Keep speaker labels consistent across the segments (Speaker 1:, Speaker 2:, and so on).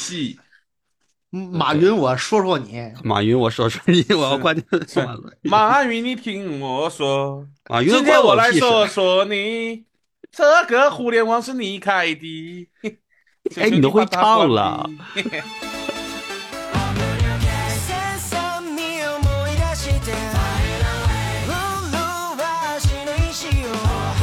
Speaker 1: 戏。
Speaker 2: 马云，我说说你，
Speaker 3: 马云，我说说你，我要关掉算了。
Speaker 1: 马云，你听我说，
Speaker 3: 马云，
Speaker 1: 今天我来说
Speaker 3: 说，
Speaker 1: 说你，这个互联网是你开的。
Speaker 3: 哎你都会唱了。
Speaker 4: センサミを思い出して」「ルールは足の石を」「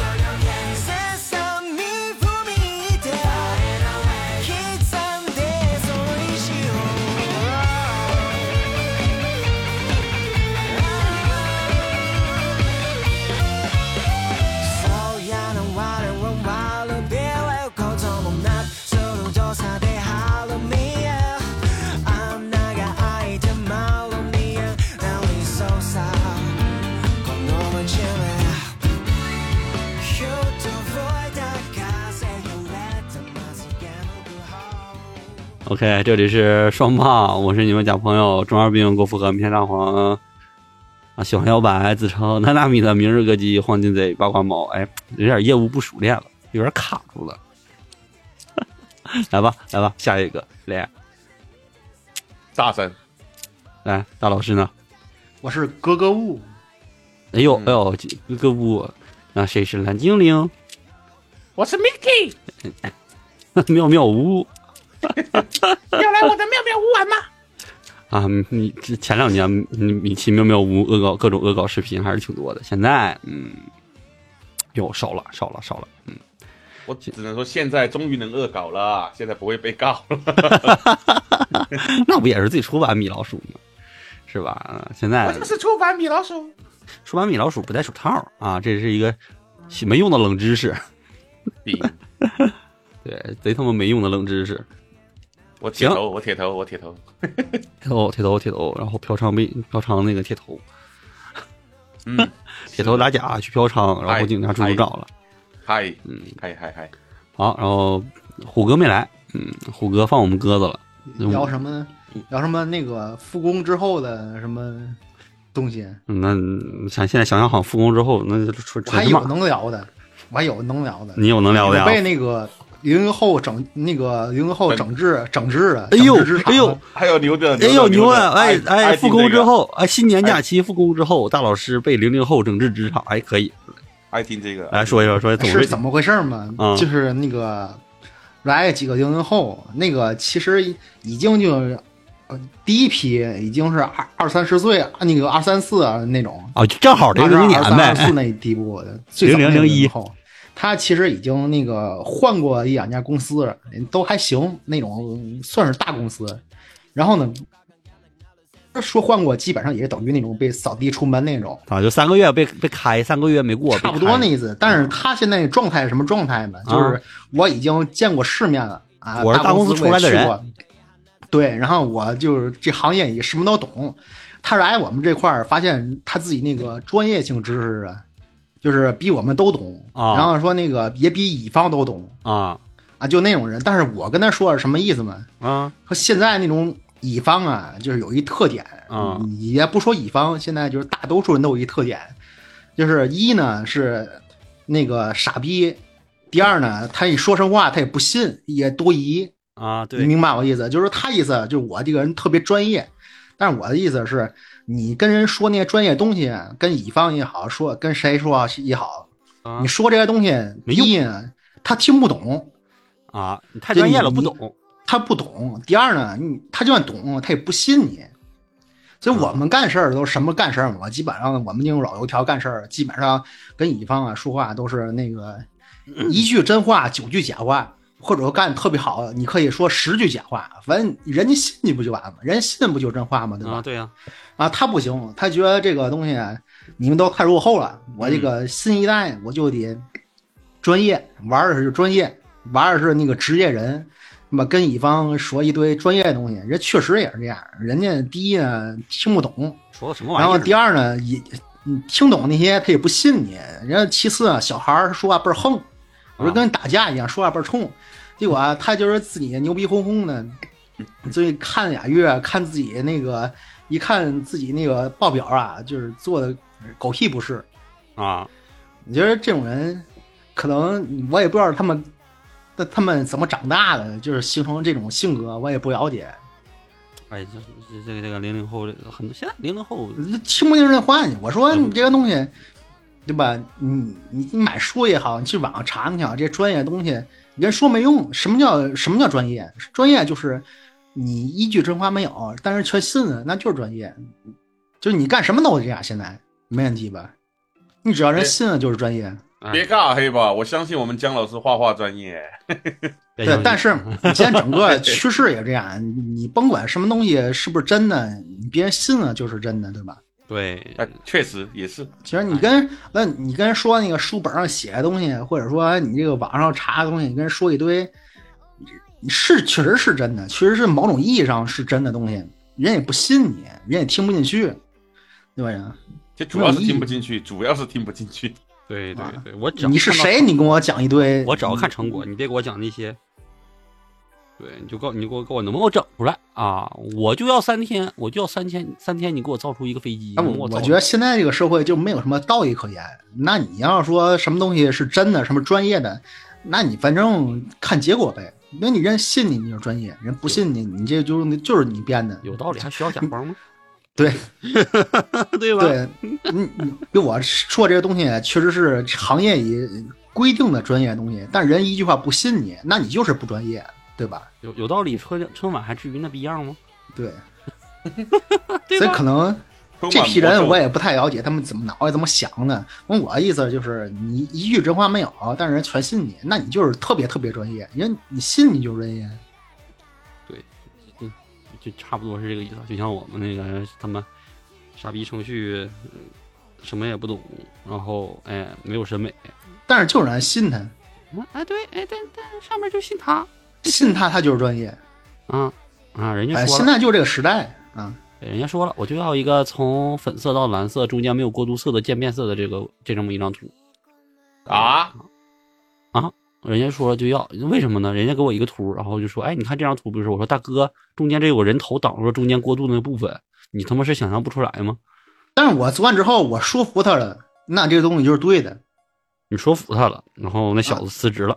Speaker 4: センサミ踏み入って」「刻んでその石を」そうやな我は悪びれることもなくする動作でハロミエ穴が開いてマロミエなおいそうさこの街へひゅっと吹いた風揺れたまずげの部分
Speaker 3: OK，这里是双胖，我是你们假朋友中二病郭富和明天大黄啊，小摇摆自称南大米的明日歌姬黄金贼八卦猫，哎，有点业务不熟练了，有点卡住了。 来吧，来吧，下一个来，
Speaker 1: 大神，
Speaker 3: 来大老师呢？
Speaker 2: 我是格格巫，
Speaker 3: 哎呦
Speaker 1: 嗯
Speaker 3: 哎呦，这个屋，那谁是蓝精灵？
Speaker 1: 我是 Mickey，
Speaker 3: 妙妙屋
Speaker 1: 要来我的妙妙屋玩吗？
Speaker 3: 啊，你这前两年米米奇妙妙屋恶搞各种恶搞视频还是挺多的，现在嗯，哟少了少了少了， 嗯。
Speaker 1: 我只能说现在终于能恶搞了，现在不会被告了。
Speaker 3: 那不也是自己出版米老鼠吗？是吧？呃现在
Speaker 1: 是出版米老鼠，
Speaker 3: 出版米老鼠不戴手套啊，这是一个没用的冷知识，
Speaker 1: 顶！
Speaker 3: 对，贼他妈没用的冷知识。
Speaker 1: 我铁
Speaker 3: 行
Speaker 1: 头，我铁头，我铁头。
Speaker 3: 铁头，铁头，铁头，然后嫖娼被嫖娼那个铁头，
Speaker 1: 嗯，
Speaker 3: 铁头打假去嫖娼，然后
Speaker 1: 哎
Speaker 3: 警察出去
Speaker 1: 哎
Speaker 3: 找了。
Speaker 1: 嗨，
Speaker 3: 嗯，
Speaker 1: 嗨嗨嗨，
Speaker 3: 好，然后虎哥没来，嗯，虎哥放我们鸽子了。嗯
Speaker 2: 聊什么？聊什么？那个复工之后的什么东西？
Speaker 3: 嗯那想现在想想，好像复工之后，那就纯
Speaker 2: 我还
Speaker 3: 纯是
Speaker 2: 有
Speaker 3: 骂。
Speaker 2: 能聊的，我还有能聊的。
Speaker 3: 你有能聊的呀
Speaker 2: 我？被那个零零后整那个零零后整治整治了。
Speaker 3: 哎呦
Speaker 2: 整治职场
Speaker 3: 哎呦
Speaker 2: 了，
Speaker 1: 还有牛的，
Speaker 3: 哎呦
Speaker 1: 的
Speaker 3: 牛
Speaker 1: 的
Speaker 3: 啊！哎哎，复工之，后，哎，新年
Speaker 1: 哎
Speaker 3: 假期复工之后，大老师被零零后整治职场，哎，可以
Speaker 1: 爱听这个，
Speaker 3: 来说一说，说总
Speaker 2: 是怎么回事嘛？
Speaker 3: 嗯
Speaker 2: 就是那个来几个零零后，那个其实已经就是。呃，第一批已经是二二三十岁，啊那个二三四啊那种，
Speaker 3: 啊，就正好零
Speaker 2: 二十
Speaker 3: 零
Speaker 2: 二
Speaker 3: 年
Speaker 2: 三二
Speaker 3: 呗
Speaker 2: 四，那一地步的，最早那个
Speaker 3: 0001
Speaker 2: 零零后，他其实已经那个换过一两家公司了，都还行，那种算是大公司。然后呢，说换过，基本上也是等于那种被扫地出门那种，
Speaker 3: 啊，就三个月被被开，三个月没过，
Speaker 2: 差不
Speaker 3: 被
Speaker 2: 多
Speaker 3: 开啊
Speaker 2: 那意思。但是他现在状态是什么状态呢？就是我已经见过世面了啊，
Speaker 3: 我是大
Speaker 2: 大
Speaker 3: 公司
Speaker 2: 司我
Speaker 3: 出来
Speaker 2: 也
Speaker 3: 的
Speaker 2: 去
Speaker 3: 人
Speaker 2: 过。对，然后我就是这行业也什么都懂。他来我们这块儿，发现他自己那个专业性知识啊，就是比我们都懂，
Speaker 3: 啊
Speaker 2: 然后说那个也比乙方都懂
Speaker 3: 啊
Speaker 2: 啊，就那种人。但是我跟他说是什么意思嘛？
Speaker 3: 啊
Speaker 2: 说现在那种乙方啊，就是有一特点
Speaker 3: 啊
Speaker 2: 也不说乙方，现在就是大多数人都有一特点，就是一呢是那个傻逼，第二呢他一说什么话他也不信，也多疑，
Speaker 3: 啊！
Speaker 2: 你
Speaker 3: 对，
Speaker 2: 明白我意思？就是他意思啊就是我这个人特别专业，但是我的意思是你跟人说那些专业东西，啊跟乙方也好说，跟谁说也好，
Speaker 3: 啊
Speaker 2: 你说这些东西，
Speaker 3: 没
Speaker 2: 第
Speaker 3: 用
Speaker 2: 一呢他听不懂，
Speaker 3: 啊，你太专业了，不懂
Speaker 2: 他不懂。第二呢，你他就算懂，他也不信你。所以我们干事儿都是什么干事儿嘛？基本上我们那种老油条干事儿，基本上跟乙方啊说话都是那个一句真话九句假话，或者说干得特别好，你可以说十句假话，反正人家信你不就完了吗？人家信不就是真话吗？对吧？
Speaker 3: 啊，对呀，
Speaker 2: 啊，他不行，他觉得这个东西啊你们都太落后了，我这个新一代我就得专业，玩儿的是专业，玩儿的是那个职业人，那么跟乙方说一堆专业的东西，人家确实也是这样，人家第一呢听不懂，
Speaker 3: 说的什么玩意
Speaker 2: 然
Speaker 3: 儿？
Speaker 2: 后第二呢也嗯听懂那些他也不信你，人家其次啊小孩儿说话倍儿横，我就跟打架一样，说话倍儿冲，结果啊他就是自己牛逼哄哄的，所以看俩月啊看自己那个一看自己那个报表啊，就是做的狗屁不是。
Speaker 3: 啊
Speaker 2: 你觉得这种人，可能我也不知道他们那他们怎么长大的，就是形成这种性格，我也不了解。
Speaker 3: 哎，这这这个这个零零后，这个很多现在零零后
Speaker 2: 听不进人话去。我说你这个东西，对吧？你你你买书也好，你去网上查你好，这些专业的东西，你跟说没用。什么叫什么叫专业？专业就是你一句真话没有，但是全信了，那就是专业。就是你干什么都这样，现在没问题吧？你只要人信了就是专业。
Speaker 1: 别尬黑吧，我相信我们姜老师画画专业。
Speaker 2: 对，但
Speaker 3: 是
Speaker 2: 是你现在整个趋势也这样，你你甭管什么东西是不是真的，你别信了就是真的，对吧？
Speaker 3: 对
Speaker 1: 哎，确实也是，
Speaker 2: 其实你
Speaker 3: 哎
Speaker 2: 跟那你跟人说那个书本上写的东西，或者说哎你这个网上查的东西，你跟人说一堆，你是确实是真的，确实是某种意义上是真的东西，人也不信你，人也听不进去，对吧？人，
Speaker 1: 这主要是听不进去，主要是听不进去。
Speaker 3: 对对
Speaker 2: 啊
Speaker 3: 对，我只要
Speaker 2: 你是
Speaker 3: 看到
Speaker 2: 谁？你跟我讲一堆，
Speaker 3: 我只要看成果，你别给我讲那些。对，你就告你给我给我能不能整出来啊？我就要三天，我就要三天，三天你给我造出一个飞机。
Speaker 2: 那
Speaker 3: 能给
Speaker 2: 哎我
Speaker 3: 造
Speaker 2: 我
Speaker 3: 出
Speaker 2: 觉得现在这个社会就没有什么道义可言。那你要说什么东西是真的，什么专业的，那你反正看结果呗。那你人信你，你就是专业；人不信你，你这就是就是你编的。
Speaker 3: 有道理，还需要甲方吗？
Speaker 2: 对
Speaker 3: 对吧？
Speaker 2: 对，你你跟我说这个东西，确实是行业里规定的专业东西，但人一句话不信你，那你就是不专业，对吧？
Speaker 3: 有有道理，春春晚还至于那逼样吗？
Speaker 2: 对，
Speaker 3: 对
Speaker 2: 所以
Speaker 3: 吧
Speaker 2: 可能
Speaker 1: 充
Speaker 2: 这
Speaker 1: 满
Speaker 2: 批
Speaker 1: 魔
Speaker 2: 人
Speaker 1: 咒
Speaker 2: 我也不太了解他们怎么脑袋怎么想的。问我的意思就是，你一句真话没有，但是人全信你，那你就是特别特别专业。人你信你就是专业，
Speaker 3: 就差不多是这个意思。就像我们那个他妈傻逼程序，呃什么也不懂，然后哎没有审美，
Speaker 2: 但是就有人信他，
Speaker 3: 哎对哎但但上面就信他
Speaker 2: 信他他就是专 业。
Speaker 3: 啊啊，人家
Speaker 2: 哎，
Speaker 3: 说
Speaker 2: 现
Speaker 3: 了，
Speaker 2: 在就这个时代啊，
Speaker 3: 人家说了，我就要一个从粉色到蓝色中间没有过渡色的渐变色的这个这这么一张图。
Speaker 1: 啊，
Speaker 3: 人家说就要，为什么呢？人家给我一个图，然后就说，哎，你看这张图，比如说，我说大哥，中间这有个人头挡住了中间过渡那部分，你他妈是想象不出来吗？
Speaker 2: 但是我做完之后，我说服他了，那这个东西就是对的。
Speaker 3: 你说服他了，然后那小子辞职了，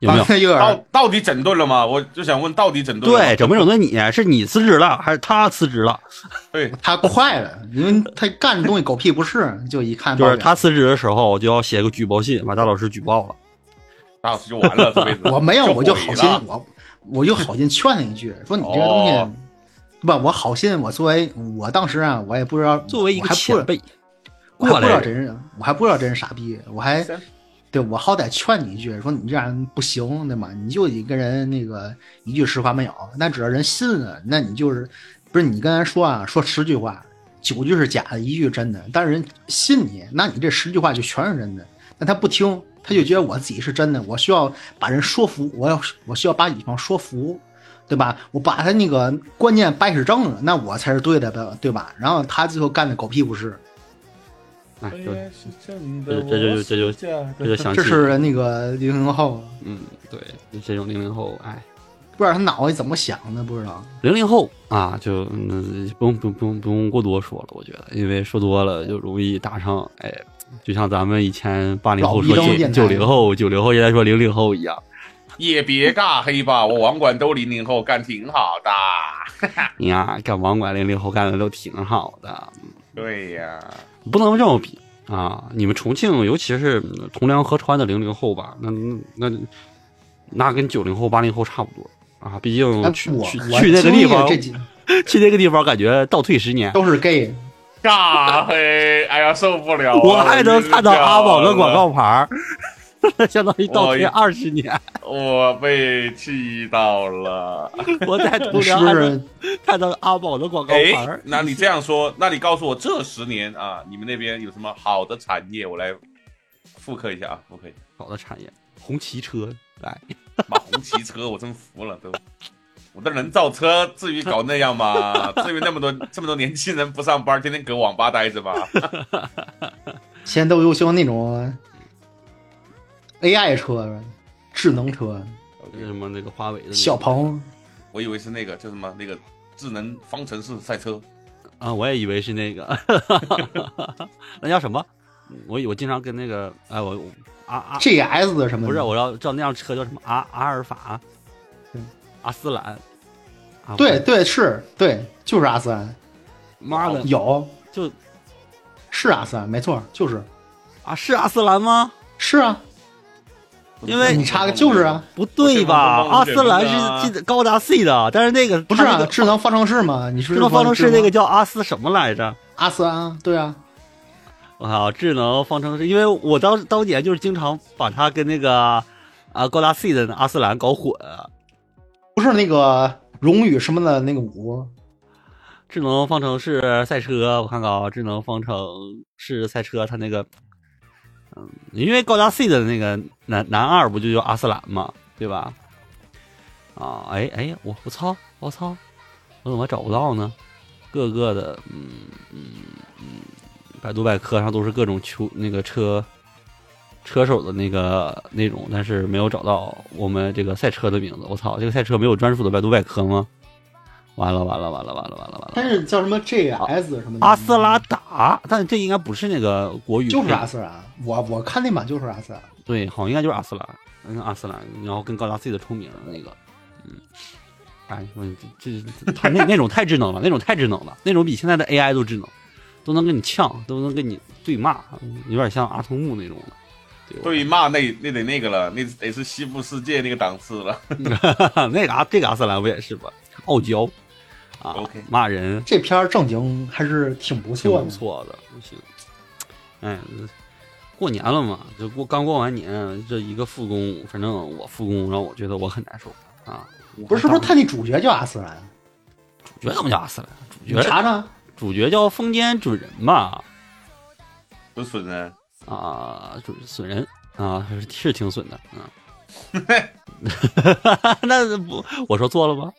Speaker 3: 有没有哦
Speaker 2: 啊？ 那有点
Speaker 1: 到
Speaker 2: 儿
Speaker 1: 到底整顿了吗？我就想问，到底整顿了吗
Speaker 3: 对，整没整顿你？是你辞职了，还是他辞职了？
Speaker 1: 对，
Speaker 2: 他快了，因为他干的东西狗屁不是，就一看
Speaker 3: 就是
Speaker 2: 报表
Speaker 3: 他辞职的时候，就要写个举报信，把大老师举报了。
Speaker 1: 大老师就完了，这辈子
Speaker 2: 我没有，我就
Speaker 1: 毁
Speaker 2: 好心
Speaker 1: 了，
Speaker 2: 我我就好心劝他一句，说你这个东西，
Speaker 1: 哦
Speaker 2: 对吧？我好心，我作为我当时啊，我也不知道，
Speaker 3: 作为一
Speaker 2: 我
Speaker 3: 个
Speaker 2: 还不
Speaker 3: 前辈，
Speaker 2: 我还
Speaker 3: 过
Speaker 2: 不知
Speaker 3: 来
Speaker 2: 道
Speaker 3: 人，
Speaker 2: 真是，我还不知道真是傻逼，我还
Speaker 1: 真
Speaker 2: 对我好歹劝你一句，说你这样不行，对吗？你就得跟人那个一句实话没有，那只要人信了，那你就是不是你跟人说啊，说十句话，九句是假的，一句真的，但是人信你，那你这十句话就全是真的，那他不听，他就觉得我自己是真的，我需要把人说服，我要我需要把乙方说服，对吧？我把他那个观念掰扯正了，那我才是对的吧，对吧？然后他最后干的狗屁不是，
Speaker 3: 哎，就这
Speaker 1: 这
Speaker 3: 这就这就这就想起
Speaker 2: 这，是那个零零后，
Speaker 3: 嗯，对，这种零零后，哎，
Speaker 2: 不知道他脑袋怎么想的，不知道。
Speaker 3: 零零后啊，就嗯不用不用不用不用过多说了，我觉得，因为说多了就容易打上，哎，就像咱们以前八零后说
Speaker 2: 老逼
Speaker 3: 九
Speaker 2: 当电台
Speaker 3: 九零后，九零后现在说零零后一样。
Speaker 1: 也别尬黑吧，我网管都零零后，干挺好的。
Speaker 3: 你哎呀，干网管零零后干的都挺好的，
Speaker 1: 对呀、
Speaker 3: 不能这么比啊！你们重庆，尤其是嗯同梁河川的零零后吧，那那那那跟九零后、八零后差不多啊。毕竟
Speaker 2: 哎
Speaker 3: 去、
Speaker 2: 我
Speaker 3: 去
Speaker 2: 我
Speaker 3: 去那个
Speaker 2: 经历
Speaker 3: 地方，
Speaker 2: 这 几
Speaker 3: 去那个地方感觉倒退十年。
Speaker 2: 都是 gay，
Speaker 1: 尬黑，哎呀，受不了啊！
Speaker 3: 我还能看到阿宝的广告牌儿， 哦相当于倒退
Speaker 1: 我
Speaker 3: 二十 年。
Speaker 1: 我被气到了。
Speaker 3: 我在同
Speaker 2: 你是
Speaker 3: 梁
Speaker 2: 不
Speaker 3: 还能
Speaker 2: 是？
Speaker 3: 看到阿宝的广告牌
Speaker 1: 哎
Speaker 3: 儿，，
Speaker 1: 那你这样说，那你告诉我这十年啊，你们那边有什么好的产业？我来复刻一下啊，复刻一下。
Speaker 3: 好的产业，红旗车来。
Speaker 1: 妈，红旗车，我真服了都。我的人造车，至于搞那样吗？至于那么多这么多年轻人不上班，天天搁网吧待着吧？
Speaker 2: 现在都流行那种 AI 车、智能车、
Speaker 3: 那什么那个花尾的那个
Speaker 2: 小鹏，
Speaker 1: 我以为是那个叫什么那个智能方程式赛车，
Speaker 3: 啊，我也以为是那个，那叫什么？我我经常跟那个哎我我啊啊
Speaker 2: GS 的什么的
Speaker 3: 不是我要照那辆车叫什么阿阿尔法
Speaker 2: 对，
Speaker 3: 阿斯兰，啊
Speaker 2: 对对是，对就是阿斯兰，
Speaker 3: 妈的
Speaker 2: 有
Speaker 3: 就是
Speaker 2: 阿斯兰，没错，就是
Speaker 3: 啊是阿斯兰吗？
Speaker 2: 是啊，
Speaker 3: 因为
Speaker 2: 你插个就是啊，，
Speaker 3: 不对吧？
Speaker 1: 我
Speaker 3: 阿
Speaker 1: 这啊
Speaker 3: 斯
Speaker 1: 个不知道
Speaker 3: 兰是记得高达 C 的，但是那个
Speaker 2: 不是
Speaker 3: 它那
Speaker 2: 啊，
Speaker 3: 个
Speaker 2: 智能方程式嘛，你是
Speaker 3: 智能方程式
Speaker 2: 说
Speaker 3: 那个叫阿斯什么来着？
Speaker 2: 阿斯兰啊，对啊，
Speaker 3: 我靠，智能方程式，因为我当当年就是经常把它跟那个啊高达 C 的阿斯兰搞混，
Speaker 2: 不是那个荣宇什么的那个五，
Speaker 3: 智能方程式赛车，我看看啊，智能方程式赛车，它那个，嗯，因为高达 C 的那个男男二不就叫阿斯兰嘛，对吧？啊，哎哎，我我操，我操，我怎么找不到呢？各个的，嗯嗯嗯，百度百科上都是各种球那个车车手的那个内容，但是没有找到我们这个赛车的名字。我操，这个赛车没有专属的百度百科吗？完了完了完了完了完了完了！
Speaker 2: 但是叫什么 GS 什么的
Speaker 3: 阿斯拉达，但这应该不是那个国语，
Speaker 2: 就是阿斯兰，我我看那版就是阿斯兰，啊
Speaker 3: 对，好像应该就是阿斯兰，嗯，阿斯兰，然后跟高达 C 的重名的那个，嗯，哎，我这这他那那种太智能了，那种太智能了，那种比现在的 AI 都智能，都能跟你呛，都能跟你对骂，有点像阿童木那种了。对
Speaker 1: 对骂那那得那个了，那得是西部世界那个档次了。
Speaker 3: 吧， 那个阿这个阿斯兰不也是吗？傲娇啊
Speaker 1: OK
Speaker 3: 骂人
Speaker 2: 这片儿正经还是挺不
Speaker 3: 挺
Speaker 2: 错
Speaker 3: 不
Speaker 2: 的，
Speaker 3: 错的，不行。哎，过年了嘛，这过刚过完年，这一个复工，反正我复工让我觉得我很难受啊。
Speaker 2: 不是是不是他那主角叫阿斯兰？
Speaker 3: 主角怎么叫阿斯兰？主
Speaker 2: 你
Speaker 3: 角
Speaker 2: 查查，
Speaker 3: 主角叫风间准人吧？
Speaker 1: 不是损人，
Speaker 3: 啊，准损人啊，是是挺损的啊。 那不，我说错了吗？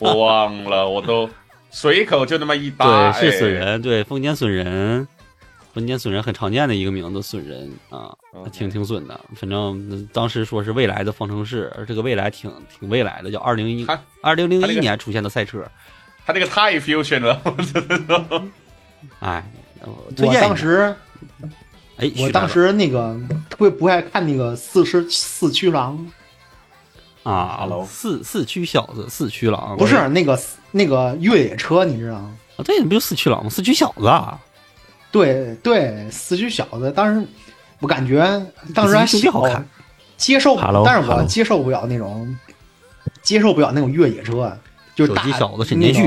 Speaker 1: 我忘了，我都随口就那么一搭，
Speaker 3: 对，是损
Speaker 1: 哎。
Speaker 3: 人，对，风间损人，风间损人很常见的一个名字，损人啊。
Speaker 1: OK
Speaker 3: 挺挺损的。反正呃当时说是未来的方程式，而这个未来挺挺未来的，叫二零一
Speaker 1: 他
Speaker 3: 二零
Speaker 1: 他
Speaker 3: 零
Speaker 1: 这
Speaker 3: 一
Speaker 1: 个
Speaker 3: 年出现的赛车。
Speaker 1: 他这个太 fusion 了， 我真的都
Speaker 3: 哎，我推
Speaker 2: 我
Speaker 3: 荐一
Speaker 2: 当
Speaker 3: 下
Speaker 2: 时
Speaker 3: 哎，
Speaker 2: 我
Speaker 3: 徐
Speaker 2: 当
Speaker 3: 大
Speaker 2: 时那个特别不爱看那个四十四驱狼，
Speaker 3: 佬啊
Speaker 1: Hello，
Speaker 3: 四四驱小子，四驱狼
Speaker 2: 不是那个那个越野车，你知道吗？
Speaker 3: 啊？对，不就四驱狼吗？四驱小子啊，
Speaker 2: 对对，四驱小子，当时我感觉当时还
Speaker 3: 四驱
Speaker 2: 小
Speaker 3: 好看，
Speaker 2: 接受
Speaker 3: Hello，
Speaker 2: 但是我
Speaker 3: Hello
Speaker 2: 接受不了那种接受不了那种越野车，啊就是
Speaker 3: 手
Speaker 2: 大
Speaker 3: 机小子沈殿旭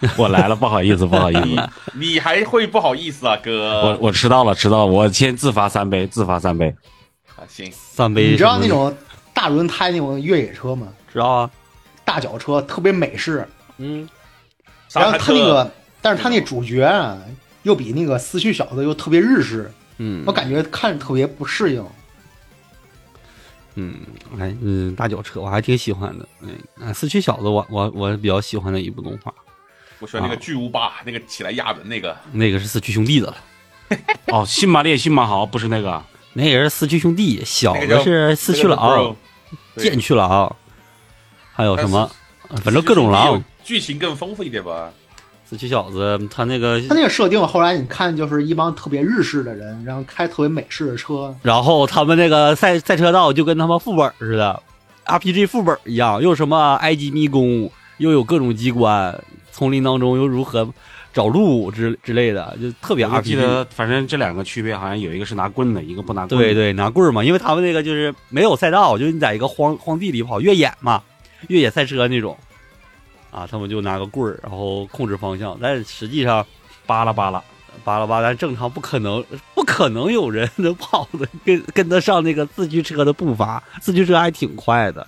Speaker 2: 那种
Speaker 5: 我来了，不好意思，不好意思，
Speaker 1: 你还会不好意思啊，
Speaker 5: 我
Speaker 1: 哥？
Speaker 5: 我迟到了，迟到了，我先自罚三杯，自罚三杯。
Speaker 1: 啊，行，
Speaker 3: 三杯。
Speaker 2: 你知道那？种大轮胎那种越野车吗？
Speaker 3: 知道啊？
Speaker 2: 大脚车特别美式，
Speaker 3: 嗯，
Speaker 2: 然后他
Speaker 1: 沙滩
Speaker 2: 那
Speaker 1: 车
Speaker 2: 个，但是他那主角啊，又比那个四驱小子又特别日式，
Speaker 3: 嗯
Speaker 2: 我感觉看着特别不适应。
Speaker 3: 嗯，哎，嗯，大脚车我还挺喜欢的。哎，啊四驱小子我，我我比较喜欢的一部动画，
Speaker 1: 我喜欢那个
Speaker 3: 啊
Speaker 1: 巨无霸，那个起来压人那个，
Speaker 3: 那个是四驱兄弟的了。
Speaker 5: 哦，新马烈、新马豪不是那个，
Speaker 3: 那个是四驱兄弟，小
Speaker 1: 那个
Speaker 3: 的
Speaker 1: 叫
Speaker 3: 是四驱
Speaker 2: 啊
Speaker 1: 那个
Speaker 3: 狼
Speaker 1: bro，，对
Speaker 3: 剑驱狼，还有什么？呃反正各种，
Speaker 1: 但是
Speaker 3: 狼
Speaker 1: 有。剧情更丰富一点吧。
Speaker 3: 四驱小子他那个，
Speaker 2: 他那个设定后来你看就是一帮特别日式的人，然后开特别美式的车，
Speaker 3: 然后他们那个赛赛车道就跟他妈副本似的，RPG 副本一样，又什么埃及迷宫，又有各种机关，丛林当中又如何找路之之类的，就特别
Speaker 5: 我记
Speaker 3: RPG。
Speaker 5: 得，反正这两个区别好像有一个是拿棍的，一个不拿棍的。
Speaker 3: 对对，拿棍儿嘛，因为他们那个就是没有赛道，就是你在一个荒荒地里跑越野嘛，越野赛车那种，啊，他们就拿个棍儿，然后控制方向，但是实际上
Speaker 5: 扒拉扒拉。
Speaker 3: 巴拉巴拉，正常不可能，不可能有人 能跑的跟跟得上那个四驱车的步伐，四驱车还挺快的，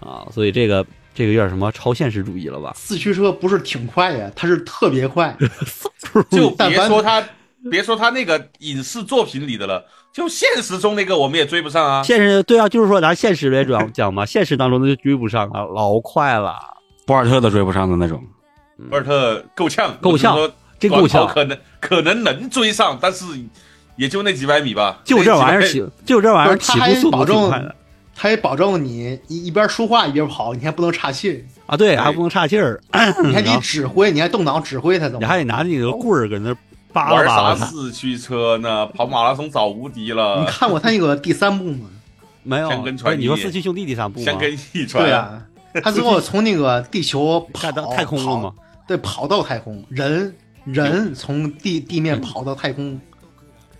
Speaker 3: 啊，所以这个这个有点什么超现实主义了吧？
Speaker 2: 四驱车不是挺快的，它是特别快。
Speaker 3: 嗯
Speaker 1: 就
Speaker 2: 但
Speaker 1: 别
Speaker 2: 凡
Speaker 1: 说他，别说他那个影视作品里的了，就现实中那个我们也追不上啊。
Speaker 3: 现实对啊，就是说拿现实来讲讲嘛，现实当中那就追不上啊，老快了，
Speaker 5: 博尔特都追不上的那种。
Speaker 1: 博尔特够呛，
Speaker 3: 够呛
Speaker 1: 我只能说
Speaker 3: 真够
Speaker 1: 短
Speaker 3: 呛
Speaker 1: 跑，可能可能能追上，但是也就那几百米吧。
Speaker 3: 就这玩意
Speaker 1: 那
Speaker 3: 儿
Speaker 1: 几百
Speaker 3: 起，就这玩意儿
Speaker 2: 不是
Speaker 3: 起
Speaker 2: 他
Speaker 3: 步
Speaker 2: 还
Speaker 3: 速度
Speaker 2: 保
Speaker 3: 挺
Speaker 2: 证
Speaker 3: 快的
Speaker 2: 他也保证你一一边说话一边跑，你还不能岔气，
Speaker 3: 啊，对，还不能岔气儿，
Speaker 2: 你还
Speaker 3: 嗯然
Speaker 2: 得
Speaker 3: 后
Speaker 2: 指挥，你还动脑指挥它怎
Speaker 3: 你
Speaker 2: 么？
Speaker 3: 还得拿那个棍儿搁那
Speaker 6: 扒
Speaker 1: 玩
Speaker 6: 拉扒
Speaker 1: 啥
Speaker 6: 拉他。
Speaker 1: 四驱车呢？跑马拉松早无敌
Speaker 2: 你
Speaker 1: 了，
Speaker 2: 看过他那个第三部吗？
Speaker 3: 没有
Speaker 1: 香根，
Speaker 3: 不
Speaker 1: 传
Speaker 3: 是你说
Speaker 1: 递
Speaker 3: 四驱兄弟第三部吗
Speaker 1: 先？跟一传。
Speaker 2: 对 啊，他最后从那个地球跑
Speaker 3: 干到太空了吗？？
Speaker 2: 跑对，跑到太空，人人从地地面跑到太空，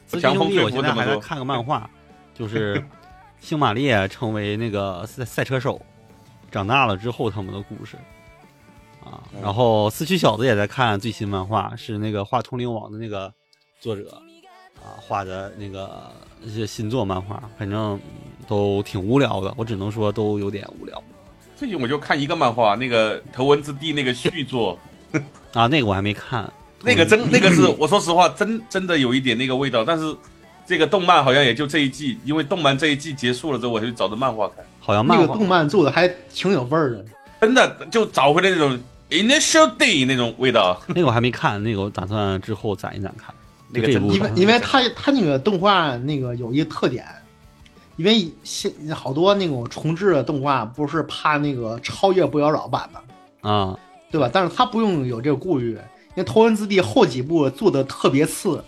Speaker 3: 四驱
Speaker 1: 强
Speaker 3: 兄
Speaker 1: 风
Speaker 3: 弟，
Speaker 1: 对
Speaker 3: 我
Speaker 1: 付
Speaker 3: 现
Speaker 1: 这
Speaker 3: 在
Speaker 1: 么
Speaker 3: 还在
Speaker 1: 多，
Speaker 3: 看个漫画，就是星玛丽成为那个赛赛车手，长大了之后他们的故事啊。
Speaker 1: 嗯
Speaker 3: 然后四驱小子也在看最新漫画，是那个画《通灵王》的那个作者啊画的那个一些新作漫画，反正都挺无聊的，我只能说都有点无聊
Speaker 1: 最近我就看一个漫画，那个《头文字 D》那个续作，
Speaker 3: 啊。那个我还没看，
Speaker 1: 那个真那个是我说实话，真真的有一点那个味道。但是这个动漫好像也就这一季，因为动漫这一季结束了之后，我就找的漫画看，
Speaker 3: 好像
Speaker 2: 那
Speaker 3: 漫
Speaker 2: 个
Speaker 3: 画
Speaker 2: 动漫做的还挺有味儿的。
Speaker 1: 真的就找回了那种 Initial Day 那种 味道。
Speaker 3: 那个我还没看，那个我打算之后攒一攒看。
Speaker 1: 那个
Speaker 3: 就这
Speaker 1: 真
Speaker 3: 部
Speaker 1: 不
Speaker 2: 因
Speaker 1: 好
Speaker 2: 为因为他他那个动画那个有一个特点，因为现好多那种重置的动画不是怕那个超越不了老版嘛，
Speaker 3: 啊，
Speaker 2: 对吧？但是他不用有这个顾虑，因为《头文字 D》后几部做的特别次，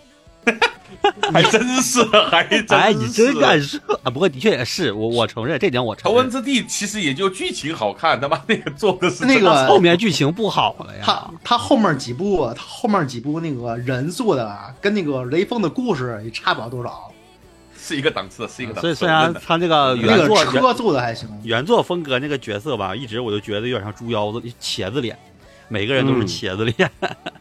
Speaker 1: 还真是，还真是。
Speaker 3: 哎，你真敢说啊！不过的确也是，我我承认这点，我
Speaker 1: 头
Speaker 3: 承
Speaker 1: 文
Speaker 3: 认。
Speaker 1: 字 D 其实也就剧情好看，他妈那个做的是
Speaker 2: 那个
Speaker 3: 后面剧情不好了
Speaker 2: 他
Speaker 3: 呀，
Speaker 2: 他后面几部他后面几部那个人做的啊，跟那个雷锋的故事也差不了多少。
Speaker 1: 是一个档次，
Speaker 2: 啊
Speaker 1: 是一个档次。
Speaker 3: 所以虽然
Speaker 1: 真的
Speaker 3: 他这
Speaker 2: 那
Speaker 3: 个原
Speaker 2: 个
Speaker 3: 作原
Speaker 2: 车做的还行，
Speaker 3: 原作风格那个角色吧，一直我就觉得有点像猪腰子、茄子脸，每个人都是
Speaker 5: 嗯
Speaker 3: 茄子脸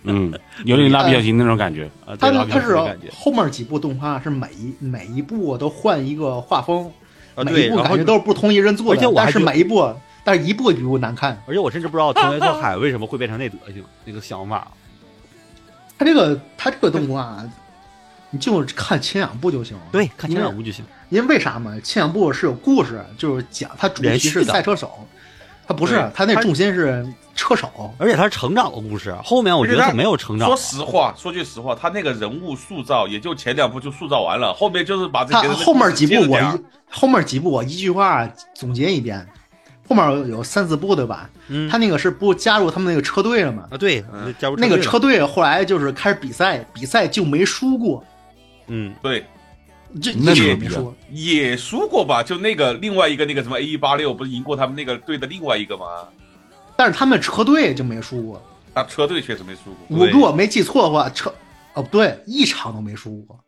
Speaker 5: 嗯，有点蜡笔小新那种感觉。
Speaker 3: 啊，对
Speaker 2: 他
Speaker 3: 老
Speaker 2: 他
Speaker 3: 表
Speaker 2: 是
Speaker 3: 的感觉
Speaker 2: 后面几部动画是每一每一部都换一个画风，
Speaker 3: 啊，
Speaker 2: 哦每
Speaker 3: 对，
Speaker 2: 一部
Speaker 3: 然
Speaker 2: 感
Speaker 3: 后
Speaker 2: 觉都是不同一人做的，
Speaker 3: 而且我还
Speaker 2: 但是
Speaker 3: 觉
Speaker 2: 每一部，但是一部比一部难看。
Speaker 3: 而且我甚至不知道藤原拓海为什么会变成那德行，那个想法啊
Speaker 2: 他这个他这个动画，你就看前两部就行了。
Speaker 3: 对，看前
Speaker 2: 因为
Speaker 3: 两部就行。
Speaker 2: 因为为啥嘛？前两部是有故事，就是讲他主题
Speaker 3: 连续
Speaker 2: 是
Speaker 3: 的
Speaker 2: 赛车手，他不是
Speaker 1: 对
Speaker 2: 他那重心是车手。
Speaker 3: 而且他是成长的故事，啊后面我觉得
Speaker 1: 而且
Speaker 3: 他
Speaker 1: 他
Speaker 3: 没有成长
Speaker 1: 说。实话，说句实话，他那个人物塑造也就前两部就塑造完了，后面就是把这
Speaker 2: 他
Speaker 1: 些人
Speaker 2: 后面几部
Speaker 1: 接着
Speaker 2: 我
Speaker 1: 点儿
Speaker 2: 一后面几部我一句话总结一遍，后面有三四部对吧？
Speaker 3: 嗯，
Speaker 2: 他那个是不加入他们那个车队了吗？
Speaker 3: 啊，对
Speaker 1: 嗯，
Speaker 3: 加入
Speaker 2: 那个
Speaker 3: 队了
Speaker 2: 车，队后来就是开始比赛，比赛就没输过，
Speaker 3: 嗯，
Speaker 1: 对
Speaker 2: 这
Speaker 5: 那
Speaker 2: 一直也
Speaker 5: 牛逼
Speaker 2: 没
Speaker 5: 啊
Speaker 2: 输。
Speaker 1: 也输过吧？就那个另外一个那个什么 A 一八六不是赢过他们那个队的另外一个吗？
Speaker 2: 但是他们车队就没输过。
Speaker 1: 他车队确实没输过。
Speaker 2: 我如果没记错的话，车哦不对，一场都没输过。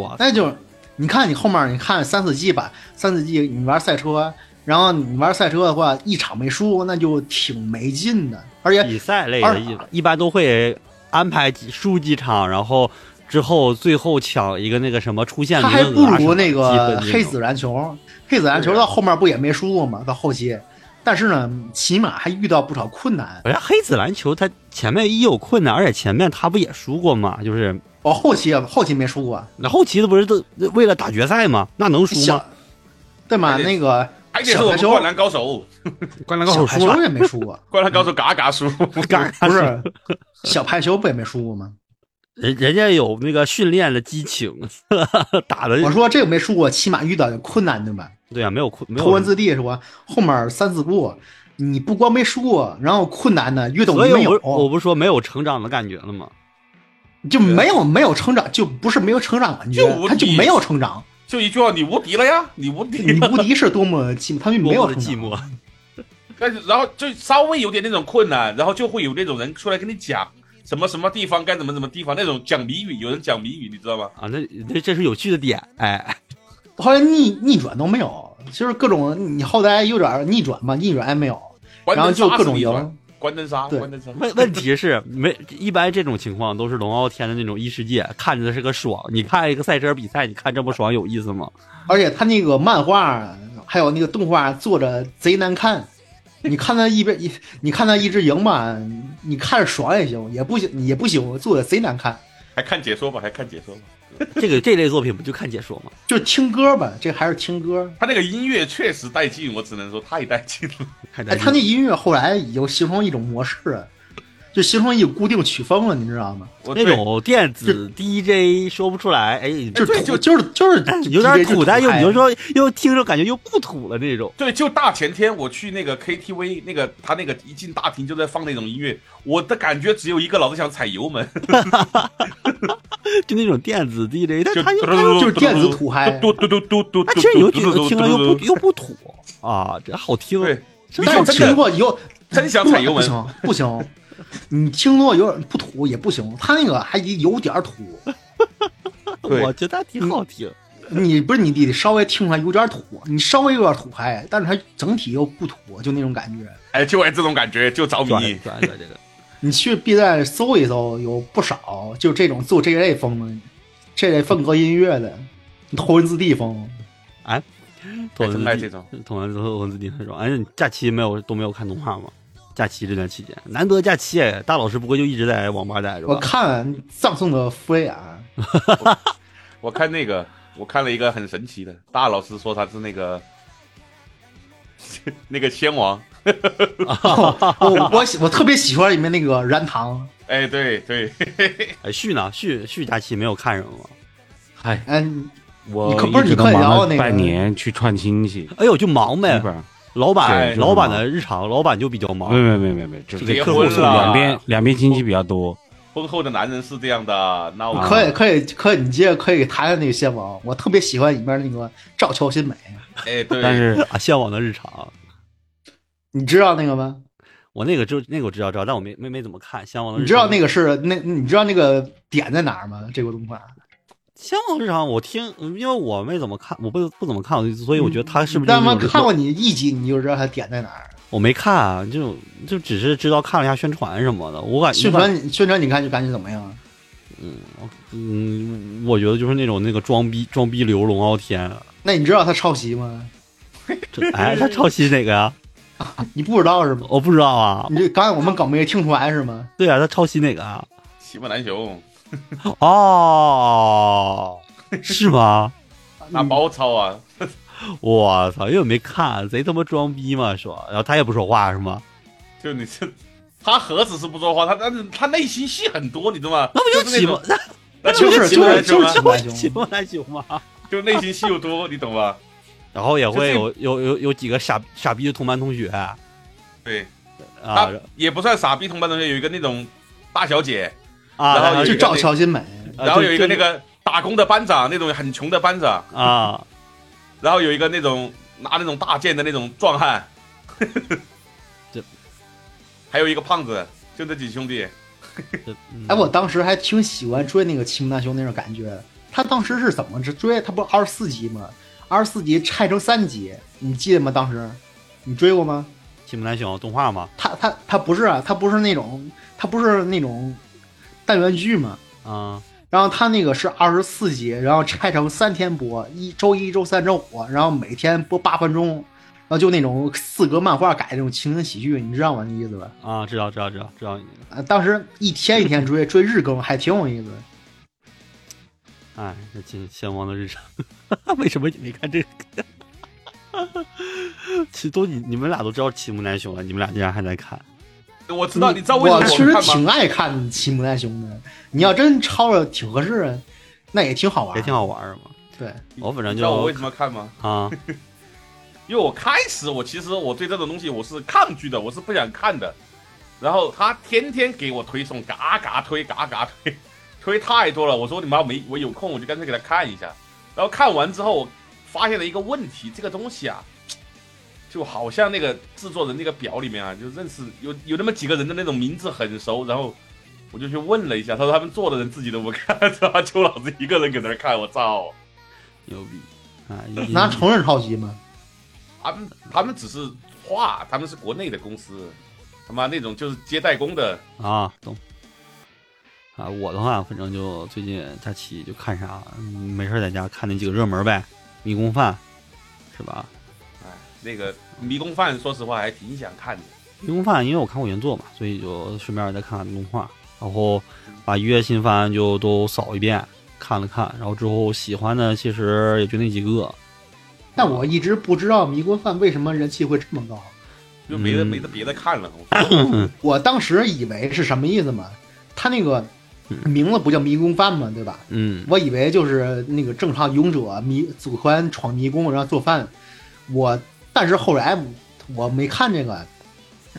Speaker 3: 哇，
Speaker 2: 那就是你看你后面，你看三四季吧，三四季你玩赛车，然后你玩赛车的话，一场没输，那就挺没劲的。而 且
Speaker 3: 比赛类
Speaker 2: 二
Speaker 3: 的，一一般都会安排几输几场，然后之后最后抢一个那个什么出现
Speaker 2: 他
Speaker 3: 名
Speaker 2: 还
Speaker 3: 额
Speaker 2: 不
Speaker 3: 啊什
Speaker 2: 如
Speaker 3: 么
Speaker 2: 那
Speaker 3: 积
Speaker 2: 个
Speaker 3: 分这
Speaker 2: 黑
Speaker 3: 种
Speaker 2: 子篮球，黑子篮球到后面不也没输过吗？到后期，但是呢，起码还遇到不少困难。
Speaker 3: 我觉得哎黑子篮球他前面一有困难，而且前面他不也输过吗？就是
Speaker 2: 哦，后期啊，后期没输过，
Speaker 3: 那后期的不是都为了打决赛吗？那能输
Speaker 2: 小
Speaker 3: 吗？
Speaker 2: 对吗？
Speaker 1: 还得
Speaker 2: 那个
Speaker 1: 还得是
Speaker 2: 小
Speaker 1: 哎我
Speaker 2: 排
Speaker 1: 们
Speaker 2: 球，
Speaker 1: 灌篮高手，
Speaker 3: 灌篮
Speaker 2: 小排球也没输 过。
Speaker 1: 灌篮高手嘎嘎输。
Speaker 3: 干
Speaker 2: 不是，小排球不也没输过
Speaker 3: 哎
Speaker 2: 吗？
Speaker 3: 人人家有那个训练的激情， 打的
Speaker 2: 我说这个没输过，起码遇到有困难对吧？
Speaker 3: 对啊，没有困没有
Speaker 2: 头文字 D 是吧？后面三四部，你不光没输过，然后困难呢越都
Speaker 3: 所以
Speaker 2: 没
Speaker 3: 我
Speaker 2: 有
Speaker 3: 不，我不是说没有成长的感觉了吗？
Speaker 2: 就没有没有成长，就不是没有成长感觉
Speaker 1: 就无，敌
Speaker 2: 他就没有成长。
Speaker 1: 就一句话，你无敌了呀， 你无敌
Speaker 2: 你
Speaker 1: 了。
Speaker 2: 无敌是多么寂寞，他们没
Speaker 3: 多
Speaker 2: 有
Speaker 3: 么的
Speaker 2: 成
Speaker 3: 寂
Speaker 2: 长啊
Speaker 3: 寞。啊
Speaker 1: 但是然后就稍微有点那种困难，然后就会有那种人出来跟你讲什么什么地方该怎么怎么地方，那种讲谜语，有人讲谜语，你知道吗？
Speaker 3: 啊，那那这是有趣的点，哎，
Speaker 2: 后来逆逆转都没有，就是各种你后来有点逆转嘛，逆转也没有，
Speaker 1: 关
Speaker 2: 然后
Speaker 1: 灯
Speaker 2: 就
Speaker 1: 杀
Speaker 2: 各
Speaker 1: 是
Speaker 2: 种
Speaker 1: 逆
Speaker 2: 赢。
Speaker 1: 转，关灯杀，
Speaker 2: 对
Speaker 1: 关灯杀。
Speaker 3: 问问题是没一般这种情况都是龙傲天的那种异世界，看着是个爽。你看一个赛车比赛，你看这么爽有意思吗？
Speaker 2: 而且他那个漫画还有那个动画做着贼难看，你看他一边一，你看他一直赢吧，你看着爽也行，也不行也不行，做的贼难看，
Speaker 1: 还看解说吧，还看解说吧。
Speaker 3: 这个这类作品不就看解说吗？
Speaker 2: 就听歌吧，这还是听歌。
Speaker 1: 他那个音乐确实带 劲，我只能说太带劲了。
Speaker 3: 太
Speaker 2: 哎，
Speaker 3: 带
Speaker 2: 他
Speaker 3: 劲
Speaker 2: 那
Speaker 3: 了。
Speaker 2: 音乐后来已经形成一种模式了，就形成一个固定曲风了，你知道吗？
Speaker 1: 我
Speaker 6: 那种电子 DJ 说不出来，哎，
Speaker 2: 就
Speaker 6: 就是
Speaker 1: 对
Speaker 2: 土
Speaker 1: 就
Speaker 2: 就是就是
Speaker 3: 哎
Speaker 6: 有点
Speaker 2: DJ 就
Speaker 6: 土，但又
Speaker 2: 嗨
Speaker 6: 你就说又听着感觉又不土了那种。
Speaker 1: 对，就大前天我去那个 KTV，那个他那个一进大厅就在放那种音乐，我的感觉只有一个，老子想踩油门，
Speaker 6: 就那种电子 DJ，但
Speaker 1: 就
Speaker 6: 他又他又
Speaker 2: 就是电子土嗨哎
Speaker 1: 嘟嘟嘟嘟嘟嘟
Speaker 6: 他
Speaker 1: 嘟，
Speaker 6: 其实你就觉得听着又不又不土啊，这好听。
Speaker 1: 对，
Speaker 6: 这
Speaker 2: 但
Speaker 6: 好
Speaker 1: 你
Speaker 2: 是
Speaker 1: 说
Speaker 6: 听
Speaker 1: 真
Speaker 2: 听
Speaker 1: 的
Speaker 2: 过以后
Speaker 1: 真想踩油
Speaker 2: 不
Speaker 1: 门
Speaker 2: 行不行，你听多有点不土也不行，他那个还有点土，
Speaker 1: 对
Speaker 6: 我觉得挺好听。
Speaker 2: 你不是你得稍微听出来有点土，你稍微有点土嗨，但是它整体又不土，就那种感觉。
Speaker 1: 哎，就爱这种感觉，就着
Speaker 6: 转
Speaker 1: 迷。
Speaker 6: 转转这个，
Speaker 2: 你去 B 站搜一搜，有不少就这种做这类风的，这类风格音乐的，头文字 D 风。
Speaker 3: 头
Speaker 1: 还
Speaker 3: 文
Speaker 1: 真爱
Speaker 3: 字
Speaker 1: 这种
Speaker 3: D，头文字头文字 D 很爽。哎，你假期没有都没有看动画吗？假期这段期间，难得假期，哎大老师不会就一直在网吧待着吧？
Speaker 2: 我看葬送的福啊雷雅，
Speaker 1: 我看那个，我看了一个很神奇的，大老师说他是那个 那个仙王，
Speaker 2: 我我喜我特别喜欢里面那个燃堂，
Speaker 1: 哎，对对，
Speaker 3: 哎，旭呢？旭旭假期没有看什么吗？
Speaker 5: 嗨，
Speaker 2: 嗯，
Speaker 5: 我
Speaker 2: 你可不是
Speaker 5: 一直都
Speaker 2: 你可以聊
Speaker 5: 忙
Speaker 2: 那
Speaker 5: 了
Speaker 2: 个
Speaker 5: 半年去串亲戚，
Speaker 3: 哎呦，就忙
Speaker 5: 基
Speaker 3: 呗。
Speaker 5: 本上
Speaker 3: 老
Speaker 1: 对
Speaker 3: 板，
Speaker 1: 就
Speaker 3: 老板
Speaker 5: 是忙
Speaker 3: 的日常，老板就比较忙
Speaker 5: 没。没没没没，就是
Speaker 1: 结
Speaker 5: 客户
Speaker 1: 婚
Speaker 5: 是
Speaker 1: 了
Speaker 5: 两边两边亲戚比较多，
Speaker 1: 婚后的男人是这样的，那我
Speaker 5: 啊
Speaker 2: 可以可以可以，你接着可以谈谈那个仙王，我特别喜欢里面那个赵乔新美，
Speaker 1: 哎，对，
Speaker 5: 但
Speaker 2: 嗯
Speaker 5: 是
Speaker 3: 啊， 向往的日常。
Speaker 2: 你知道那个吗？
Speaker 3: 我那个就那个我知道知道，但我没没没怎么看《向往的
Speaker 2: 你
Speaker 3: 日
Speaker 2: 知
Speaker 3: 常》。
Speaker 2: 道那个是那你知道那个点在哪儿吗？这个动画
Speaker 3: 《向往的日常》，我听，嗯因为我没怎么看，我不不怎么看，所以我觉得他是
Speaker 1: 嗯
Speaker 3: 不
Speaker 2: 嗯
Speaker 3: 是就
Speaker 2: 但
Speaker 3: 是那
Speaker 2: 凡
Speaker 3: 种
Speaker 2: 看过你一集，你就知道它点在哪儿。
Speaker 3: 我没看啊，就就只是知道看了一下宣传什么的。我感
Speaker 2: 宣
Speaker 3: 我感
Speaker 2: 传宣传，你看就感觉怎么样？
Speaker 3: 嗯，我觉得就是那种那个装逼装逼流龙傲天啊，
Speaker 2: 那你知道他抄袭吗？
Speaker 3: 这哎，他抄袭哪个呀？
Speaker 2: 你不知道是吗？
Speaker 3: 我不知道啊。
Speaker 2: 你这刚才我们梗没听出来是吗？
Speaker 3: 对啊，他抄袭哪个啊？
Speaker 1: 骑马难雄，
Speaker 3: 哦， 是吗？
Speaker 1: 那包抄啊，
Speaker 3: 我操，因为我没看，贼他妈装逼嘛，说，然后他也不说话是吗？
Speaker 1: 就你这，他何止是不说话，他但是他内心戏很多，你知道吗？
Speaker 3: 那不
Speaker 1: 就是
Speaker 3: 骑
Speaker 1: 那
Speaker 3: 吗
Speaker 1: 种，？
Speaker 3: 那
Speaker 1: 那
Speaker 2: 就是是
Speaker 1: 骑
Speaker 2: 就
Speaker 1: 马
Speaker 2: 是
Speaker 1: 难雄
Speaker 2: 就是
Speaker 1: 啊
Speaker 3: 不是骑吗？那行吗？
Speaker 1: 就内心戏又多，你懂吧？
Speaker 3: 然后也会
Speaker 1: 就
Speaker 3: 有有有有几个傻傻逼的同班同学啊，
Speaker 1: 对，
Speaker 3: 啊
Speaker 1: 他也不算傻逼，同班同学有一个那种大小姐，然后
Speaker 3: 啊，
Speaker 1: 哦有
Speaker 2: 就
Speaker 1: 一个
Speaker 2: 照乔新美，
Speaker 3: 啊
Speaker 1: 然后
Speaker 3: 就
Speaker 1: 有一个
Speaker 3: 就
Speaker 1: 那个打工的班长，那种很穷的班长，
Speaker 3: 啊，
Speaker 1: 然后有一个那种拿那种大剑的那种壮汉，
Speaker 3: 这
Speaker 1: 还有一个胖子，就这几兄弟。
Speaker 3: 这嗯
Speaker 2: 哎，我当时还挺喜欢追那个《七木大雄》那种感觉的。他当时是怎么着追？他不是二十四集吗？二十四集拆成三集，你记得吗？当时你追过吗？
Speaker 3: 骑木兰熊动画嘛，
Speaker 2: 他他他不是啊，他不是那种，他不是那种单元剧嘛。
Speaker 3: 啊，
Speaker 2: 然后他那个是二十四集，然后拆成三天播，一周一、周三、周五，然后每天播八分钟，然后就那种四格漫画改那种情景喜剧，你知道吗？那意思吧？
Speaker 3: 啊，知道知道知道知道你，
Speaker 2: 啊，当时一天一天追，追日更还挺有意思的。
Speaker 3: 哎，这秦先王的日常， 为什么你没看这个？其实都你你们俩都知道骑木兰熊了，你们俩竟然还在看，
Speaker 1: 我知道，
Speaker 2: 嗯
Speaker 1: 你知道为什么
Speaker 2: 我确实
Speaker 1: 看吗？
Speaker 2: 挺爱看《奇木奈雄》的。你要真抄着挺合适，那也挺好玩，
Speaker 3: 也挺。好玩儿嘛。
Speaker 2: 对，
Speaker 3: 我反
Speaker 1: 你
Speaker 3: 正
Speaker 1: 知道我为
Speaker 3: 就
Speaker 1: 什么看吗？
Speaker 3: 啊，
Speaker 1: 因为我开始我其实我对这种东西我是抗拒的，我是不想看的。然后他天天给我推送，嘎嘎推，嘎嘎推，推太多了。我说你妈没，我有空我就干脆给他看一下。然后看完之后，我发现了一个问题，这个东西啊，就好像那个制作人那个表里面啊，就认识有有那么几个人的那种名字很熟，然后。我就去问了一下，他说他们做的人自己都不看， 他就老子一个人搁那儿看，我操！
Speaker 3: 牛逼啊！
Speaker 2: 拿成人抄袭吗？
Speaker 1: 他们他们只是画，他们是国内的公司，他妈那种就是接代工的，
Speaker 3: 啊，懂。啊，我的话，反正就最近假期就看啥，嗯没事儿在家看那几个热门呗，《迷宫饭》是吧？
Speaker 1: 哎，那个迷宫饭，说实话还挺想看的。
Speaker 3: 《迷宫饭》因为我看过原作嘛，所以就顺便再看看动画，然后把一月新番就都扫一遍看了看，然后之后喜欢的其实也就那几个，
Speaker 2: 但我一直不知道《迷宫饭》为什么人气会这么高。
Speaker 1: 就没得
Speaker 3: 嗯
Speaker 1: 没得别的看了。我 说
Speaker 2: 我当时以为是什么意思嘛？他那个名字不叫迷宫饭嘛，对吧？
Speaker 3: 嗯，
Speaker 2: 我以为就是那个正常勇者迷组团闯迷宫，然后做饭。我但是后来我没看这个，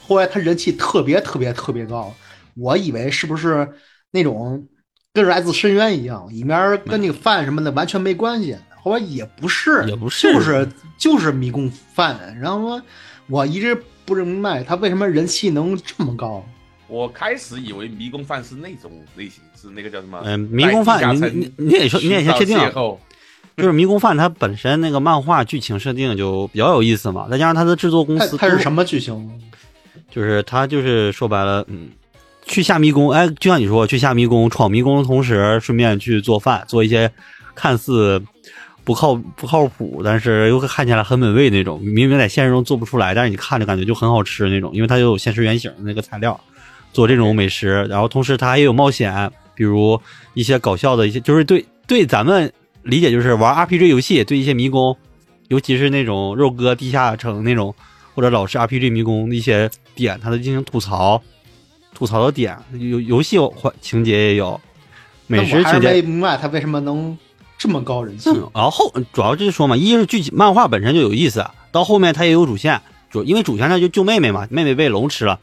Speaker 2: 后来他人气特别特别特别高，我以为是不是那种跟来自深渊一样，里面跟那个饭什么的完全没关系。后来也不是，
Speaker 3: 也不是
Speaker 2: 就是就是迷宫饭。然后我一直不明白他为什么人气能这么高。
Speaker 1: 我开始以为迷宫饭是那种类型，是那个叫什么？
Speaker 3: 嗯，迷宫饭，
Speaker 1: 在
Speaker 3: 你你
Speaker 1: 地下城
Speaker 3: 你也说，你也先
Speaker 1: 寻找
Speaker 3: 确定啊
Speaker 1: 邂
Speaker 3: 了，
Speaker 1: 逅
Speaker 3: 就是迷宫饭它本身那个漫画剧情设定就比较有意思嘛，再加上它的制作公
Speaker 2: 他
Speaker 3: 司
Speaker 2: 他是
Speaker 3: 都
Speaker 2: 什么剧情？
Speaker 3: 就是他就是说白了，嗯，去下迷宫，哎，就像你说，去下迷宫、闯迷宫的同时，顺便去做饭，做一些看似不靠不靠谱，但是又看起来很美味那种，明明在现实中做不出来，但是你看着感觉就很好吃那种，因为它有现实原型的那个材料，做这种美食，然后同时它也有冒险，比如一些搞笑的一些，就是对对咱们理解就是玩 RPG 游戏，对一些迷宫，尤其是那种肉鸽地下城那种，或者老式 RPG 迷宫的一些点，它的进行吐槽，吐槽的点，游游戏环情节也有，美
Speaker 2: 但
Speaker 3: 食
Speaker 2: 我还是
Speaker 3: 情
Speaker 2: 没
Speaker 3: 节。
Speaker 2: 明白他为什么能这么高人气。
Speaker 3: 嗯然后后主要就是说嘛，一是剧情漫画本身就有意思，到后面它也有主线，主因为主线它就救妹妹嘛，妹妹被龙吃了，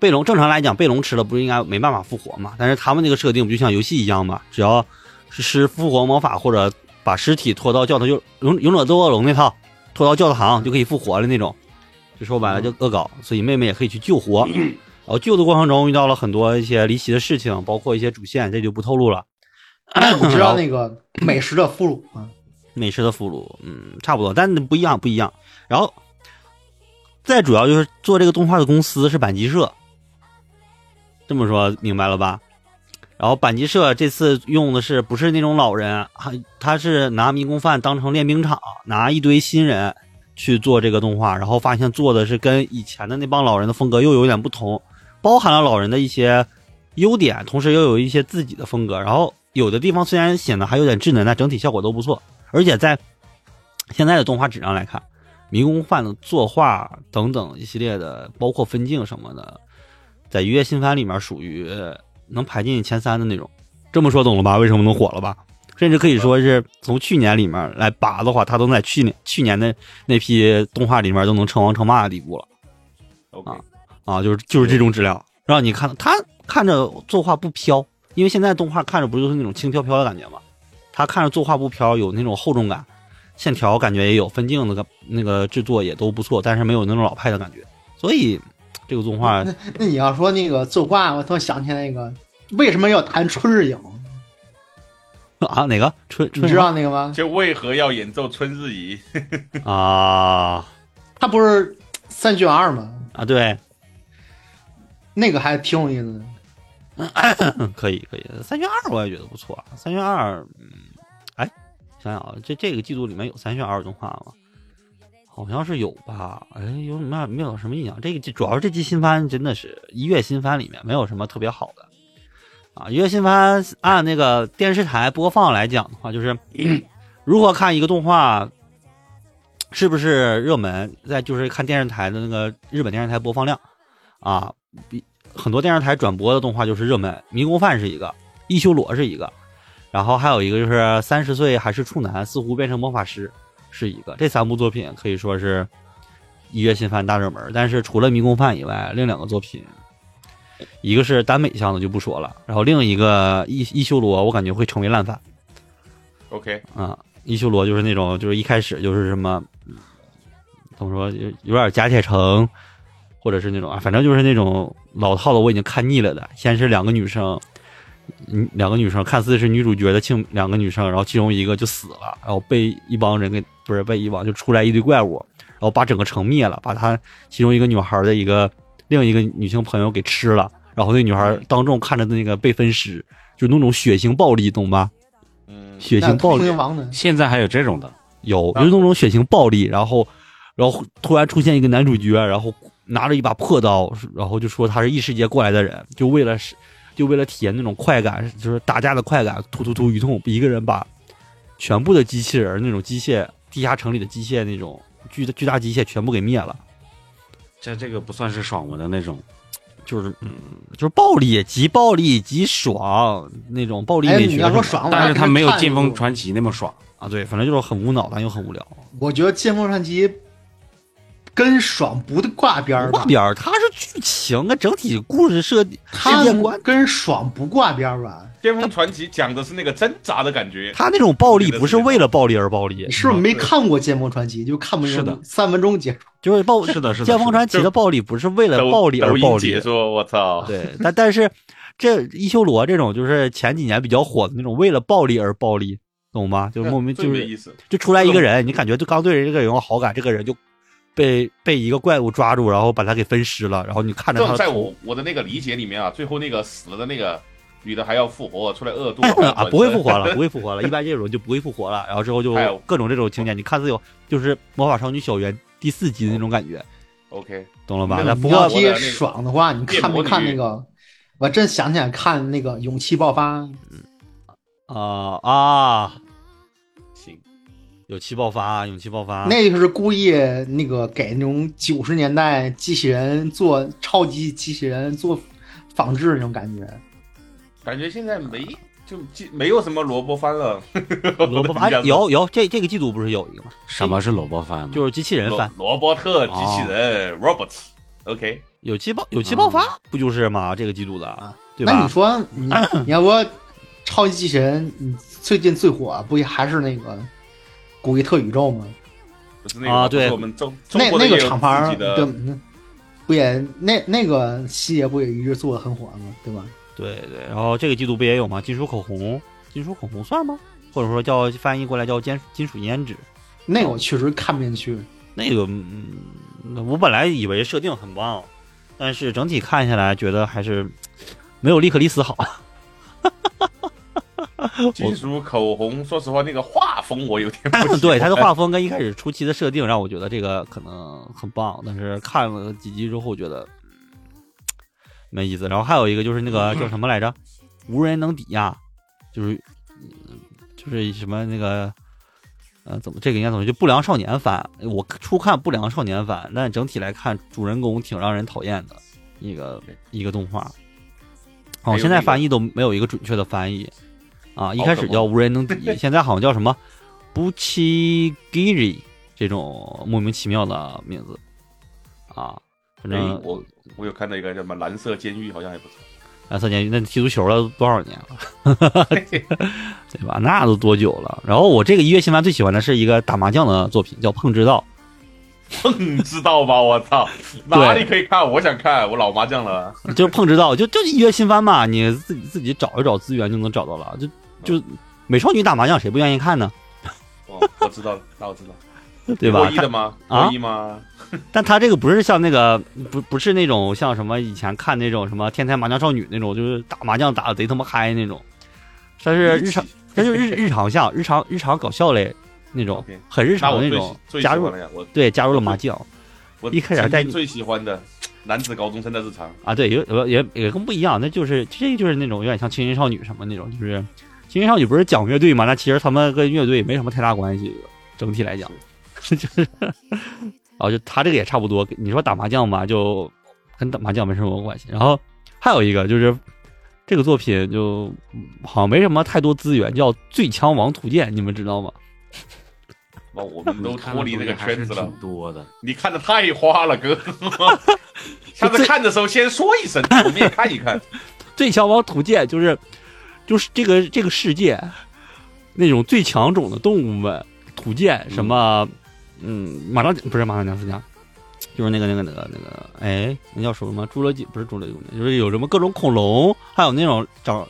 Speaker 3: 被龙正常来讲被龙吃了不是应该没办法复活嘛？但是他们那个设定不就像游戏一样嘛，只要是施复活魔法或者把尸体拖到教堂，就勇勇者斗恶龙那套，拖到教堂就可以复活了那种，就说白了就恶搞，所以妹妹也可以去救活。然后救的过程中遇到了很多一些离奇的事情，包括一些主线，这就不透露了。
Speaker 2: 那啊我知道那个美食的俘 虏啊吗？
Speaker 3: 美式的俘虏，嗯，差不多，但不一样，不一样。然后，再主要就是做这个动画的公司是板机社，这么说明白了吧？然后板机社这次用的是不是那种老人，还他是拿迷宫饭当成练兵场，拿一堆新人去做这个动画，然后发现做的是跟以前的那帮老人的风格又有点不同，包含了老人的一些优点，同时又有一些自己的风格。然后有的地方虽然显得还有点稚嫩，但整体效果都不错。而且在现在的动画质量来看，《迷宫饭》的作画等等一系列的，包括分镜什么的，在《愉悦新番》里面属于能排进前三的那种。这么说懂了吧？为什么能火了吧？甚至可以说是从去年里面来拔的话，它都能在去年去年的那批动画里面都能称王称霸的地步了。
Speaker 1: OK，
Speaker 3: 啊啊，就是就是这种质量，让你看他看着作画不飘，因为现在动画看着不就是那种轻飘飘的感觉吗？他看着作画不飘，有那种厚重感，线条感觉也有，分镜那个那个制作也都不错，但是没有那种老派的感觉。所以这个动画，
Speaker 2: 那你要说那个作画，我突然想起来那个为什么要谈春日影？
Speaker 3: 啊哪个春
Speaker 2: 你
Speaker 3: 春
Speaker 2: 知道那个吗？
Speaker 1: 就为何要演奏春日仪？
Speaker 3: 啊
Speaker 2: 他不是三卷二吗？
Speaker 3: 啊对，
Speaker 2: 那个还挺有意思的。
Speaker 3: 嗯可以可以，三选二我也觉得不错，啊三选二，嗯，哎，想想啊，这这个季度里面有三选二动画吗？好像是有吧，哎，有没有没有什么印象？这个这主要是这季新番真的是一月新番里面没有什么特别好的啊。一月新番按那个电视台播放来讲的话，就是、 如何看一个动画是不是热门，再就是看电视台的那个日本电视台播放量啊，比很多电视台转播的动画就是热门，《迷宫饭》是一个，《一修罗》是一个，然后还有一个就是三十岁还是处男，似乎变成魔法师是一个。这三部作品可以说是一月新番大热门。但是除了《迷宫饭》以外，另两个作品，一个是耽美向的就不说了，然后另一个《一一修罗》，我感觉会成为烂番。
Speaker 1: OK，
Speaker 3: 啊，一修罗就是那种，就是一开始就是什么，嗯怎么说，有有点假铁城，或者是那种啊，反正就是那种老套的，我已经看腻了的。先是两个女生，嗯，两个女生看似是女主角的亲两个女生，然后其中一个就死了，然后被一帮人给不是被一帮就出来一堆怪物，然后把整个城灭了，把她其中一个女孩的一个另一个女性朋友给吃了，然后那女孩当众看着那个被分尸，就那种血腥暴力，懂吧？
Speaker 1: 嗯，
Speaker 3: 血
Speaker 2: 那
Speaker 3: 腥暴
Speaker 2: 通
Speaker 3: 力
Speaker 2: 灵，王呢？
Speaker 5: 现在还有这种的，
Speaker 3: 有，就
Speaker 1: 啊
Speaker 3: 是那种血腥暴力，然后，然后突然出现一个男主角，然后拿着一把破刀，然后就说他是异世界过来的人，就为了是，就为了体验那种快感，就是打架的快感，突突突一通，一个人把全部的机器人那种机械地下城里的机械那种巨巨大机械全部给灭了，
Speaker 5: 这这个不算是爽文的那种，
Speaker 3: 就是嗯，就是暴力，极暴力，极爽那种暴力
Speaker 2: 哎，
Speaker 3: 美
Speaker 2: 你
Speaker 3: 学
Speaker 2: 要
Speaker 3: 什
Speaker 2: 说
Speaker 3: 么的
Speaker 2: 爽，我还
Speaker 5: 但是
Speaker 2: 真
Speaker 5: 他没有《
Speaker 2: 看
Speaker 5: 剑锋
Speaker 2: 过
Speaker 5: 传奇》那么爽。
Speaker 3: 啊，对，反正就是很无脑，但又很无聊。
Speaker 2: 我觉得《剑锋传奇》跟爽不挂边儿吧
Speaker 3: 挂，边儿，它是剧情跟整体故事设计世
Speaker 2: 它
Speaker 3: 界观，
Speaker 2: 跟爽不挂边儿吧？
Speaker 1: 巅峰传奇》讲的是那个挣扎的感觉，
Speaker 3: 它那种暴力不是为了暴力而暴力
Speaker 2: 你，是不是
Speaker 3: 嗯
Speaker 2: 没看过《剑锋传奇》就看不明
Speaker 5: 是的
Speaker 2: 三分钟结束？
Speaker 3: 就是暴
Speaker 5: 是的是的
Speaker 3: 剑锋传奇》的暴力不是为了
Speaker 1: 抖
Speaker 3: 暴力而
Speaker 1: 抖
Speaker 3: 暴
Speaker 1: 音
Speaker 3: 力
Speaker 1: 解，说，我操，
Speaker 3: 对，但 但是这伊修罗这种就是前几年比较火的那种，为了暴力而暴力，懂吗？就莫名
Speaker 1: 最
Speaker 3: 就
Speaker 1: 没
Speaker 3: 是
Speaker 1: 意思。
Speaker 3: 就出来一个人，你感觉就刚对人这个人有好感，这个人就被被一个怪物抓住，然后把他给分尸了，然后你看
Speaker 1: 这
Speaker 3: 着他的
Speaker 1: 种在
Speaker 3: 头
Speaker 1: 我我的那个理解里面啊，最后那个死了的那个女的还要复活，出来恶度
Speaker 3: 哎 啊，不会复活
Speaker 1: 了，
Speaker 3: 了，不会复活了，一般这种就不会复活了，然后之后就
Speaker 1: 还有
Speaker 3: 各种这种情节，你看似有就是魔法少女小圆第四集的那种感觉，
Speaker 1: OK，
Speaker 3: 懂了吧？
Speaker 1: 那
Speaker 3: 但
Speaker 2: 你
Speaker 3: 不
Speaker 2: 要
Speaker 3: 过
Speaker 1: 我的
Speaker 2: 提
Speaker 1: 那个
Speaker 2: 爽的话，你看没看那个？我真想起来看那个《勇气爆发》，
Speaker 3: 啊啊，
Speaker 1: 行，
Speaker 3: 有气爆发，勇气爆发，
Speaker 2: 那个是故意那个给那种九十年代机器人做超级机器人做仿制那种感觉。
Speaker 1: 感觉现在没就既没有什么萝卜番了，
Speaker 3: 萝卜哎
Speaker 1: 我的评价是
Speaker 3: 有有这这个季度不是有一个吗？
Speaker 5: 什么是萝卜番呢？
Speaker 3: 就是机器人
Speaker 1: 罗
Speaker 3: 番，
Speaker 1: 罗伯
Speaker 3: 哦
Speaker 1: 特机器人 Robots。OK，
Speaker 3: 有气爆有气爆发不就是吗？这个季度的
Speaker 2: 啊，
Speaker 3: 对
Speaker 2: 那
Speaker 3: 吧
Speaker 2: 你？说你 你要说超级机器人，你最近最火不也还是那个古一特宇宙吗？
Speaker 1: 不是那个
Speaker 3: 啊
Speaker 1: 吧不是
Speaker 3: 对
Speaker 1: 我们中中
Speaker 2: 那
Speaker 1: 国的
Speaker 2: 那
Speaker 1: 也
Speaker 2: 个
Speaker 1: 有
Speaker 2: 厂牌儿
Speaker 1: 自己的
Speaker 2: 对，嗯不也那那个系列不也一直做的很火吗？对吧？
Speaker 3: 对对，然后这个季度不也有吗？金属口红，金属口红算吗？或者说叫翻译过来叫金金属胭脂，
Speaker 2: 那个我确实看不进去，
Speaker 3: 那个嗯，我本来以为设定很棒，但是整体看下来觉得还是没有利克利斯好。
Speaker 1: 金属口红，说实话，那个画风我有哎点不喜 欢
Speaker 3: 对他的画风跟一开始初期的设定让我觉得这个可能很棒，但是看了几集之后觉得嗯没意思。然后还有一个就是那
Speaker 1: 嗯
Speaker 3: 个叫什么来着，无人能抵押，就是嗯就是什么那个。呃，怎么这个应该怎么就不良少年番？我初看不良少年番，但整体来看，主人公挺让人讨厌的一个一个动画。哦，
Speaker 1: 还有
Speaker 3: 现在
Speaker 1: 那个
Speaker 3: 翻译都没有一个准确的翻译啊，一
Speaker 1: 奥
Speaker 3: 开
Speaker 1: 特
Speaker 3: 始
Speaker 1: 曼
Speaker 3: 叫无人能 敌，现在好像叫什么 Buchigiri 这种莫名其妙的名字啊，反
Speaker 1: 哎
Speaker 3: 正
Speaker 1: 我我有看到一个叫什么蓝色监狱，好像还不错。
Speaker 3: 蓝色哎监狱那踢足球了多少年了， 对吧？那都多久了？然后我这个一月新番最喜欢的是一个打麻将的作品，叫《碰之道》。
Speaker 1: 碰知道吧？我操，哪里可以看？我想看，我老麻将了。啊
Speaker 3: 就是碰知道，就就一约新番嘛，你自己自己找一找资源就能找到了。就
Speaker 1: 嗯
Speaker 3: 就美少女打麻将，谁不愿意看呢？
Speaker 1: 哦，我知道了，那我知道，
Speaker 3: 对吧
Speaker 1: 过？一的吗？
Speaker 3: 啊
Speaker 1: 过一吗？
Speaker 3: 但他这个不是像那个不不是那种像什么以前看那种什么天才麻将少女那种，就是打麻将打的贼他妈嗨那种，它是日常，它就是日日常像日常日常搞笑类那种
Speaker 1: OK，
Speaker 3: 很日
Speaker 1: 那
Speaker 3: 常
Speaker 1: 我
Speaker 3: 的那
Speaker 1: 最
Speaker 3: 种
Speaker 1: 喜最喜
Speaker 3: 加入
Speaker 1: 欢了呀，我
Speaker 3: 对加入了麻将
Speaker 1: 我
Speaker 3: 一开始还
Speaker 1: 曾
Speaker 3: 带
Speaker 1: 经
Speaker 3: 你
Speaker 1: 最喜欢的男子高中生的日常，
Speaker 3: 啊，对有有也也跟不一样，那就是这就是那种有点像青年少女什么那种，就是青年少女不是讲乐队嘛，那其实他们跟乐队没什么太大关系，整体来讲， 就是，然后就他这个也差不多。你说打麻将吧，就跟打麻将没什么关系。然后还有一个就是这个作品就嗯好像没什么太多资源，叫《最强王图鉴》，你们知道吗？
Speaker 1: 哇，我们都
Speaker 5: 你看的
Speaker 1: 脱离这个
Speaker 5: 东西还是
Speaker 1: 圈子了
Speaker 5: 挺。多的。
Speaker 1: 你看的太花了， 哥。下次看的时候先说一声，我们也看 一看。
Speaker 3: 最强王图鉴就是就是这个这个世界那种最强种的动物们，图鉴什么，嗯，马上不是马上讲是讲，就是那个那个那个那个，哎，那叫什么？侏罗纪不是侏罗纪公园，就是有什么各种恐龙，还有那种长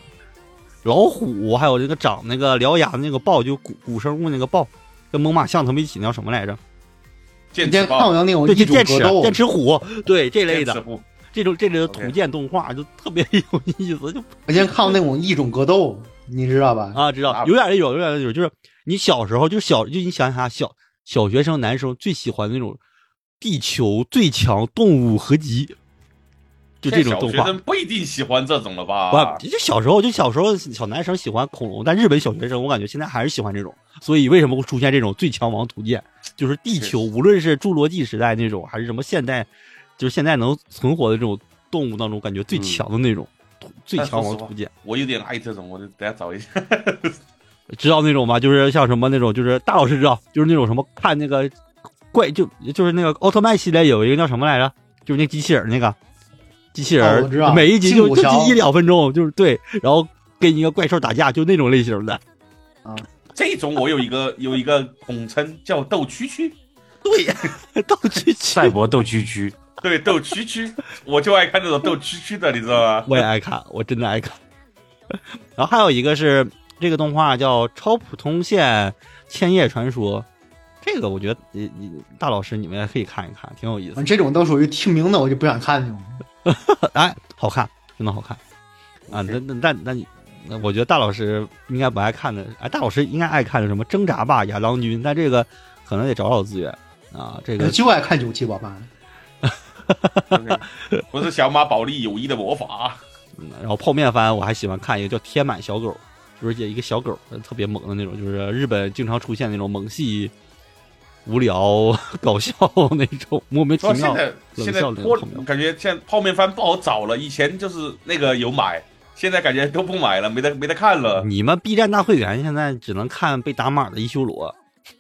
Speaker 3: 老虎，还有那个长那个獠牙的那个豹，就古古生物那个豹，跟猛犸象他们一起那叫什么来着？
Speaker 1: 剑
Speaker 2: 你
Speaker 1: 齿
Speaker 2: 先看
Speaker 1: 豹，
Speaker 2: 我那种
Speaker 3: 对，
Speaker 2: 异种
Speaker 3: 剑剑
Speaker 2: 哦格
Speaker 3: 齿
Speaker 1: 啊
Speaker 2: 斗
Speaker 3: 剑，齿虎，对这类
Speaker 1: 剑齿
Speaker 3: 的
Speaker 1: 虎
Speaker 3: 这种这类的
Speaker 1: OK
Speaker 3: 图鉴动画就特别有意思，就
Speaker 2: 我先看我那种异种格斗，你知道吧？
Speaker 3: 啊，知道
Speaker 1: 大，
Speaker 3: 有点那种，有点那种，就是你小时候，就是小，就你想想啊小小学生男生最喜欢的那种地球最强动物合集，就这种动
Speaker 1: 现在小学
Speaker 3: 画。
Speaker 1: 生啊不一定喜欢这种了吧
Speaker 3: 不，？就小时候，就小时候小男生喜欢恐龙，但日本小学生我感觉现在还是喜欢这种，所以为什么会出现这种最强王图鉴？就是地球，无论是侏罗纪时代那种，还是什么现代就是现在能存活的这种动物当中，感觉最
Speaker 5: 嗯
Speaker 3: 强的那种，土最
Speaker 1: 但
Speaker 3: 强
Speaker 1: 说
Speaker 3: 王
Speaker 1: 实话
Speaker 3: 土建。
Speaker 1: 我有点爱这种，我就等下找一下。
Speaker 3: 知道那种吗？就是像什么那种，就是大老师知道，就是那种什么看那个怪，就就是那个奥特曼系列有一个叫什么来着？就是那机器人儿那个机器人
Speaker 2: 哦我知道
Speaker 3: 儿，每一集
Speaker 2: 进
Speaker 3: 就
Speaker 2: 武
Speaker 3: 就
Speaker 2: 桥
Speaker 3: 一两分钟，就是对，然后跟一个怪兽打架，就那种类型的。
Speaker 1: 这种我有一个有一个统称叫斗蛐蛐，
Speaker 3: 对，道具区
Speaker 5: 赛博斗蛐蛐，
Speaker 1: 对，斗蛐蛐，我就爱看这种斗蛐蛐的，你知道吗？
Speaker 3: 我也爱看，我真的爱看。然后还有一个是这个动画叫《超普通线千叶传说》，这个我觉得你你大老师你们也可以看一看，挺有意思的。
Speaker 2: 这种都属于听名字我就不想看那种。
Speaker 3: 哎，好看，真的好看啊！那那那那你，那我觉得大老师应该不爱看的，哎，大老师应该爱看的什么《挣扎吧，亚当君》，但这个可能得找找资源啊。这
Speaker 2: 我
Speaker 1: 哎
Speaker 3: 个
Speaker 2: 就爱看九七宝妈，
Speaker 1: OK 不是小马宝莉友谊的魔法，
Speaker 3: 嗯然后泡面番我还喜欢看一个叫《天满小狗》，就是一个小狗呃特别萌的那种，就是日本经常出现那种萌系、无聊、 搞笑那种莫名
Speaker 1: 主
Speaker 3: 其
Speaker 1: 要
Speaker 3: 妙。
Speaker 1: 哦现在
Speaker 3: 冷
Speaker 1: 现在
Speaker 3: 笑脸
Speaker 1: 我
Speaker 3: 泡面
Speaker 1: 感觉现在泡面番不好找了，以前就是那个有买，现在感觉都不买了，没得没得看了，
Speaker 3: 你们 B 站大会员现在只能看被打码的一修罗，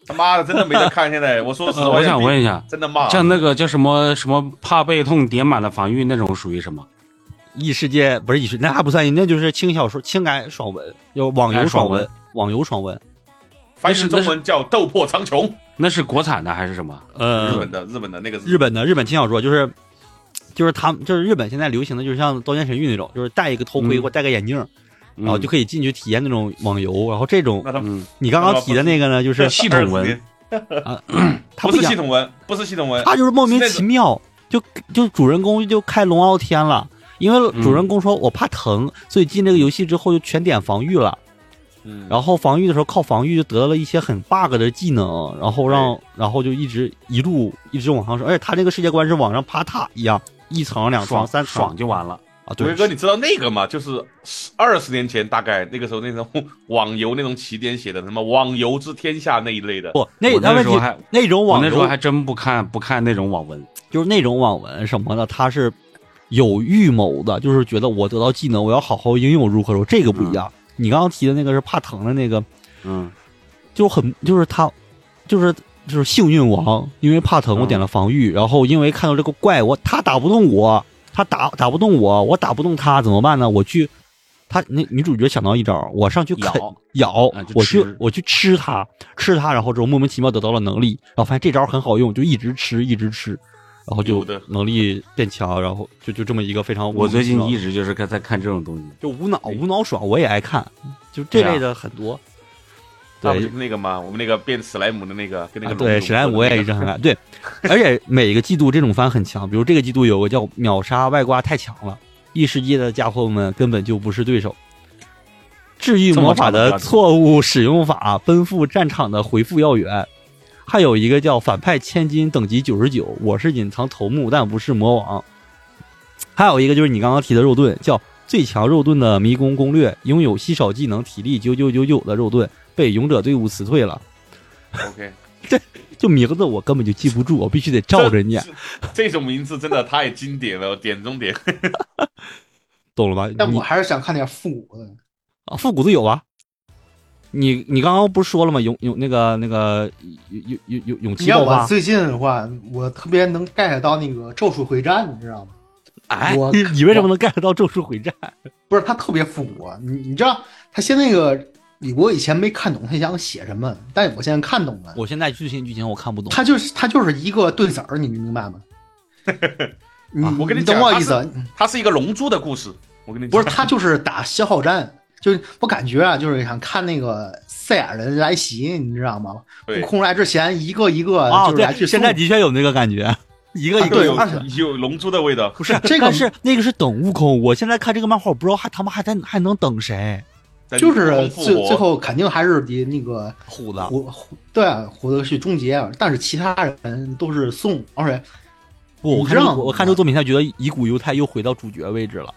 Speaker 1: 他妈的真的没得看。现在我 啊说实话，
Speaker 5: 呃我想问一
Speaker 1: 下，
Speaker 5: 下，
Speaker 1: 真的骂
Speaker 5: 像那个叫什么什么怕被痛点满了防御那种属于什么？
Speaker 3: 异世界不是异世，那还不算，那就是轻小说、轻改爽文，有网游
Speaker 5: 哎
Speaker 3: 爽
Speaker 5: 爽
Speaker 3: 文
Speaker 5: 文，
Speaker 3: 网游爽文。
Speaker 1: 翻译成中文叫《斗破苍穹》，
Speaker 5: 那是国产的还是什么？
Speaker 1: 日
Speaker 3: 呃
Speaker 1: 本，的日本的那个
Speaker 3: 日本的日本轻小说就是，就是他们就是日本现在流行的，就是像《刀剑神域》那种，就是戴一个头盔
Speaker 5: 嗯
Speaker 3: 或戴个眼镜，
Speaker 5: 嗯
Speaker 3: 然哦后就可以进去体验那种网游。然后这种
Speaker 1: 那他
Speaker 5: 嗯，
Speaker 3: 你刚刚提的那个呢，就是
Speaker 5: 是系统文，
Speaker 3: 它
Speaker 1: 不是
Speaker 3: 一样
Speaker 1: 系统文，不是系统文，
Speaker 3: 他就是莫名其妙，就就主人公就开龙傲天了，因为主人公说我怕疼，所以进这个游戏之后就全点防御了。
Speaker 1: 嗯
Speaker 3: 然后防御的时候靠防御就得了一些很 bug 的技能，然后让然后就一直一路一直往上升，而且他这个世界观是往上爬塔一样，一层两层
Speaker 5: 爽
Speaker 3: 三层
Speaker 5: 爽就完了。
Speaker 3: 啊，
Speaker 1: 锤
Speaker 3: 对，
Speaker 1: 哥，你知道那个吗？就是二十年前，大概那个时候那种网游那种起点写的什么“网游之天下”那一类的，
Speaker 3: 不那
Speaker 5: 我
Speaker 3: 那
Speaker 5: 那
Speaker 3: 问
Speaker 5: 时
Speaker 3: 题
Speaker 5: 候还
Speaker 3: 那种
Speaker 5: 我
Speaker 3: 网
Speaker 5: 那时
Speaker 3: 游
Speaker 5: 候还真不看不看那种网文，
Speaker 3: 就是那种网文什么的，他是有预谋的，就是觉得我得到技能，我要好好应用如何说，这个不一样。你刚刚提的那个是怕疼的那个，
Speaker 5: 嗯，
Speaker 3: 就很就是他，就是就是幸运王，因为怕疼，我点
Speaker 5: 嗯
Speaker 3: 了防御，然后因为看到这个怪我他打不动我，他打打不动我，我打不动他怎么办呢？我去，他那女主角想到一招，我上去啃
Speaker 5: 咬
Speaker 3: 咬，
Speaker 5: 啊就
Speaker 3: 我去
Speaker 5: 吃
Speaker 3: 我去吃它，吃它，然后之后莫名其妙得到了能力，然后发现这招很好用，就一直吃一直吃，然后就
Speaker 1: 有的
Speaker 3: 能力变强，然后就就这么一个非常
Speaker 5: 我最近
Speaker 3: 无脑
Speaker 5: 一哎直就是在看这种东西。
Speaker 3: 就无脑无脑爽，我也爱看，就
Speaker 5: 哎
Speaker 3: 这类的很多。
Speaker 1: 那不
Speaker 3: 对
Speaker 1: 就是，那个吗？我们那个变史莱姆的那个，跟那
Speaker 3: 啊
Speaker 1: 个龙
Speaker 3: 对，
Speaker 1: 有
Speaker 3: 史莱姆
Speaker 1: 关
Speaker 3: 我也
Speaker 1: 的那
Speaker 3: 一
Speaker 1: 个
Speaker 3: 直很爱。 对，而且每个季度这种番很强，比如这个季度有个叫“秒杀外挂太强了”，异世界的家伙们根本就不是对手。治愈魔法的错误使用法，奔赴战场的回复要员，还有一个叫“反派千金等级九十九”，我是隐藏头目，但不是魔王。还有一个就是你刚刚提的肉盾，叫“最强肉盾的迷宫攻略”，拥有稀少技能体力九九九九的肉盾被勇者队伍辞退了。
Speaker 1: OK，
Speaker 3: 就名字我根本就记不住，我必须得照 着念，
Speaker 1: 这种名字真的太经典了，点中点。
Speaker 3: 懂了吧？
Speaker 2: 但
Speaker 3: 你
Speaker 2: 我还是想看点复古的。
Speaker 3: 啊，复古的有啊。你你刚刚不是说了吗？勇勇那个那个勇勇勇勇勇
Speaker 2: 你
Speaker 3: 气
Speaker 2: 要
Speaker 3: 爆
Speaker 2: 我
Speaker 3: 发，
Speaker 2: 最近的话，我特别能 get 到那个《咒术回战》，你知道吗？
Speaker 3: 哎
Speaker 2: 我，
Speaker 3: 你为什么能 get 到《咒术回战》？
Speaker 2: 不是，它特别复古啊。你你知道，它现在那个李国以前没看懂他想写什么，但我现在看懂了。
Speaker 3: 我现在最新剧情我看不懂。
Speaker 2: 他就是他就是一个对子儿，你明白吗？你
Speaker 1: 我跟你
Speaker 2: 你
Speaker 1: 讲
Speaker 2: 懂我
Speaker 1: 他
Speaker 2: 意思？
Speaker 1: 它是一个龙珠的故事，我跟你
Speaker 2: 不是，
Speaker 1: 讲
Speaker 2: 他就是打消耗战，就是我感觉啊，就是想看那个赛亚人来袭，你知道吗？
Speaker 1: 对
Speaker 2: 悟空来之前，一个一个
Speaker 3: 啊，
Speaker 2: 就是来去送
Speaker 3: 对，现在的确有那个感觉，一个一
Speaker 1: 它
Speaker 3: 个。
Speaker 1: 都
Speaker 2: 对
Speaker 1: 有
Speaker 2: 二十
Speaker 1: 有龙珠的味道。
Speaker 3: 不是，
Speaker 2: 这个
Speaker 3: 但是那个是等悟空。我现在看这个漫画，我不知道还他妈还在还能等谁？
Speaker 2: 就是
Speaker 1: 复
Speaker 2: 最
Speaker 1: 活
Speaker 2: 最后肯定还是得那个
Speaker 3: 虎子，
Speaker 2: 胡胡对啊胡子去终结，啊但是其他人都是送，而且
Speaker 3: 不，我
Speaker 2: 你
Speaker 3: 看这
Speaker 2: 让
Speaker 3: 我看这个作品，下觉得乙骨犹太又回到主角位置了。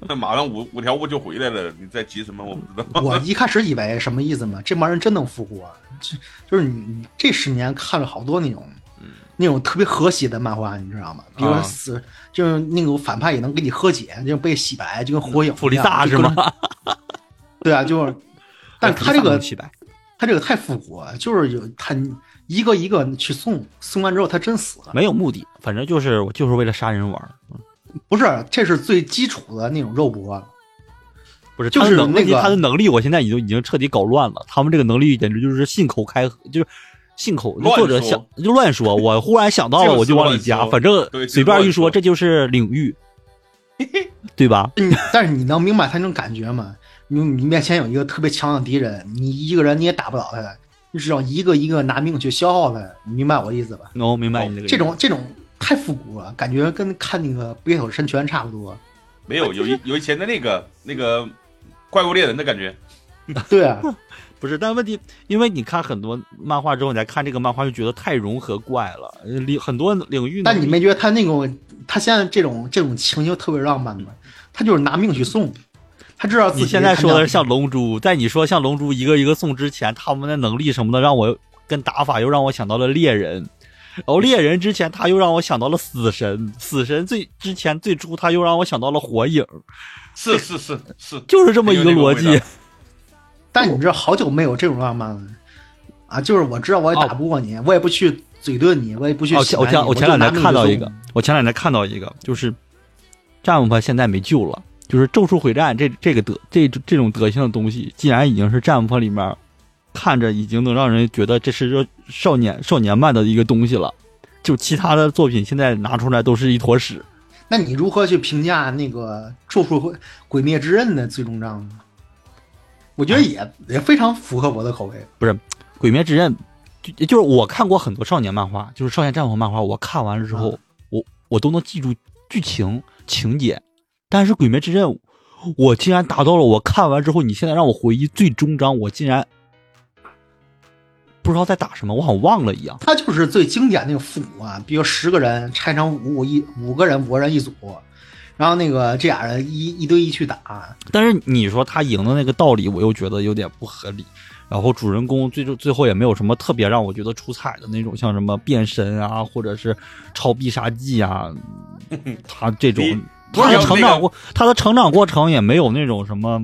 Speaker 1: 那马上五五条悟就回来了，你在急什么？我不知 道。
Speaker 2: 我一开始以为什啊么意思嘛？这帮人真能复活，这就是你你这十年看了好多那种那种特别和谐的漫画，你知道吗？比如说
Speaker 7: 嗯啊
Speaker 2: 死，就是那种反派也能给你和解，就被洗白，就跟火 影
Speaker 7: 普利
Speaker 2: 一样
Speaker 7: 萨是？
Speaker 2: 就各
Speaker 7: 吗？
Speaker 2: 种对啊，就是， 但
Speaker 7: 普
Speaker 2: 他这
Speaker 7: 利萨
Speaker 2: 个
Speaker 7: 能洗白，
Speaker 2: 他这个太复古了，就是有他一个一个去送，送完之后他真
Speaker 1: 啊
Speaker 2: 死了，
Speaker 3: 没有目的，反正就是我就是为了杀人玩儿，
Speaker 2: 不是，这是最基础的那种肉搏，
Speaker 3: 不是，
Speaker 2: 就
Speaker 3: 他
Speaker 2: 是
Speaker 3: 的能
Speaker 2: 那
Speaker 3: 问题
Speaker 2: 个
Speaker 3: 他的能力，我现在已经已经彻底搞乱了。他们这个能力简直就是信口开河，就是信口
Speaker 1: 乱
Speaker 3: 作者
Speaker 1: 说
Speaker 3: 想就乱说。我忽然想到
Speaker 1: 就
Speaker 3: 了，
Speaker 1: 是
Speaker 3: 我就往里加，
Speaker 1: 乱说
Speaker 3: 反正
Speaker 1: 对就是
Speaker 3: 随便一
Speaker 1: 乱说
Speaker 3: 说，这就是领 域，对吧？
Speaker 2: 你嗯但是你能明白他那种感觉吗？你你面前有一个特别强的敌人，你一个人你也打不倒他，你只要一个一个拿命去消耗他，你明白我意思吧？
Speaker 3: 能、明
Speaker 1: 哦
Speaker 3: 白你这个意思
Speaker 2: 这种这种太复古了，感觉跟看那个《北斗神拳》差不多。
Speaker 1: 没有有一有以前的那个那个怪物猎人的感觉，
Speaker 2: 对 啊，
Speaker 3: 不是，但问题，因为你看很多漫画之后，你再看这个漫画，就觉得太融合怪了，呃领很多领域呢。
Speaker 2: 但你没觉得他那种他现在这种这种情形特别浪漫吗？他就是拿命去送，他知道自己
Speaker 3: 你现在说的是像
Speaker 2: 他
Speaker 3: 龙珠，在你说像龙珠一个一个送之前，他们的能力什么的，让我跟打法又让我想到了猎人，然后猎人之前他又让我想到了死神，死神最之前最初他又让我想到了火影，
Speaker 1: 是是是是，
Speaker 3: 就是这么一个逻
Speaker 1: 哎有那个味
Speaker 3: 辑
Speaker 1: 道。
Speaker 2: 但你知道好久没有这种浪漫了啊！就是我知道我也打不过你，我也不去嘴遁你，我也不去
Speaker 3: 哦，
Speaker 2: 洗白你。
Speaker 3: 前我前我
Speaker 2: 就
Speaker 3: 前两
Speaker 2: 拿
Speaker 3: 天
Speaker 2: 命去
Speaker 3: 看到
Speaker 2: 送
Speaker 3: 一个，我前两天看到一个，就是战斧现在没救了，就是《咒术回战》这这个德这这种德性的东西，既然已经是战斧里面看着已经能让人觉得这是个少年少年漫的一个东西了，就其他的作品现在拿出来都是一坨屎。
Speaker 2: 那你如何去评价那个《咒术回鬼灭之刃》的最终章呢？我
Speaker 3: 哎
Speaker 2: 觉得也也非常符合我的口味。
Speaker 3: 《鬼灭之刃》就就是我看过很多少年漫画，就是少年战斧漫画，我看完了之后，我我都能记住剧情情节，但是《鬼灭之刃》，我竟然达到了我看完之后，你现在让我回忆最终章，我竟然不知道在打什么，我好像忘了一样。
Speaker 2: 它就是最经典那个复古啊，比如十个人拆成五五一五个人五个人一组，然后那个这俩人一一对一去打，
Speaker 3: 但是你说他赢的那个道理，我又觉得有点不合理。然后主人公最终最后也没有什么特别让我觉得出彩的那种，像什么变身啊，或者是超必杀技 啊，他这种
Speaker 1: 你
Speaker 3: 他
Speaker 1: 你
Speaker 3: 的
Speaker 1: 有
Speaker 3: 成
Speaker 1: 那
Speaker 3: 长
Speaker 1: 个
Speaker 3: 过他的成长过程也没有那种什么，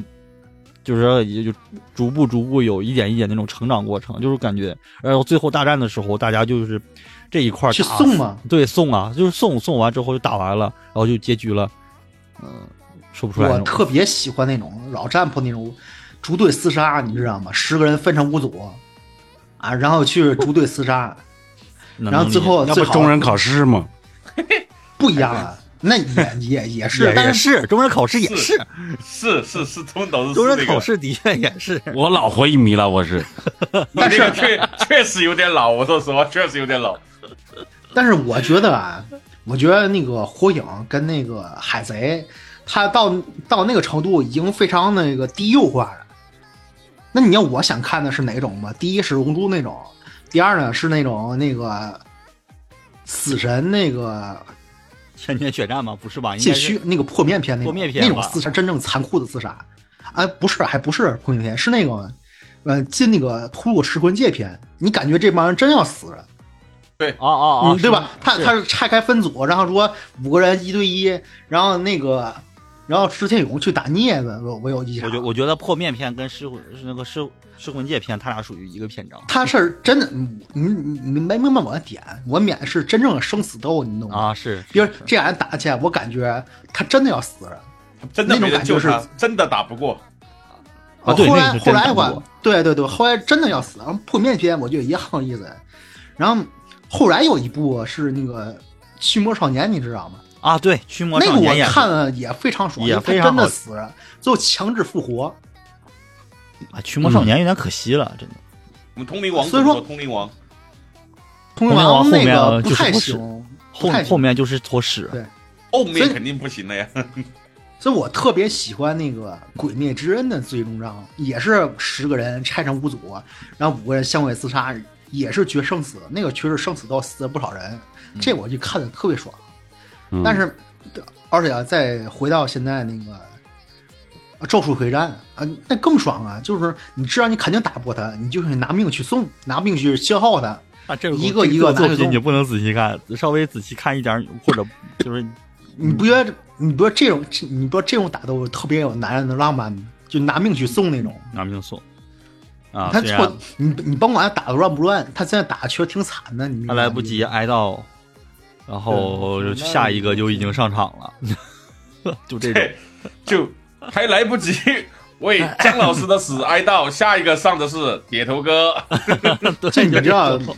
Speaker 3: 就是说也就逐步逐步有一点一点那种成长过程，就是感觉，然后最后大战的时候，大家就是这一块儿
Speaker 2: 去
Speaker 3: 打
Speaker 2: 送嘛。
Speaker 3: 对送啊，就是送送完之后就打完了，然后就结局了，嗯、说不出来那
Speaker 2: 我
Speaker 3: 种。
Speaker 2: 特别喜欢那种老战破那种逐队厮杀，你知道吗？十个人分成五组啊，然后去逐队厮杀，
Speaker 3: 能
Speaker 2: 然后
Speaker 3: 理
Speaker 2: 最
Speaker 3: 解
Speaker 2: 后
Speaker 5: 要
Speaker 2: 最
Speaker 5: 不
Speaker 2: 好
Speaker 5: 中人考试嘛，
Speaker 2: 不一样啊。那也也也是，
Speaker 3: 哎也
Speaker 2: 但
Speaker 3: 也
Speaker 2: 是
Speaker 3: 是中人考试也
Speaker 1: 是
Speaker 3: 是
Speaker 1: 是是是，中岛是
Speaker 3: 中
Speaker 1: 那
Speaker 3: 人
Speaker 1: 个
Speaker 3: 考试的确也 是。
Speaker 5: 我老回忆迷了，我是。
Speaker 1: 你这个确确实有点老，我说实话，确实有点老。
Speaker 2: 但是我觉得啊，我觉得那个火影跟那个海贼，他到到那个程度已经非常那个低幼化了。那你要我想看的是哪种嘛？第一是龙珠那种，第二呢是那种那个死神那个
Speaker 3: 千年血战吗？不是吧？应
Speaker 2: 借
Speaker 3: 该是
Speaker 2: 虚那个破面篇那种
Speaker 3: 破面篇吧
Speaker 2: 那种厮杀，真正残酷的厮杀。啊，不是，还不是破面篇，是那个，呃，进那个突入噬魂界篇，你感觉这帮人真要死了。
Speaker 3: 啊啊啊
Speaker 2: 嗯，，对吧？他
Speaker 3: 是
Speaker 2: 他是拆开分组，然后说五个人一对一，然后那个，然后石天勇去打镊子，我我有印
Speaker 3: 我
Speaker 2: 象
Speaker 3: 觉。我觉得破面篇跟噬魂是那个噬噬魂界篇，它俩属于一个篇章
Speaker 2: 他是真的，嗯你你你没明白我的点，我免的是真正的生死斗，你懂吗？
Speaker 3: 啊，是
Speaker 2: 比如这俩人打起来，我感觉他真的要死了。
Speaker 1: 真的没人救
Speaker 2: 那种
Speaker 1: 他
Speaker 2: 感觉，
Speaker 1: 真的打不过。
Speaker 3: 啊对
Speaker 2: 后
Speaker 3: 那
Speaker 2: 来
Speaker 3: 是
Speaker 2: 后
Speaker 3: 真
Speaker 2: 来
Speaker 3: 打不
Speaker 2: 我
Speaker 3: 过，
Speaker 2: 对对对，后来真的要死，然后破面篇我觉得也很有意思。然后后来有一部是那个《驱魔少年》，你知道吗？
Speaker 3: 啊，对，驱魔
Speaker 2: 那
Speaker 3: 少
Speaker 2: 个
Speaker 3: 年
Speaker 2: 我
Speaker 3: 也是
Speaker 2: 看了也非常爽，
Speaker 3: 也
Speaker 2: 因为他
Speaker 3: 非常
Speaker 2: 真的
Speaker 3: 好
Speaker 2: 死了，最后强制复活。
Speaker 3: 啊，驱魔少年有点可惜了，真的。
Speaker 1: 我们通灵王
Speaker 2: 所以说
Speaker 1: 怎么通灵王，
Speaker 2: 通
Speaker 3: 灵
Speaker 2: 灵王
Speaker 3: 王
Speaker 2: 那
Speaker 3: 后
Speaker 2: 个
Speaker 3: 面
Speaker 2: 不
Speaker 3: 就是
Speaker 2: 太
Speaker 3: 不是
Speaker 2: 行，不
Speaker 3: 后
Speaker 2: 太行
Speaker 3: 后面就是一坨屎，
Speaker 1: 后
Speaker 2: 所以
Speaker 1: 面肯定不行了呀。
Speaker 2: 所以我特别喜欢那个《鬼灭之刃》的最终章，也是十个人拆成五组，然后五个人相位厮杀，也是决生死，那个确实生死斗死了不少人，
Speaker 3: 嗯
Speaker 2: 这我就看的特别爽。
Speaker 7: 嗯
Speaker 2: 但是，而且啊，再回到现在那个呃《咒术回战》啊，那更爽啊！就是你知道你肯定打不过他，你就去拿命去送，拿命去消耗他，
Speaker 3: 啊，这
Speaker 2: 一个一个
Speaker 3: 作
Speaker 2: 拿去
Speaker 3: 品
Speaker 2: 弄
Speaker 3: 你不能仔细看，稍微仔细看一点儿，或者就是
Speaker 2: 你不觉得你不觉得这种你不觉得这种打斗特别有男人的浪漫吗？就拿命去送那种。
Speaker 3: 拿命送啊。
Speaker 2: 他
Speaker 3: 虽
Speaker 2: 错
Speaker 3: 然，
Speaker 2: 你你甭管他打的乱不乱，他现在打的确实挺惨的，你明白
Speaker 3: 他
Speaker 2: 吗
Speaker 3: 来不及哀悼，然后
Speaker 1: 对
Speaker 3: 下一个就已经上场了， 就这种。
Speaker 1: 对， 就还来不及为姜老师的死 哀悼，下一个上的是铁 头哥。
Speaker 2: 这你
Speaker 3: 就
Speaker 2: 知道
Speaker 3: 这种，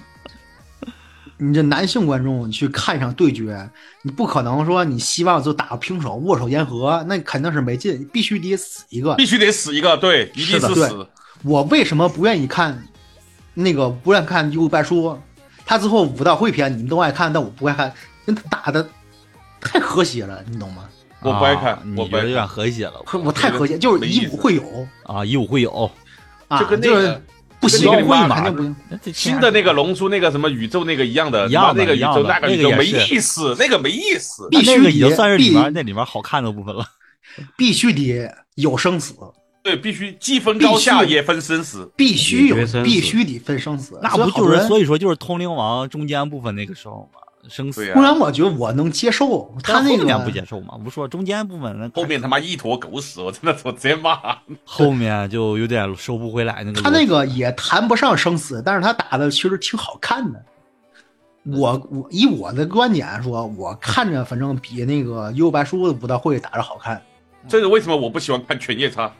Speaker 2: 你这男性观众去看一场对决，你不可能说你希望就打个平手、握手言和，那肯定是没劲，必须得死一个。
Speaker 1: 必须得死一个，对，一
Speaker 2: 是
Speaker 1: 定
Speaker 2: 的
Speaker 1: 是死。
Speaker 2: 我为什么不愿意看那个不愿意看《幽游白书》？他之后武道会篇你们都爱看，但我不爱看，因为他打的太和谐了，你懂吗？
Speaker 1: 我不爱看
Speaker 3: 啊
Speaker 1: 我
Speaker 3: 你
Speaker 1: 不
Speaker 3: 觉
Speaker 1: 爱
Speaker 3: 得有点
Speaker 1: 看
Speaker 3: 和谐了
Speaker 2: 我我太和谐，就是以武会友
Speaker 3: 啊？以武会友，
Speaker 2: 啊，
Speaker 1: 就跟那
Speaker 2: 是
Speaker 1: 个
Speaker 2: 不行，
Speaker 1: 就跟那个
Speaker 2: 肯定不行。
Speaker 1: 新的那个龙珠那个什么宇宙那个一样的，
Speaker 3: 一样的
Speaker 1: 妈那个宇
Speaker 3: 一样
Speaker 1: 宙
Speaker 3: 的
Speaker 1: 那个
Speaker 3: 那
Speaker 1: 宇
Speaker 3: 个
Speaker 1: 宙
Speaker 3: 也
Speaker 1: 没
Speaker 3: 是
Speaker 1: 意思，那个没意思。
Speaker 2: 必须
Speaker 3: 那个已经
Speaker 2: 得
Speaker 3: 算是里
Speaker 2: 必
Speaker 3: 面那里面好看的部分了。
Speaker 2: 必须得有生死，
Speaker 1: 对，必须既分高下
Speaker 2: 必须
Speaker 1: 也分生死。
Speaker 2: 必须有
Speaker 5: 得生，死
Speaker 2: 必须得分生死。
Speaker 3: 那不
Speaker 2: 所以好
Speaker 3: 就
Speaker 2: 多
Speaker 3: 是
Speaker 2: 人
Speaker 3: 所以说就是通灵王中间部分那个时候嘛，生死
Speaker 1: 对。呀、
Speaker 2: 不然我觉得我能接受他
Speaker 3: 但
Speaker 2: 那
Speaker 3: 后面不
Speaker 2: 个，
Speaker 3: 接受嘛，不说中间部分那
Speaker 1: 后面他妈一坨狗屎，我真的我直接骂。
Speaker 3: 后面就有点收不回来那个。
Speaker 2: 他那个也谈不上生死，但是他打的其实挺好看的。
Speaker 3: 嗯
Speaker 2: 我我以我的观点说，我看着反正比那个《幽游白书》的武道会打着好看。
Speaker 1: 这是为什么我不喜欢看犬夜叉？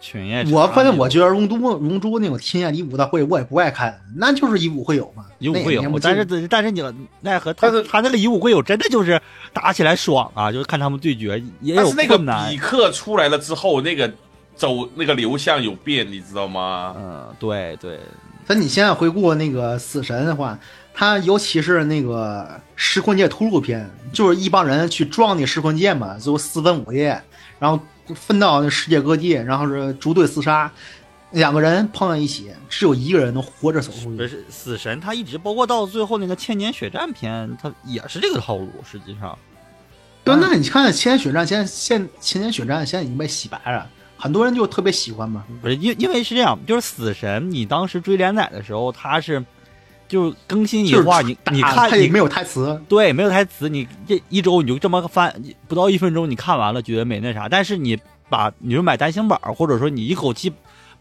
Speaker 3: 犬夜叉，
Speaker 2: 我反正我觉得龙珠龙珠那种天下里武道会我也不爱看，那就是以武会友嘛，
Speaker 3: 以武
Speaker 2: 那也
Speaker 3: 会
Speaker 2: 没什
Speaker 3: 友，
Speaker 2: 么
Speaker 3: 但
Speaker 2: 劲
Speaker 3: 是但是你奈何他
Speaker 1: 但是
Speaker 3: 他那个以武会友真的就是打起来爽啊，就是看他们对决也
Speaker 1: 但
Speaker 3: 有
Speaker 1: 是那个
Speaker 3: 哎困难
Speaker 1: 比。克出来了之后，那个走那个流向有变，你知道吗？
Speaker 3: 嗯，对对，
Speaker 2: 但你现在回顾那个死神的话，他尤其是那个尸魂界突入篇，就是一帮人去撞那尸魂界嘛，最后四分五裂，然后分到那世界各地，然后是逐队厮杀，两个人碰在一起，只有一个人能活着走出
Speaker 3: 不
Speaker 2: 去。
Speaker 3: 是死神，他一直包括到最后那个千年血战篇，他也是这个套路。实际上，
Speaker 2: 对，那你看千年血战，现在现千年血战现在已经被洗白了，很多人就特别喜欢嘛。
Speaker 3: 不是因因为是这样，就是死神，你当时追连载的时候，他是就是更新一
Speaker 2: 就是
Speaker 3: 话，你你
Speaker 2: 打
Speaker 3: 看
Speaker 2: 他
Speaker 3: 你
Speaker 2: 也没有台词，
Speaker 3: 对，没有台词，你这一周你就这么翻，不到一分钟你看完了，觉得没那啥。但是你把你就买单行本儿，或者说你一口气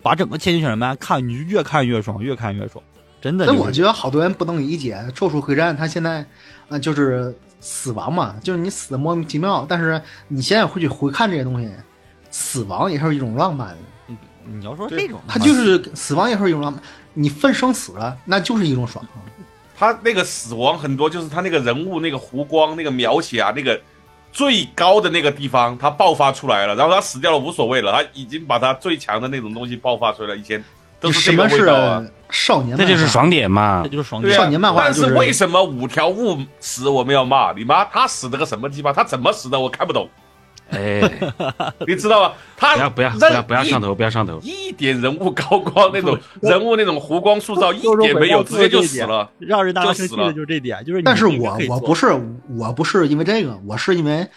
Speaker 3: 把整个《千与千寻》漫看，你就越看越爽，越看越爽，真的、就
Speaker 2: 但
Speaker 3: 是。
Speaker 2: 我觉得好多人不能理解《咒术回战》，它现在，呃，就是死亡嘛，就是你死的莫名其妙，但是你现在回去回看这些东西，死亡也是一种浪漫，
Speaker 3: 你要说
Speaker 1: 对
Speaker 3: 这种的话，
Speaker 2: 它就是死亡也是一种浪漫。你分生死了，那就是一种爽。
Speaker 1: 他那个死亡很多，就是他那个人物那个弧光那个描写啊，那个最高的那个地方，他爆发出来了，然后他死掉了无所谓了，他已经把他最强的那种东西爆发出来了，以前都
Speaker 2: 什
Speaker 1: 这个
Speaker 2: 么
Speaker 1: 味
Speaker 2: 是
Speaker 1: 道啊。
Speaker 2: 少年漫画？
Speaker 5: 这就是爽点嘛
Speaker 3: 这。就是爽
Speaker 1: 对
Speaker 3: 点。
Speaker 1: 啊
Speaker 2: 少年漫画
Speaker 1: 但
Speaker 2: 就是
Speaker 1: 是为什么五条悟死我们要骂你妈？他死的个什么鸡巴？他怎么死的？我看不懂，
Speaker 5: 哎，
Speaker 1: 你知道吗？他
Speaker 5: 不要不要不
Speaker 1: 那
Speaker 5: 要不要上头，不要上头。
Speaker 1: 一，一点人物高光那 种人物那种弧光塑造一
Speaker 3: 周周
Speaker 1: 点没有，
Speaker 3: 回到
Speaker 1: 直接就
Speaker 3: 最
Speaker 1: 死了。
Speaker 3: 让人大家
Speaker 1: 就
Speaker 3: 生
Speaker 1: 死
Speaker 3: 气的
Speaker 1: 了
Speaker 3: 就是这点，就是你
Speaker 2: 但是
Speaker 3: 明明
Speaker 2: 我
Speaker 3: 可以
Speaker 2: 我
Speaker 3: 做
Speaker 2: 不是我不是因为这个，我是因为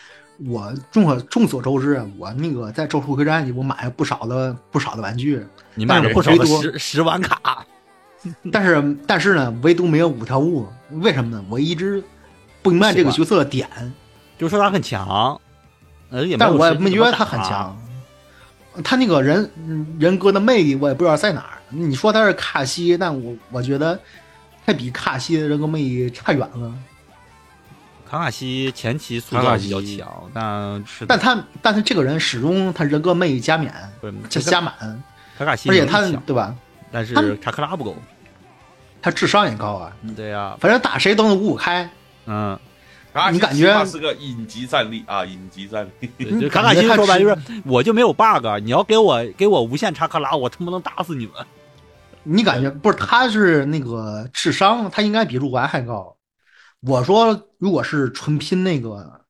Speaker 2: 我众所众所周知，我那个在《咒术回战》里我买了不少的不少的玩具，
Speaker 3: 你买了不少
Speaker 2: 唯
Speaker 3: 的
Speaker 2: 独
Speaker 3: 十十万卡，
Speaker 2: 但是但是呢，唯独没有五条悟，为什么呢？我一直不明白这个
Speaker 3: 啊
Speaker 2: 角色的点，
Speaker 3: 就说他很强，呃，也没有
Speaker 2: 但我也
Speaker 3: 实
Speaker 2: 没
Speaker 3: 际
Speaker 2: 觉得
Speaker 3: 怎
Speaker 2: 他
Speaker 3: 么
Speaker 2: 很
Speaker 3: 打
Speaker 2: 强。他那个人人格的魅力，我也不知道在哪儿。你说他是卡西，但我我觉得他比卡西的人格魅力差远了。
Speaker 3: 卡卡西前期塑
Speaker 5: 卡
Speaker 3: 造
Speaker 5: 卡
Speaker 3: 比较
Speaker 5: 西
Speaker 3: 强，但是
Speaker 2: 但他但他这个人始终他人格魅力加冕，
Speaker 3: 不是
Speaker 2: 加加满，
Speaker 3: 卡卡西
Speaker 2: 而
Speaker 3: 能力
Speaker 2: 且
Speaker 3: 强，
Speaker 2: 他对吧？
Speaker 3: 但
Speaker 2: 他
Speaker 3: 是查克拉不够。
Speaker 2: 他智商也高啊，
Speaker 3: 对呀、
Speaker 2: 反正打谁都能五五开。
Speaker 3: 嗯，
Speaker 1: 啊，
Speaker 2: 你
Speaker 1: 起
Speaker 2: 感觉
Speaker 1: 码是个隐级战力啊，隐级战力。
Speaker 3: 对
Speaker 2: 你
Speaker 3: 嗯就卡
Speaker 2: 感
Speaker 3: 卡
Speaker 2: 觉
Speaker 3: 西
Speaker 2: 他
Speaker 3: 说白
Speaker 2: 是
Speaker 3: 就是，我就没有 bug，你要给我给我无限查克拉，我他妈能打死你们。
Speaker 2: 你感觉不是？他是那个智商，他应该比入丸还高。我说，如果是纯拼那个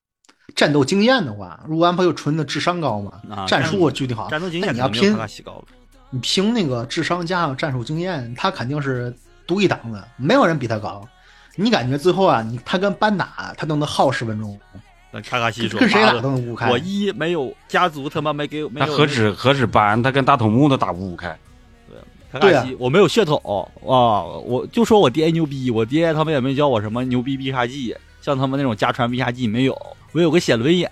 Speaker 2: 战斗经验的话，入丸不就纯的智商高吗？
Speaker 3: 啊
Speaker 2: 战
Speaker 3: 战
Speaker 2: 术
Speaker 3: 术
Speaker 2: 具体好，
Speaker 3: 战斗经
Speaker 2: 那
Speaker 3: 验
Speaker 2: 你
Speaker 3: 肯
Speaker 2: 要
Speaker 3: 定没有
Speaker 2: 拼
Speaker 3: 卡，卡西高了，
Speaker 2: 你拼那个智商加上战术经验，他肯定是独一档的，没有人比他高。你感觉最后啊，你他跟班打，他都能耗十分钟，
Speaker 3: 但卡卡西
Speaker 2: 跟
Speaker 3: 说
Speaker 2: 跟谁
Speaker 3: 妈
Speaker 2: 打
Speaker 3: 的
Speaker 2: 都能五开。
Speaker 3: 我一没有家族他妈没给我，没
Speaker 5: 他
Speaker 3: 有
Speaker 5: 何止何止班，他跟大头目都打五五开。
Speaker 3: 卡卡
Speaker 2: 对
Speaker 3: 卡
Speaker 2: 啊
Speaker 3: 西，我没有血统啊，我就说我爹牛逼，我爹他们也没教我什么牛逼必杀技，像他们那种家传必杀技没有，我有个写轮眼，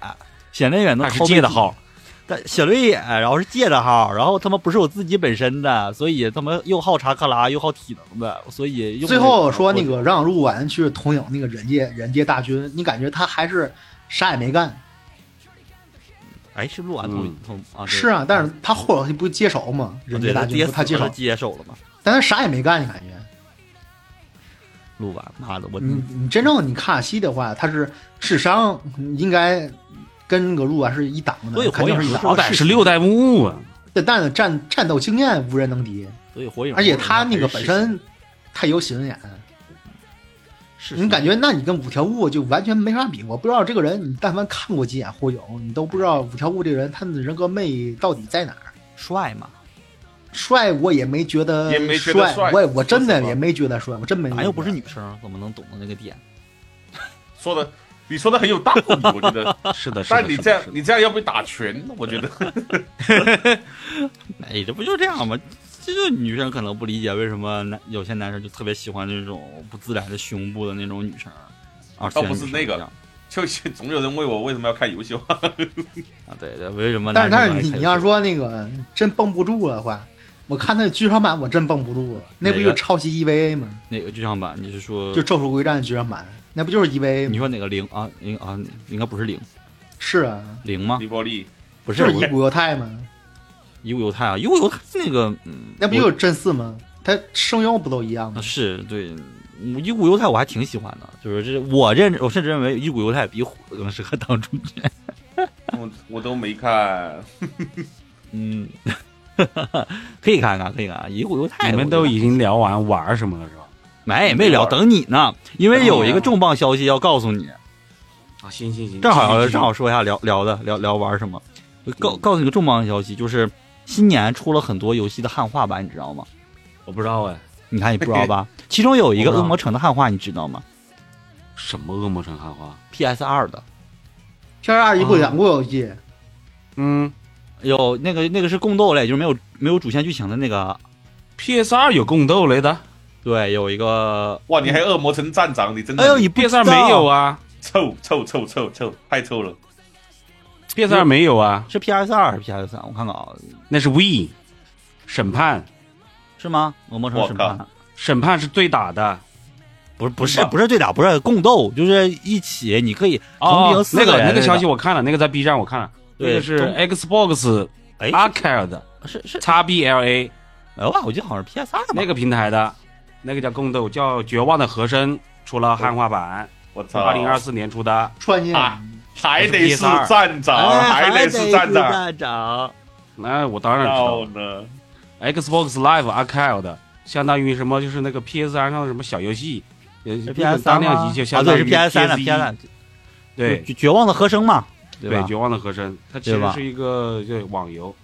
Speaker 3: 写轮眼能
Speaker 5: 那是
Speaker 3: 掏
Speaker 5: 借的
Speaker 3: 背
Speaker 5: 号，
Speaker 3: 但写轮眼，然后是借的号，然后他妈不是我自己本身的，所以他妈又耗查克拉，又耗体能的，所以用
Speaker 2: 最后说那个让鹿丸去统领那个人界人界大军，你感觉他还是啥也没干？
Speaker 3: 哎是鹿丸同
Speaker 5: 嗯
Speaker 3: 同啊对
Speaker 2: 是啊，但是他后来不接手嘛，
Speaker 3: 啊
Speaker 2: 人
Speaker 3: 对
Speaker 2: 界
Speaker 3: 他
Speaker 2: 大
Speaker 3: 接
Speaker 2: 军
Speaker 3: 手
Speaker 2: 不他接手，
Speaker 3: 接手了嘛，
Speaker 2: 但他啥也没干，你感觉？
Speaker 3: 鹿丸妈的我
Speaker 2: 你你真正你卡西的话，他是智商应该跟那个鹿丸是一档
Speaker 3: 所以
Speaker 2: 的，肯
Speaker 3: 火影
Speaker 2: 哦定是一
Speaker 3: 是
Speaker 2: 档
Speaker 5: 好
Speaker 2: 的。
Speaker 5: 歹是六代目啊，
Speaker 2: 但但战战斗经验无人能敌，
Speaker 3: 所以火影，
Speaker 2: 而且他那个本身他有喜闻眼，
Speaker 3: 是
Speaker 2: 你感觉那你跟五条悟就完全没法比。我不知道这个人，你但凡看过几眼火影，你都不知道五条悟这个人他的人格魅力到底在哪儿。
Speaker 3: 帅嘛，
Speaker 2: 帅我也没觉得
Speaker 1: 也没觉得帅
Speaker 2: 我也我真的
Speaker 1: 说实话
Speaker 2: 也没觉得帅，我真没。
Speaker 3: 咱又不是女生，怎么能懂得那个点？
Speaker 1: 说的你说的很有道 理，我觉得。
Speaker 5: 是的，是的。
Speaker 1: 但你
Speaker 5: 是的
Speaker 1: 这样
Speaker 5: 是，的
Speaker 1: 你这样要不打拳？我 觉得
Speaker 3: 哎，这不就这样吗？这就女生可能不理解为什么男有些男生就特别喜欢这种不自然的胸部的那种女生啊，
Speaker 1: 倒不是
Speaker 3: 虽然女生
Speaker 1: 那个
Speaker 3: 这样
Speaker 1: 就是总有人问我为什么要看游戏 化，
Speaker 3: 啊，对对，为什么
Speaker 2: 但是
Speaker 3: 男生还
Speaker 2: 但
Speaker 3: 可以？
Speaker 2: 是你你要说那个真绷不住的话，我看那剧场版我真绷不住了，那不
Speaker 3: 哪
Speaker 2: 就
Speaker 3: 个
Speaker 2: 是抄袭 EVA 吗？
Speaker 3: 哪个剧场版，你是说
Speaker 2: 就《咒术回战》剧场版，那不就是
Speaker 3: 你
Speaker 2: EVA 吗？
Speaker 3: 说哪个零啊零啊应该不是零
Speaker 2: 是啊，
Speaker 3: 零吗？
Speaker 1: 李波利
Speaker 3: 不是
Speaker 2: 就是伊
Speaker 3: 我
Speaker 2: 古犹太吗？
Speaker 3: 一物犹太啊，一物犹太那个嗯，
Speaker 2: 那不
Speaker 3: 我
Speaker 2: 就是真四吗？他声优不都一样吗
Speaker 3: 啊？是对。一股犹太我还挺喜欢的，就是这我认我甚至认为一股犹太比虎子更适合当主角。
Speaker 1: 我我都没看，
Speaker 3: 嗯， 可以看看，可以看看。一股犹太
Speaker 5: 你
Speaker 3: 我觉
Speaker 5: 们
Speaker 3: 得
Speaker 5: 都已经聊完玩什么了是吧？
Speaker 3: 哎没没聊，等你呢，因为有一个重磅消息要告诉你。
Speaker 5: 啊，行行行，
Speaker 3: 正
Speaker 5: 继续
Speaker 3: 好
Speaker 5: 继续
Speaker 3: 正好说一下聊聊的聊聊玩什么，嗯告告诉你个重磅消息，就是新年出了很多游戏的汉化版，你知道吗？
Speaker 5: 我不知道哎，
Speaker 3: 你看你不知道 吧？其中有一个
Speaker 5: 我不知
Speaker 3: 恶
Speaker 5: 道
Speaker 3: 魔城的汉化，你知道吗
Speaker 5: 什么恶魔城汉化？
Speaker 3: ？PS 二的
Speaker 2: 天二
Speaker 3: 啊
Speaker 2: 一部两部游戏，
Speaker 5: 嗯
Speaker 3: 有那个那个是共斗类，就是没有没有主线剧情的那个，
Speaker 5: ，PS 二有共斗雷达，
Speaker 3: 对，有一个。
Speaker 1: 哇，
Speaker 5: 嗯
Speaker 1: 你还恶魔城站长，你真的
Speaker 3: 哎呦，你
Speaker 5: PS 二没有
Speaker 3: 啊？
Speaker 5: 啊
Speaker 1: 臭臭臭臭臭，太臭了！
Speaker 5: ，PS 二没有啊，
Speaker 3: 是 PS 二还是 PS 三？我看看啊，
Speaker 5: 那是 We 审判，
Speaker 3: 是吗？恶魔城
Speaker 1: 我
Speaker 3: 审
Speaker 1: 靠
Speaker 3: 判。
Speaker 5: 审判是对打的
Speaker 3: 不是不是不是对打，不是共斗，就是一起，你可以同
Speaker 5: 哦
Speaker 3: 屏，
Speaker 5: 那
Speaker 3: 四
Speaker 5: 个
Speaker 3: 人
Speaker 5: 那个消息
Speaker 3: 对吧
Speaker 5: 我看了，那个在 B 站我看了，那
Speaker 3: 对
Speaker 5: 个是
Speaker 3: 中
Speaker 5: Xbox
Speaker 3: 哎
Speaker 5: Arcade
Speaker 3: 是是，
Speaker 5: XBLA
Speaker 3: 哎哇，我记得好像是 PS 二吧？
Speaker 5: 那个平台的，那个叫共斗，叫《绝望的和声》，出了汉化版，
Speaker 1: 我操，
Speaker 5: 二零二四年出的。
Speaker 2: 穿进
Speaker 1: 啊还得是站长，
Speaker 5: 啊
Speaker 3: 哎
Speaker 1: 得是站长。
Speaker 3: 站长，
Speaker 5: 那我当然知道
Speaker 1: 要呢，
Speaker 5: ，Xbox Live Arcade 相当于什么？就是那个 PS 三上的什么小游戏，呃
Speaker 3: 是，
Speaker 5: 日本
Speaker 3: PS 三
Speaker 5: 当量级就相
Speaker 3: 啊，
Speaker 5: 当
Speaker 3: 对，
Speaker 5: 于
Speaker 3: 是 PS 三的
Speaker 5: PS1
Speaker 3: PS 三，
Speaker 5: 对
Speaker 3: 绝绝望的和声嘛，
Speaker 5: 对，
Speaker 3: 吧
Speaker 5: 《绝？望的和声》它其
Speaker 3: 对
Speaker 5: 实
Speaker 3: 吧
Speaker 5: 是一个就网游，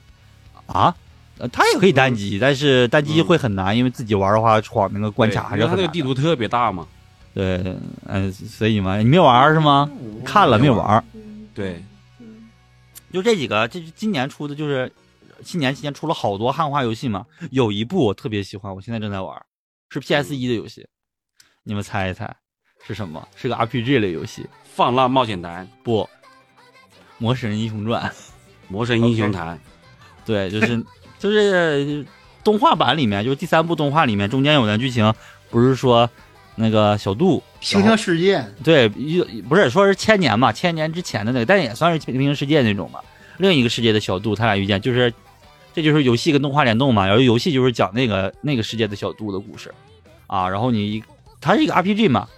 Speaker 3: 啊，呃它也可以单机，但是单机
Speaker 5: 嗯
Speaker 3: 会很难，因为自己玩的话闯那个关卡还是
Speaker 5: 因为它
Speaker 3: 很
Speaker 5: 那
Speaker 3: 难
Speaker 5: 个
Speaker 3: 的。
Speaker 5: 地图特别大嘛。
Speaker 3: 对，嗯，所以嘛，你没玩是吗？看了没玩？
Speaker 5: 对，
Speaker 3: 就这几个，这是今年出的，就是新年期间出了好多汉化游戏嘛。有一部我特别喜欢，我现在正在玩，是 PS 一的游戏，你们猜一猜是什么？是个 RPG 类游戏，
Speaker 5: 放浪冒险团、
Speaker 3: 不，《魔神英雄传》。
Speaker 5: 魔神英雄坛，
Speaker 3: 对，就是就是动画版里面，就是第三部动画里面，中间有段剧情，不是说那个小度
Speaker 2: 平行世界，
Speaker 3: 对，一不是说是千年嘛，千年之前的那个，但也算是平行世界那种嘛。另一个世界的小度，他俩遇见，就是这就是游戏跟动画联动嘛。然后游戏就是讲那个那个世界的小度的故事啊。然后你一它是一个 RPG 嘛，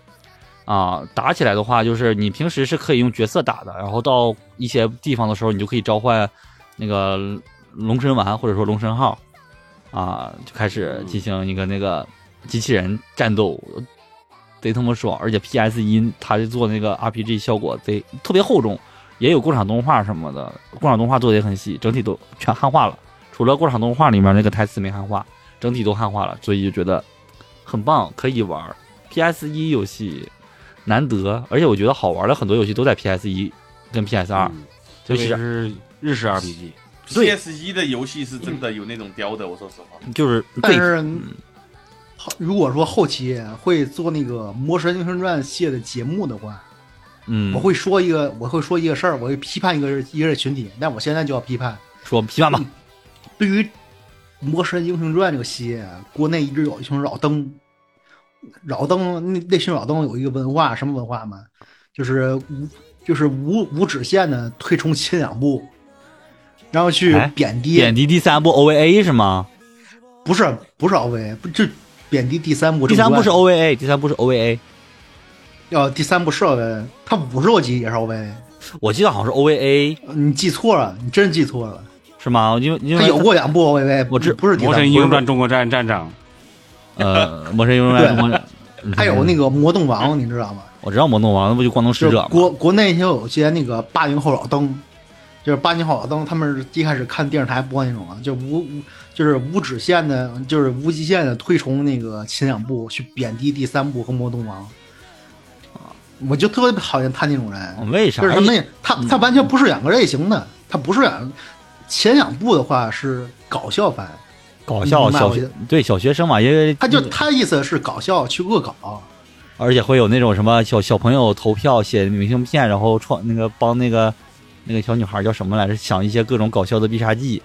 Speaker 3: 啊，打起来的话就是你平时是可以用角色打的，然后到一些地方的时候，你就可以召唤那个龙神丸或者说龙神号啊，就开始进行一个那个机器人战斗，贼他妈爽！而且 PS 一它就做那个 RPG 效果贼特别厚重，也有过场动画什么的，过场动画做的也很细，整体都全汉化了，除了过场动画里面那个台词没汉化，整体都汉化了，所以就觉得很棒，可以玩。PS 一游戏难得，而且我觉得好玩的很多游戏都在 PS 一跟 PS 二、
Speaker 5: 嗯
Speaker 3: 尤
Speaker 5: 特
Speaker 3: 其
Speaker 5: 别
Speaker 3: 是
Speaker 5: 是日式 RPG，
Speaker 2: 对
Speaker 1: PS 一的游戏是真的有那种雕的，我说实话。
Speaker 3: 就是
Speaker 2: 但
Speaker 3: 对
Speaker 2: 是，好如果说后期会做那个《魔神英雄传》系列的节目的话，
Speaker 3: 嗯，
Speaker 2: 我会说一个，我会说一个事儿，我会批判一个人一个群体。但我现在就要批判，
Speaker 3: 说批判吧，
Speaker 2: 对于《魔神英雄传》这个系列，国内一直有一群老登，老登那那群老登有一个文化，什么文化嘛？就是无就是无无止线的推崇前两部，然后去
Speaker 3: 哎
Speaker 2: 贬低、
Speaker 3: 点击第三部 OVA 是吗？
Speaker 2: 不是不是 OVA，不就贬低第三部
Speaker 3: 第
Speaker 2: 正
Speaker 3: 三
Speaker 2: 传。
Speaker 3: 部是 OVA，第三部是 OVA，
Speaker 2: 要哦第三部是 OVA，它五十多集也是 OVA，
Speaker 3: 我记得好像是 OVA
Speaker 2: 呃你记错了，你真记错了。
Speaker 3: 是吗？因为因
Speaker 2: 它
Speaker 3: 为
Speaker 2: 有过两部 OVA，
Speaker 3: 我知
Speaker 2: 不是第
Speaker 5: 魔
Speaker 2: 三
Speaker 5: 神
Speaker 2: 部
Speaker 5: 英雄传》中国站站长，
Speaker 3: 呃，魔神英雄传中国，
Speaker 2: 还有那个魔动王，你知道吗？
Speaker 3: 我知道魔动王，那不就光能使
Speaker 2: 就
Speaker 3: 者吗？
Speaker 2: 国国内也有些那个八零后老登，就是八零后老登，他们是一开始看电视台播那种啊，就无无就是无止线的，就是无极限的推崇那个前两部，去贬低第三部和魔动王。我就特别讨厌他那种人，
Speaker 3: 为啥哎嗯
Speaker 2: 就是？他那他他完全不是两个类型的，他不是两前两部的话是搞笑番，
Speaker 3: 搞笑
Speaker 2: 嗯
Speaker 3: 小学对小学生嘛，因为
Speaker 2: 他就他意思是搞笑去恶搞，
Speaker 3: 而且会有那种什么小小朋友投票写明信片，然后创那个帮那个那个小女孩叫什么来着，想一些各种搞笑的必杀技，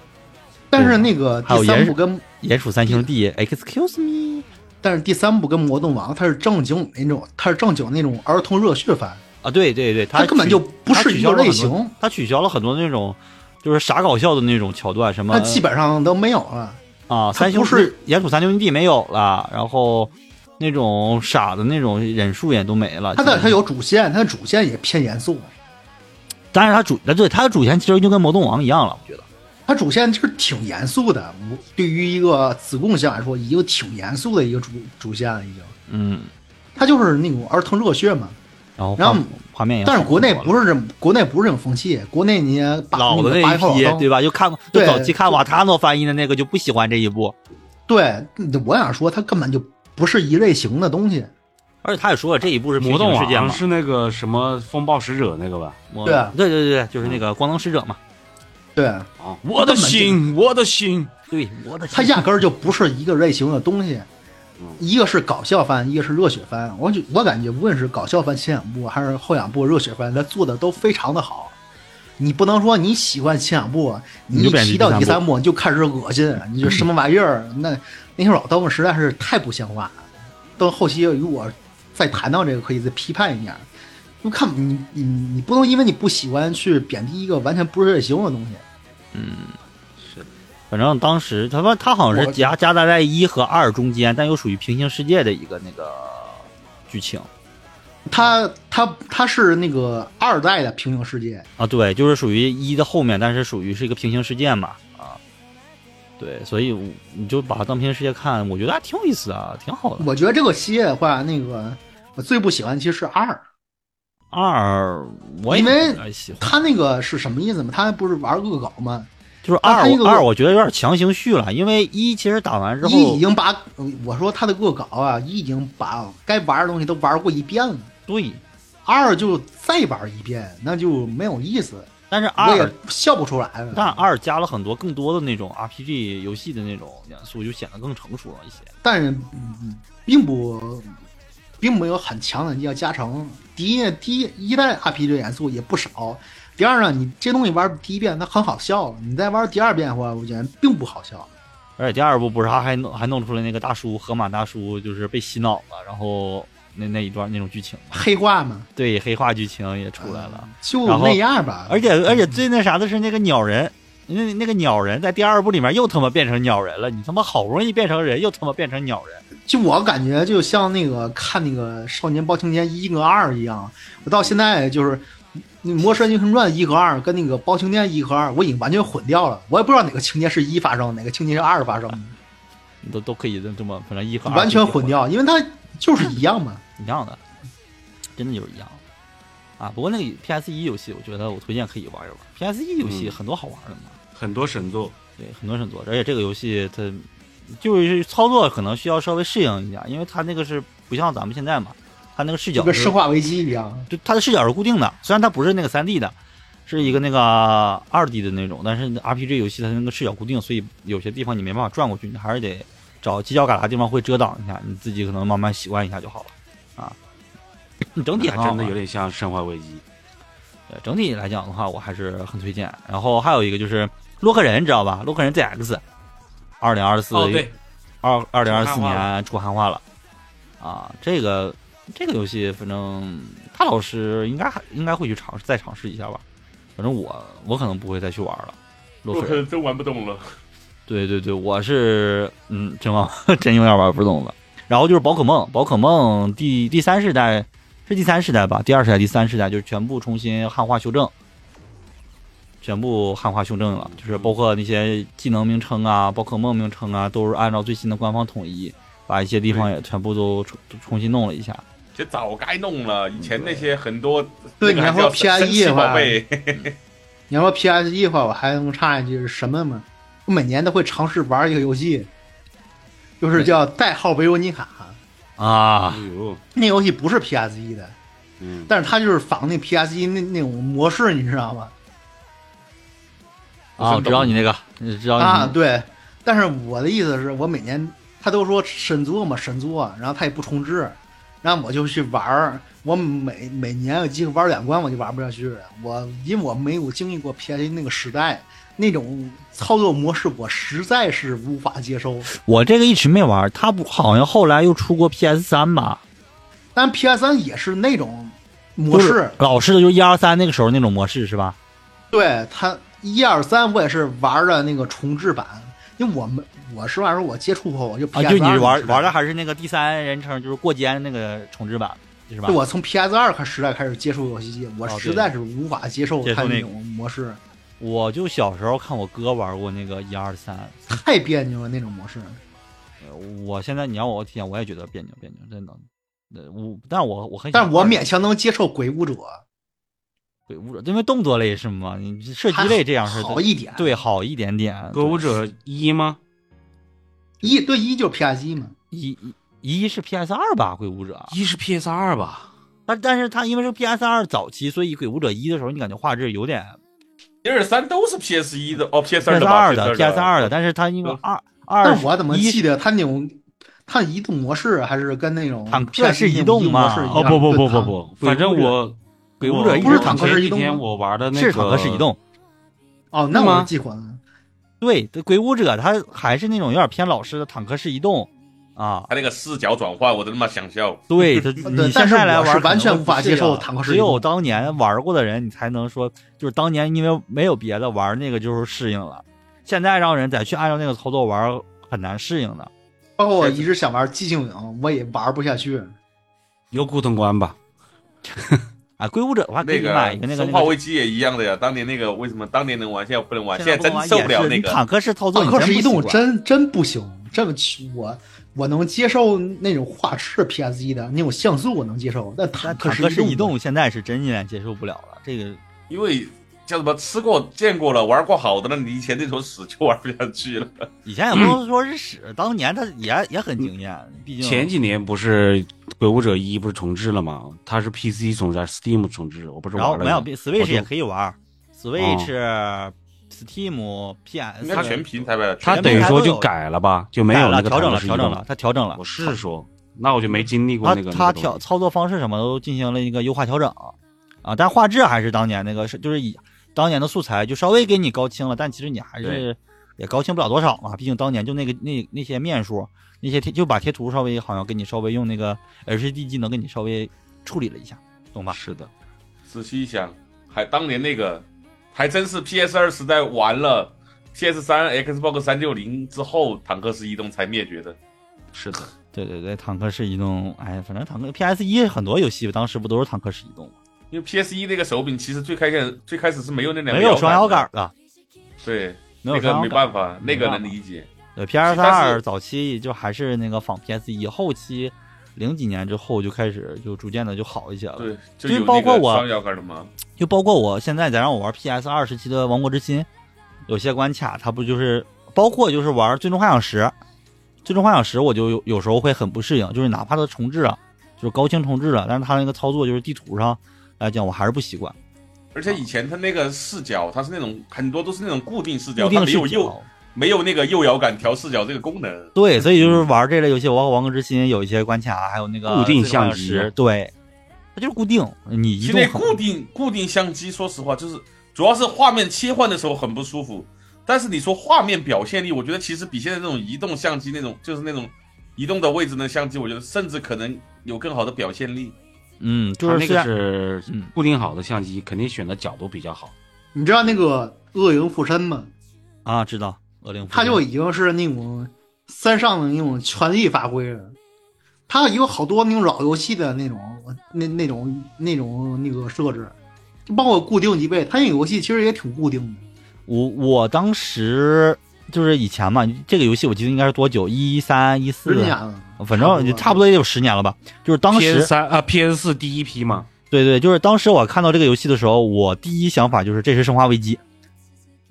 Speaker 2: 但是那个
Speaker 3: 啊还有
Speaker 2: 第三
Speaker 3: 严
Speaker 2: 部跟
Speaker 3: 鼹鼠三兄弟，Excuse me，
Speaker 2: 但是第三部跟魔动王它是正经那种，它是正经那种儿童热血番，
Speaker 3: 啊，对对对，他
Speaker 2: 它根本就不
Speaker 3: 他
Speaker 2: 是
Speaker 3: 取
Speaker 2: 一
Speaker 3: 消
Speaker 2: 个
Speaker 3: 了
Speaker 2: 类
Speaker 3: 很多
Speaker 2: 型，
Speaker 3: 他取消了很多那种就是傻搞笑的那种桥段，什么
Speaker 2: 它基本上都没有了。
Speaker 3: 啊，
Speaker 2: 它
Speaker 3: 三兄
Speaker 2: 不是
Speaker 3: 鼹鼠三兄弟没有了，然后那种傻的那种忍术也都没了。
Speaker 2: 它的
Speaker 3: 基
Speaker 2: 它
Speaker 3: 本上，
Speaker 2: 有主线，它的主线也偏严肃，
Speaker 3: 但是他主，对他的主线其实就跟魔动王一样了，我觉得。
Speaker 2: 它主线就是挺严肃的。我对于一个子贡像来说，已经挺严肃的一个主主线了，已经。
Speaker 3: 嗯，
Speaker 2: 它就是那种儿童热血嘛，
Speaker 3: 然后
Speaker 2: 然后
Speaker 3: 画画面也哎好
Speaker 2: 但是国内
Speaker 3: 多了
Speaker 2: 不是这么，国内不是这种风气，国内你把
Speaker 3: 老
Speaker 2: 那
Speaker 3: 的
Speaker 2: 个八
Speaker 3: 那一
Speaker 2: 零后
Speaker 3: 批
Speaker 2: 老，
Speaker 3: 对
Speaker 2: 登
Speaker 3: 吧？就看就
Speaker 2: 对
Speaker 3: 早期看瓦塔诺翻译的那个就不喜欢这一部，
Speaker 2: 对，我想说它根本就不是一类型的东西。
Speaker 3: 而且他也说了这一部是平
Speaker 5: 魔动
Speaker 3: 行世界
Speaker 5: 王
Speaker 3: 嘛，
Speaker 5: 是那个什么风暴使者那个吧？
Speaker 3: 魔
Speaker 2: 对啊
Speaker 3: 对对对，就是那个光能使者嘛，
Speaker 2: 对，
Speaker 5: 啊，我的
Speaker 2: 根本就
Speaker 5: 心，我的心，
Speaker 3: 对，我的
Speaker 2: 它
Speaker 3: 天
Speaker 2: 压根儿就不是一个类型的东西，一个是搞笑番，一个是热血番。我就我感觉，无论是搞笑番前两部还是后两部热血番，它做的都非常的好。你不能说你喜欢前两部，
Speaker 3: 你
Speaker 2: 你
Speaker 3: 就
Speaker 2: 一
Speaker 3: 变成
Speaker 2: 提到
Speaker 3: 第
Speaker 2: 第
Speaker 3: 三
Speaker 2: 三部你就开始恶心，你就什么玩意儿？那那些老刀们实在是太不像话了。到后期如果再谈到这个，可以再批判一下。就看你你你不能因为你不喜欢去贬低一个完全不是类型的东西。
Speaker 3: 反正当时他说他好像是
Speaker 2: 我
Speaker 3: 夹夹杂在一和二中间，但又属于平行世界的一个那个剧情
Speaker 2: 它它它是那个二代的平行世界，
Speaker 3: 啊，对，就是属于一的后面，但是属于是一个平行世界嘛啊，对，所以我你就把它当平行世界看，我觉得还挺有意思的，挺好的。
Speaker 2: 我觉得这个系列的话，那个我最不喜欢其实是二，
Speaker 3: 二我也
Speaker 2: 因为
Speaker 3: 不太喜欢，
Speaker 2: 它那个是什么意思嘛？它不是玩恶搞吗？
Speaker 3: 就是
Speaker 2: 但
Speaker 3: 二
Speaker 2: 啊它那个
Speaker 3: 二我觉得有点强行续了，因为一其实打完之
Speaker 2: 一
Speaker 3: 后
Speaker 2: 已，经把嗯我说它的恶搞啊，一已经把该玩的东西都玩过一遍了，
Speaker 3: 对，
Speaker 2: 二就再玩一遍，那就没有意思，
Speaker 3: 但是
Speaker 2: 我
Speaker 3: 二
Speaker 2: 也笑不出来了。
Speaker 3: 但二加了很多更多的那种 RPG 游戏的那种元素，就显得更成熟了一些。
Speaker 2: 但是嗯并不并没有很强的要加成。第一，第一一代 RPG 元素也不少。第二呢，你这东西玩第一遍它很好笑，你再玩第二遍的话，我觉得并不好笑。
Speaker 3: 而且第二部不是他还弄还弄出来那个大叔河马大叔就是被洗脑了，然后那那一段那种剧情，
Speaker 2: 黑化嘛，
Speaker 3: 对黑化剧情也出来了。
Speaker 2: 就
Speaker 3: 然后
Speaker 2: 那样吧。
Speaker 3: 而且而且最那啥的是那个鸟人，那那个鸟人在第二部里面又他妈变成鸟人了，你他妈好不容易变成人，又他妈变成鸟人。
Speaker 2: 就我感觉，就像那个看那个《少年包青天》一和二一样，我到现在就是《魔神英雄传》一和二跟那个《包青天》一和二，我已经完全混掉了。我也不知道哪个情节是一发生，哪个情节是二发生的。
Speaker 3: 你都都可以这么，反正一和二
Speaker 2: 完全
Speaker 3: 就可以
Speaker 2: 混掉，因为它就是一样 嘛。
Speaker 3: 一样的，真的就是一样的啊。不过那个 PS 一游戏，我觉得我推荐可以玩一玩。PS 一游戏
Speaker 5: 嗯
Speaker 3: 很多好玩的嘛，
Speaker 5: 很多神作。
Speaker 3: 对，很多人做，而且这个游戏它就是操作可能需要稍微适应一下，因为它那个是不像咱们现在嘛，它那个视
Speaker 2: 就
Speaker 3: 角
Speaker 2: 跟《
Speaker 3: 是
Speaker 2: 生化危机》一样，
Speaker 3: 就它的视角是固定的，虽然它不是那个三 D 的，是一个那个二 D 的那种，但是 RPG 游戏它那个视角固定，所以有些地方你没办法转过去，你还是得找犄角旮旯地方会遮挡一下，你自己可能慢慢习惯一下就好了啊。整体
Speaker 5: 那
Speaker 3: 很
Speaker 5: 嗯还
Speaker 3: 好
Speaker 5: 真的
Speaker 3: 玩
Speaker 5: 有点像《生化危机
Speaker 3: 对，啊整体来讲的话，我还是很推荐。然后还有一个就是洛克人，你知道吧？洛克人 ZX，二零二四
Speaker 5: 哦，对，
Speaker 3: 二二零二四
Speaker 5: 出汉化了
Speaker 3: 年出汉化了啊！这个这个游戏，反正大老师应该还应该会去尝试再尝试一下吧。反正我我可能不会再去玩了。洛
Speaker 1: 我
Speaker 3: 克
Speaker 1: 可
Speaker 3: 人，
Speaker 1: 能真玩不动了。
Speaker 3: 对对对，我是嗯，真玩真有点玩不懂了。 然后就是宝可梦，宝可梦第第三世代是第三世代吧？第二世代、第三世代就是全部重新汉化修正，全部汉化修正了，就是包括那些技能名称啊、宝可梦名称啊，都是按照最新的官方统一，把一些地方也全部都重重新弄了一下。
Speaker 1: 这早该弄了，以前那些很多
Speaker 2: 对
Speaker 1: 那个还
Speaker 2: 你还
Speaker 1: 叫
Speaker 2: 说 PRE
Speaker 1: 神奇
Speaker 2: 吧
Speaker 1: 宝贝，
Speaker 2: 你要说 PS 一的话，我还能插一句是什么吗？我每年都会尝试玩一个游戏，就是叫《代号维罗妮卡》。
Speaker 3: 啊
Speaker 5: 哎，呦，
Speaker 2: 那游戏不是 PS 一的，
Speaker 5: 嗯，
Speaker 2: 但是它就是仿那 PS 一那那种模式，你知道吗？
Speaker 3: 啊，我知道你那个，知道你、
Speaker 2: 啊，对。但是我的意思是我每年他都说神作嘛，神作，然后他也不重置，然后我就去玩儿。我每每年有机会玩两关，我就玩不下去了。我因为我没有经历过 PS 那个时代，那种操作模式我实在是无法接受。
Speaker 3: 我这个一直没玩，他不好像后来又出过 PS 三吧？
Speaker 2: 但 PS 三也是那种模
Speaker 3: 就是
Speaker 2: 式，
Speaker 3: 老式的，就是一二三那个时候那种模式是吧？
Speaker 2: 对它一二三我也是玩的那个重置版，因为我们我实话说，我接触过，我就
Speaker 3: 啊，
Speaker 2: PS
Speaker 3: 就你
Speaker 2: 二
Speaker 3: 玩
Speaker 2: 时代
Speaker 3: 玩的还是那个第三人称，就是过肩那个重置版，是吧
Speaker 2: 就？我从 PS 二开时代开始接触游戏机，我
Speaker 3: 哦对
Speaker 2: 实在是无法接受
Speaker 3: 接受
Speaker 2: 它
Speaker 3: 那
Speaker 2: 那
Speaker 3: 个
Speaker 2: 种模式，
Speaker 3: 我就小时候看我哥玩过那个一二三，
Speaker 2: 太别扭了那种模式。
Speaker 3: 呃我现在你让我体验，我也觉得别扭别扭，真的。呃，我，但我我很喜
Speaker 2: 但
Speaker 3: 欢玩，
Speaker 2: 是我勉强能接受《鬼舞者
Speaker 3: 鬼舞者，因为动作类是吗？你射》，击
Speaker 2: 还
Speaker 3: 类这样是
Speaker 2: 好一点。
Speaker 3: 对好一点点。
Speaker 5: 《歌舞者一》吗？
Speaker 2: 一对一就是 PS 一嘛，
Speaker 3: 一一一是 PS 二吧，鬼舞者，
Speaker 5: 一是 PS 二吧？
Speaker 3: 但但是它因为是 PS 二早期，所以鬼舞者一的时候，你感觉画质有点
Speaker 1: 一二三都是 PS 一的哦，PS 二
Speaker 3: PS
Speaker 1: 的吧
Speaker 3: 二的 PS 二的，但是它因为
Speaker 1: 嗯
Speaker 3: 二二
Speaker 2: 但我怎么
Speaker 3: 一
Speaker 2: 记得它那种它移动模式还是跟那种
Speaker 3: 坦克
Speaker 2: PS
Speaker 3: 是
Speaker 2: 移
Speaker 3: 移动
Speaker 2: 模
Speaker 3: 嘛
Speaker 2: 式一样
Speaker 5: 哦不不不
Speaker 2: 对
Speaker 5: 不
Speaker 2: 坦
Speaker 5: 不，
Speaker 2: 鬼
Speaker 5: 反正
Speaker 2: 舞者
Speaker 5: 我
Speaker 3: 鬼舞者一
Speaker 2: 不是
Speaker 3: 直
Speaker 2: 坦克
Speaker 5: 前
Speaker 2: 是移
Speaker 5: 几
Speaker 2: 动
Speaker 5: 天
Speaker 2: 吗
Speaker 5: 我玩的那个
Speaker 3: 是坦克是移，动。
Speaker 2: 哦，那
Speaker 5: 是
Speaker 2: 我
Speaker 5: 吗
Speaker 2: 是记混了。
Speaker 3: 对，对鬼舞者他还是那种有点偏老式的坦克式移动啊。
Speaker 1: 他那个视角转换，我真他妈想笑。
Speaker 3: 对，他
Speaker 2: 对
Speaker 3: 你
Speaker 2: 但
Speaker 3: 现
Speaker 2: 是
Speaker 3: 在来
Speaker 2: 我
Speaker 3: 玩
Speaker 2: 是
Speaker 3: 可
Speaker 2: 完
Speaker 3: 能
Speaker 2: 全
Speaker 3: 不
Speaker 2: 无法
Speaker 3: 是
Speaker 2: 接受
Speaker 3: 啊
Speaker 2: 坦克式
Speaker 3: 只
Speaker 2: 移动
Speaker 3: 有当年玩过的人，你才能说，就是当年因为没有别的玩那个就是适应了，现在让人再去按照那个操作玩很难适应的。
Speaker 2: 包括我一直想玩寂静岭，我也玩不下去。
Speaker 5: 有古潼关吧？
Speaker 3: 啊，鬼舞者的话可
Speaker 1: 那
Speaker 3: 以买一个那个
Speaker 1: 生化危机也一样的呀，当年那个为什么当年能玩，现在不能玩？
Speaker 3: 那个
Speaker 1: 现在真受不了
Speaker 3: 也是
Speaker 1: 那
Speaker 3: 你
Speaker 1: 个。
Speaker 3: 坦克式操作，
Speaker 2: 坦
Speaker 3: 你
Speaker 2: 克式
Speaker 3: 不
Speaker 2: 移动
Speaker 3: 习惯
Speaker 2: 真真不行，这么去我我能接受那种画质 PS 一的那种像素我能接受，但坦
Speaker 3: 但
Speaker 2: 克
Speaker 3: 坦克式移
Speaker 2: 移动
Speaker 3: 动现在是真有点接受不了了。这个
Speaker 1: 因为叫什么吃过、见过了、玩过好的了，你以前那坨屎就玩不下去 了。
Speaker 3: 以前也不能说是屎，当年他也也很惊艳，毕竟
Speaker 5: 嗯前几年不是《鬼舞者一》不是重置了吗？它是 PC 重置还是，Steam 重置，我不是
Speaker 3: 然后
Speaker 5: 玩
Speaker 3: 没有
Speaker 5: 了。
Speaker 3: 别
Speaker 5: 我
Speaker 3: ，Switch
Speaker 5: 就
Speaker 3: 也可以玩儿，Switch、Steam、PS，
Speaker 1: 应该全平台呗，
Speaker 5: 它
Speaker 1: 全
Speaker 5: 等于说就改了吧，就没有那
Speaker 3: 了
Speaker 5: 个
Speaker 3: 调整了，
Speaker 5: 坦克式
Speaker 3: 调
Speaker 5: 移
Speaker 3: 整
Speaker 5: 动
Speaker 3: 了，。它调整了
Speaker 5: 我，是说，那我就没经历过
Speaker 3: 它
Speaker 5: 那个。
Speaker 3: 它
Speaker 5: 那个
Speaker 3: 调
Speaker 5: 东西
Speaker 3: 操作方式什么都进行了一个优化调整啊，但画质还是当年那个是就是以当年的素材就稍微给你高清了，但其实你还是也高清不了多少嘛，毕竟当年就那个那那些面数，那些贴就把贴图稍微好像给你稍微用那个 HD 技能给你稍微处理了一下，懂吧？
Speaker 5: 是的，
Speaker 1: 仔细一想，还当年那个，还真是 PS 二时代完了，PS 三、Xbox 三六零之后，坦克式移动才灭绝的。
Speaker 5: 是的，
Speaker 3: 对对对，坦克式移动，哎，反正坦克 PS 一很多游戏当时不都是坦克式移动吗？
Speaker 1: 因为 PS 一那个手柄其实最开始最开始是没有那两个
Speaker 3: 没有双摇
Speaker 1: 摇杆
Speaker 3: 杆
Speaker 1: 的，
Speaker 3: 的，
Speaker 1: 对，
Speaker 3: 没有
Speaker 1: 那个
Speaker 3: 双
Speaker 1: 没
Speaker 3: 摇杆。
Speaker 1: 办法，
Speaker 3: 没
Speaker 1: 那个
Speaker 3: 办法
Speaker 1: 能理解。
Speaker 3: 对 PS
Speaker 1: 但
Speaker 3: 二
Speaker 1: 是
Speaker 3: 早期就还是那个仿 PS 一，后期零几年之后就开始就逐渐的就好一些了。
Speaker 1: 对，就
Speaker 3: 因为
Speaker 1: 有
Speaker 3: 包
Speaker 1: 那
Speaker 3: 括
Speaker 1: 个
Speaker 3: 我
Speaker 1: 双摇杆的嘛。
Speaker 3: 就包括我现在在让我玩 PS 二时期的《王国之心》，有些关卡它不就是包括就是玩《最终幻想十》，《最终幻想十》我就有有时候会很不适应，就是哪怕它重置啊，就是高清重置了，但是它那个操作就是地图上来讲我还是不习惯。
Speaker 1: 而且以前他那个视角，它是那种很多都是那种固定视角，
Speaker 3: 固
Speaker 1: 它
Speaker 3: 定
Speaker 1: 没
Speaker 3: 视
Speaker 1: 有右
Speaker 3: 角。
Speaker 1: 没有那个右摇杆调视角这个功能。
Speaker 3: 对，所以就是玩这类游戏，包括《王国之心》有一些关卡，还有那个
Speaker 5: 嗯固定相机
Speaker 3: 机，对，它就是固定，你移
Speaker 1: 其实
Speaker 3: 动
Speaker 1: 那
Speaker 3: 很
Speaker 1: 固定固定相机，说实话，就是主要是画面切换的时候很不舒服。但是你说画面表现力，我觉得其实比现在这种移动相机那种，就是那种移动的位置的相机，我觉得甚至可能有更好的表现 力。
Speaker 3: 嗯，就
Speaker 5: 它
Speaker 3: 是
Speaker 5: 那
Speaker 3: 虽
Speaker 5: 个
Speaker 3: 然
Speaker 5: 是
Speaker 3: 嗯
Speaker 5: 固定好的相机，肯定选的角度比较好。
Speaker 2: 你知道那个恶灵附身吗？
Speaker 3: 啊，知道恶灵附身，
Speaker 2: 他就已经是那种三上的那种全力发挥了。他有好多那种老游戏的那种那那种那种那个设置，就包括固定级别，他那个游戏其实也挺固定的。
Speaker 3: 我我当时就是以前嘛，这个游戏我记得应该是多久？一三一四
Speaker 2: 真，的假的？
Speaker 3: 反
Speaker 2: 差不多
Speaker 3: 正差不多也有十年了吧。就是当
Speaker 5: PS
Speaker 3: 时，
Speaker 5: 三啊，PS 四第一批嘛，
Speaker 3: 对对，就是当时我看到这个游戏的时候，我第一想法就是这是《生化危机》，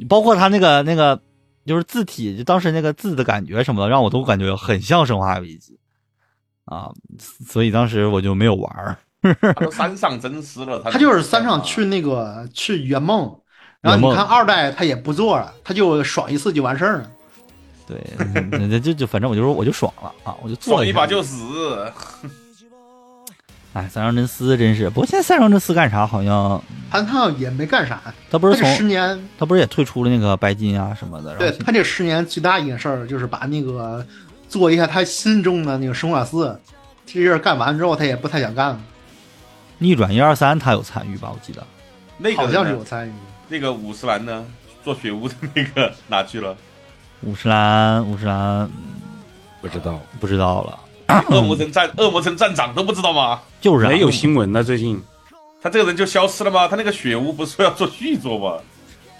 Speaker 3: 包括它那个那个就是字体，就当时那个字的感觉什么的，让我都感觉很像《生化危机》啊，所以当时我就没有玩儿。
Speaker 1: 他都山上真丝了，
Speaker 2: 他就是三上去那个去圆梦，然后
Speaker 3: 啊圆梦
Speaker 2: 你看二代他也不做了，他就爽一次就完事儿了。
Speaker 3: 对，嗯就就反正我就说我就爽了啊，我就做
Speaker 1: 爽
Speaker 3: 了
Speaker 1: 一
Speaker 3: 下
Speaker 1: 把就死。
Speaker 3: 哎，三上真司真是，不过现在三上真司干啥好像
Speaker 2: 他他也没干啥，
Speaker 3: 他不
Speaker 2: 他
Speaker 3: 是
Speaker 2: 这
Speaker 3: 从
Speaker 2: 十年，
Speaker 3: 他不是也退出了那个白金啊什么的？然后
Speaker 2: 对
Speaker 3: 现
Speaker 2: 他这十年最大一件事儿就是把那个做一下他心中的那个生化四，这事儿干完之后他也不太想干了，
Speaker 3: 逆转一二三他有参与吧？我记得
Speaker 1: 那
Speaker 2: 好
Speaker 1: 个
Speaker 2: 像是
Speaker 1: 人
Speaker 2: 有
Speaker 1: 呢
Speaker 2: 参与。
Speaker 1: 那个五十岚呢，做雪屋的那个哪去了？
Speaker 3: 五十岚，五十岚
Speaker 5: 不知道
Speaker 3: 不知道了，
Speaker 1: 恶魔城站恶魔城站长都不知道吗？
Speaker 3: 就是啊
Speaker 5: 没有新闻呢。最近
Speaker 1: 他这个人就消失了吗？他那个雪屋不是说要做续作吗？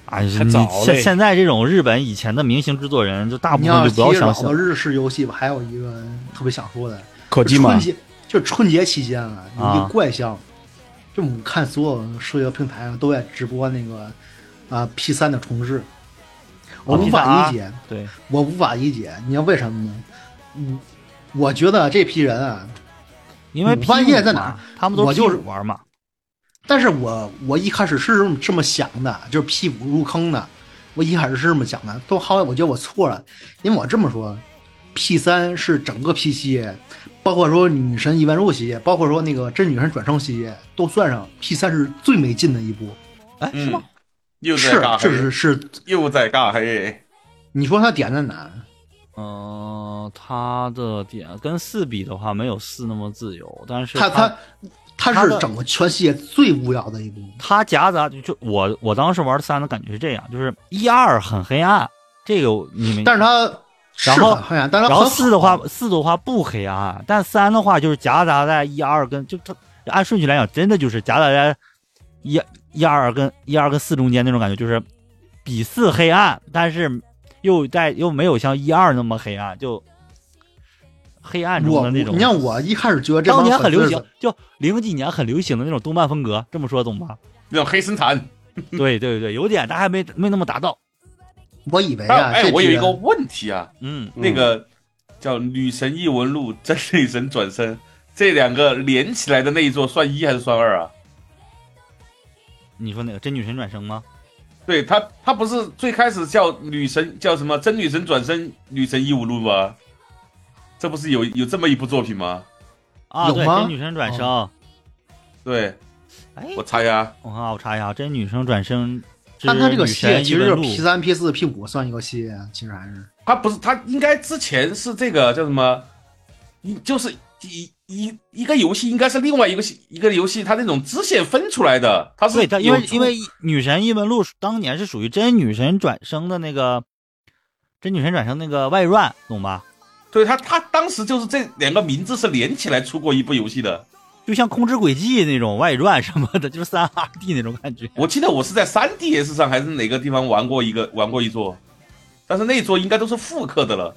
Speaker 3: 哎，你
Speaker 5: 太早了
Speaker 3: 现现在这种日本以前的明星制作人，就大部
Speaker 2: 你要
Speaker 3: 分就不要
Speaker 2: 提
Speaker 3: 相
Speaker 2: 老
Speaker 3: 信
Speaker 2: 的
Speaker 3: 了
Speaker 2: 日式游戏吧，还有一个特别想说的，
Speaker 5: 可
Speaker 2: 就春节就春节期间啊，有一
Speaker 3: 啊
Speaker 2: 个怪象，就我们看所有社交平台上啊都在直播那个啊 P 三的重置，我
Speaker 3: 啊
Speaker 2: 无法理解，
Speaker 3: 对，
Speaker 2: 我无法理解，你知道为什么吗？嗯，我觉得这批人啊，
Speaker 3: 因为
Speaker 2: 我发现
Speaker 3: P5
Speaker 2: 现在在哪儿
Speaker 3: 嘛他们都
Speaker 2: 我就是
Speaker 3: P5 玩嘛，
Speaker 2: 但是我我一开始是这么这么想的，就是 P 五入坑的，我一开始是这么想的，都后来我觉得我错了，因为我这么说，P 三是整个 P 系，包括说女神异闻录系列，包括说那个真女神转生系列都算上，P 三是最没劲的一部，
Speaker 3: 哎，是吗
Speaker 1: 嗯？，又在
Speaker 2: 是
Speaker 1: 尬
Speaker 2: 是是
Speaker 1: 黑，
Speaker 2: 是，
Speaker 1: 又在尬黑。
Speaker 2: 你说它点在哪？
Speaker 3: 嗯，他的点跟四比的话，没有四那么自由，但是
Speaker 2: 它它它
Speaker 3: 它
Speaker 2: 是
Speaker 3: 的
Speaker 2: 整个全系列最无聊的一部，
Speaker 3: 它夹杂就就我我当时玩三的感觉是这样，就是一二很黑暗，这个你们，
Speaker 2: 但是它是
Speaker 3: 然后
Speaker 2: 很好呀，但是它
Speaker 3: 然
Speaker 2: 很
Speaker 3: 后
Speaker 2: 好
Speaker 3: 四的话四的话不黑暗，但三的话就是夹杂在一二跟就它按顺序来讲，真的就是夹杂在一一二跟一二跟四中间那种感觉，就是比四黑暗，但是又在又没有像一二那么黑暗，就黑暗中
Speaker 2: 我
Speaker 3: 的那种。
Speaker 2: 你像我一开始觉得这
Speaker 3: 当
Speaker 2: 帮
Speaker 3: 年
Speaker 2: 粉
Speaker 3: 很
Speaker 2: 丝
Speaker 3: 流
Speaker 2: 是
Speaker 3: 行，就零几年很流行的那种动漫风格，这么说懂 吧？
Speaker 1: 那种黑神坛。
Speaker 3: 对对对，有点，但还没没那么达到。
Speaker 2: 我以为啊，
Speaker 1: 哎，
Speaker 2: 这
Speaker 1: 我有
Speaker 2: 批
Speaker 1: 一个
Speaker 2: 人
Speaker 1: 问题啊，
Speaker 3: 嗯，
Speaker 1: 那个叫《女神异闻录》《真女神转身》这两个连起来的那一座，算一还是算二啊？
Speaker 3: 你说哪个真女神转生吗？
Speaker 1: 对他，他不是最开始叫女神叫什么《真女神转身》《女神异闻录》吗？这不是有有这么一部作品吗？
Speaker 3: 啊，
Speaker 2: 有
Speaker 3: 对，
Speaker 2: 吗哦
Speaker 3: 真女神转生。
Speaker 1: 对
Speaker 3: 哎，
Speaker 1: 我猜啊，
Speaker 3: 我看啊我查一下，真女神转生之
Speaker 2: 但它这个
Speaker 3: 女
Speaker 2: 系列
Speaker 3: 神
Speaker 2: 其
Speaker 3: 异
Speaker 2: 实
Speaker 3: 闻
Speaker 2: 就是
Speaker 3: 录
Speaker 2: P 三、P 四、P 五算一个系列，其实还是
Speaker 1: 他不是他应该之前是这个叫什么？一就是一一一个游戏应该是另外一个系一个游戏，它那种支线分出来的，它是
Speaker 3: 对，它因为
Speaker 1: 有出
Speaker 3: 因为女神异闻录当年是属于真女神转生的那个，真女神转生那个外传，懂吧？
Speaker 1: 对他，他当时就是这两个名字是连起来出过一部游戏的。
Speaker 3: 就像《空之轨迹》那种外传什么的，就是三 R D 那种感觉。
Speaker 1: 我记得我是在 3DS 上还是哪个地方玩过一个玩过一座，但是那座应该都是复刻的了。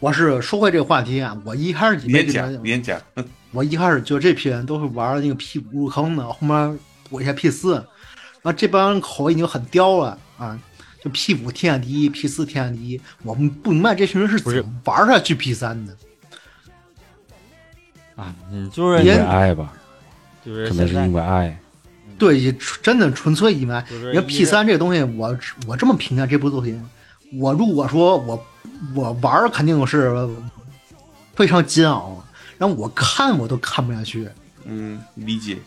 Speaker 2: 我是说回这个话题啊，我一开始以为
Speaker 1: 连
Speaker 2: 这
Speaker 1: 讲
Speaker 2: 边，
Speaker 1: 连讲，
Speaker 2: 我一开始觉得这批人都是玩那个 P 五入坑的，后面补一下 P 四，然后这帮口已经很刁了啊，就 P 五天下第一，P 四天下第一，我们不明白这群人是
Speaker 3: 不是
Speaker 2: 怎么玩下去 P 三的。
Speaker 3: 啊，嗯就是
Speaker 2: 别
Speaker 5: 爱吧，
Speaker 3: 就是现在，
Speaker 5: 为爱。
Speaker 3: 嗯
Speaker 2: 对，也真的纯粹意外。
Speaker 8: 就是
Speaker 2: 你看 P 三这个东西，我我这么评价这部作品，我如果说我我玩儿肯定是非常煎熬，啊然后我看我都看不下去，
Speaker 1: 嗯，理解。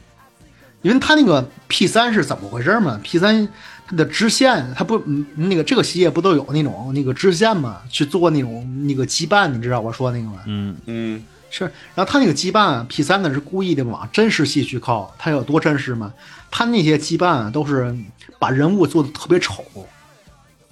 Speaker 2: 因为它那个 P 三是怎么回事嘛？P 三它的支线，它不嗯那个这个系列不都有那种那个支线嘛，去做那种那个羁绊，你知道我说那个吗？
Speaker 3: 嗯，
Speaker 1: 嗯，
Speaker 2: 是，然后他那个羁绊啊，P 三呢是故意的往真实系去靠，他有多真实吗？他那些羁绊啊，都是把人物做的特别丑，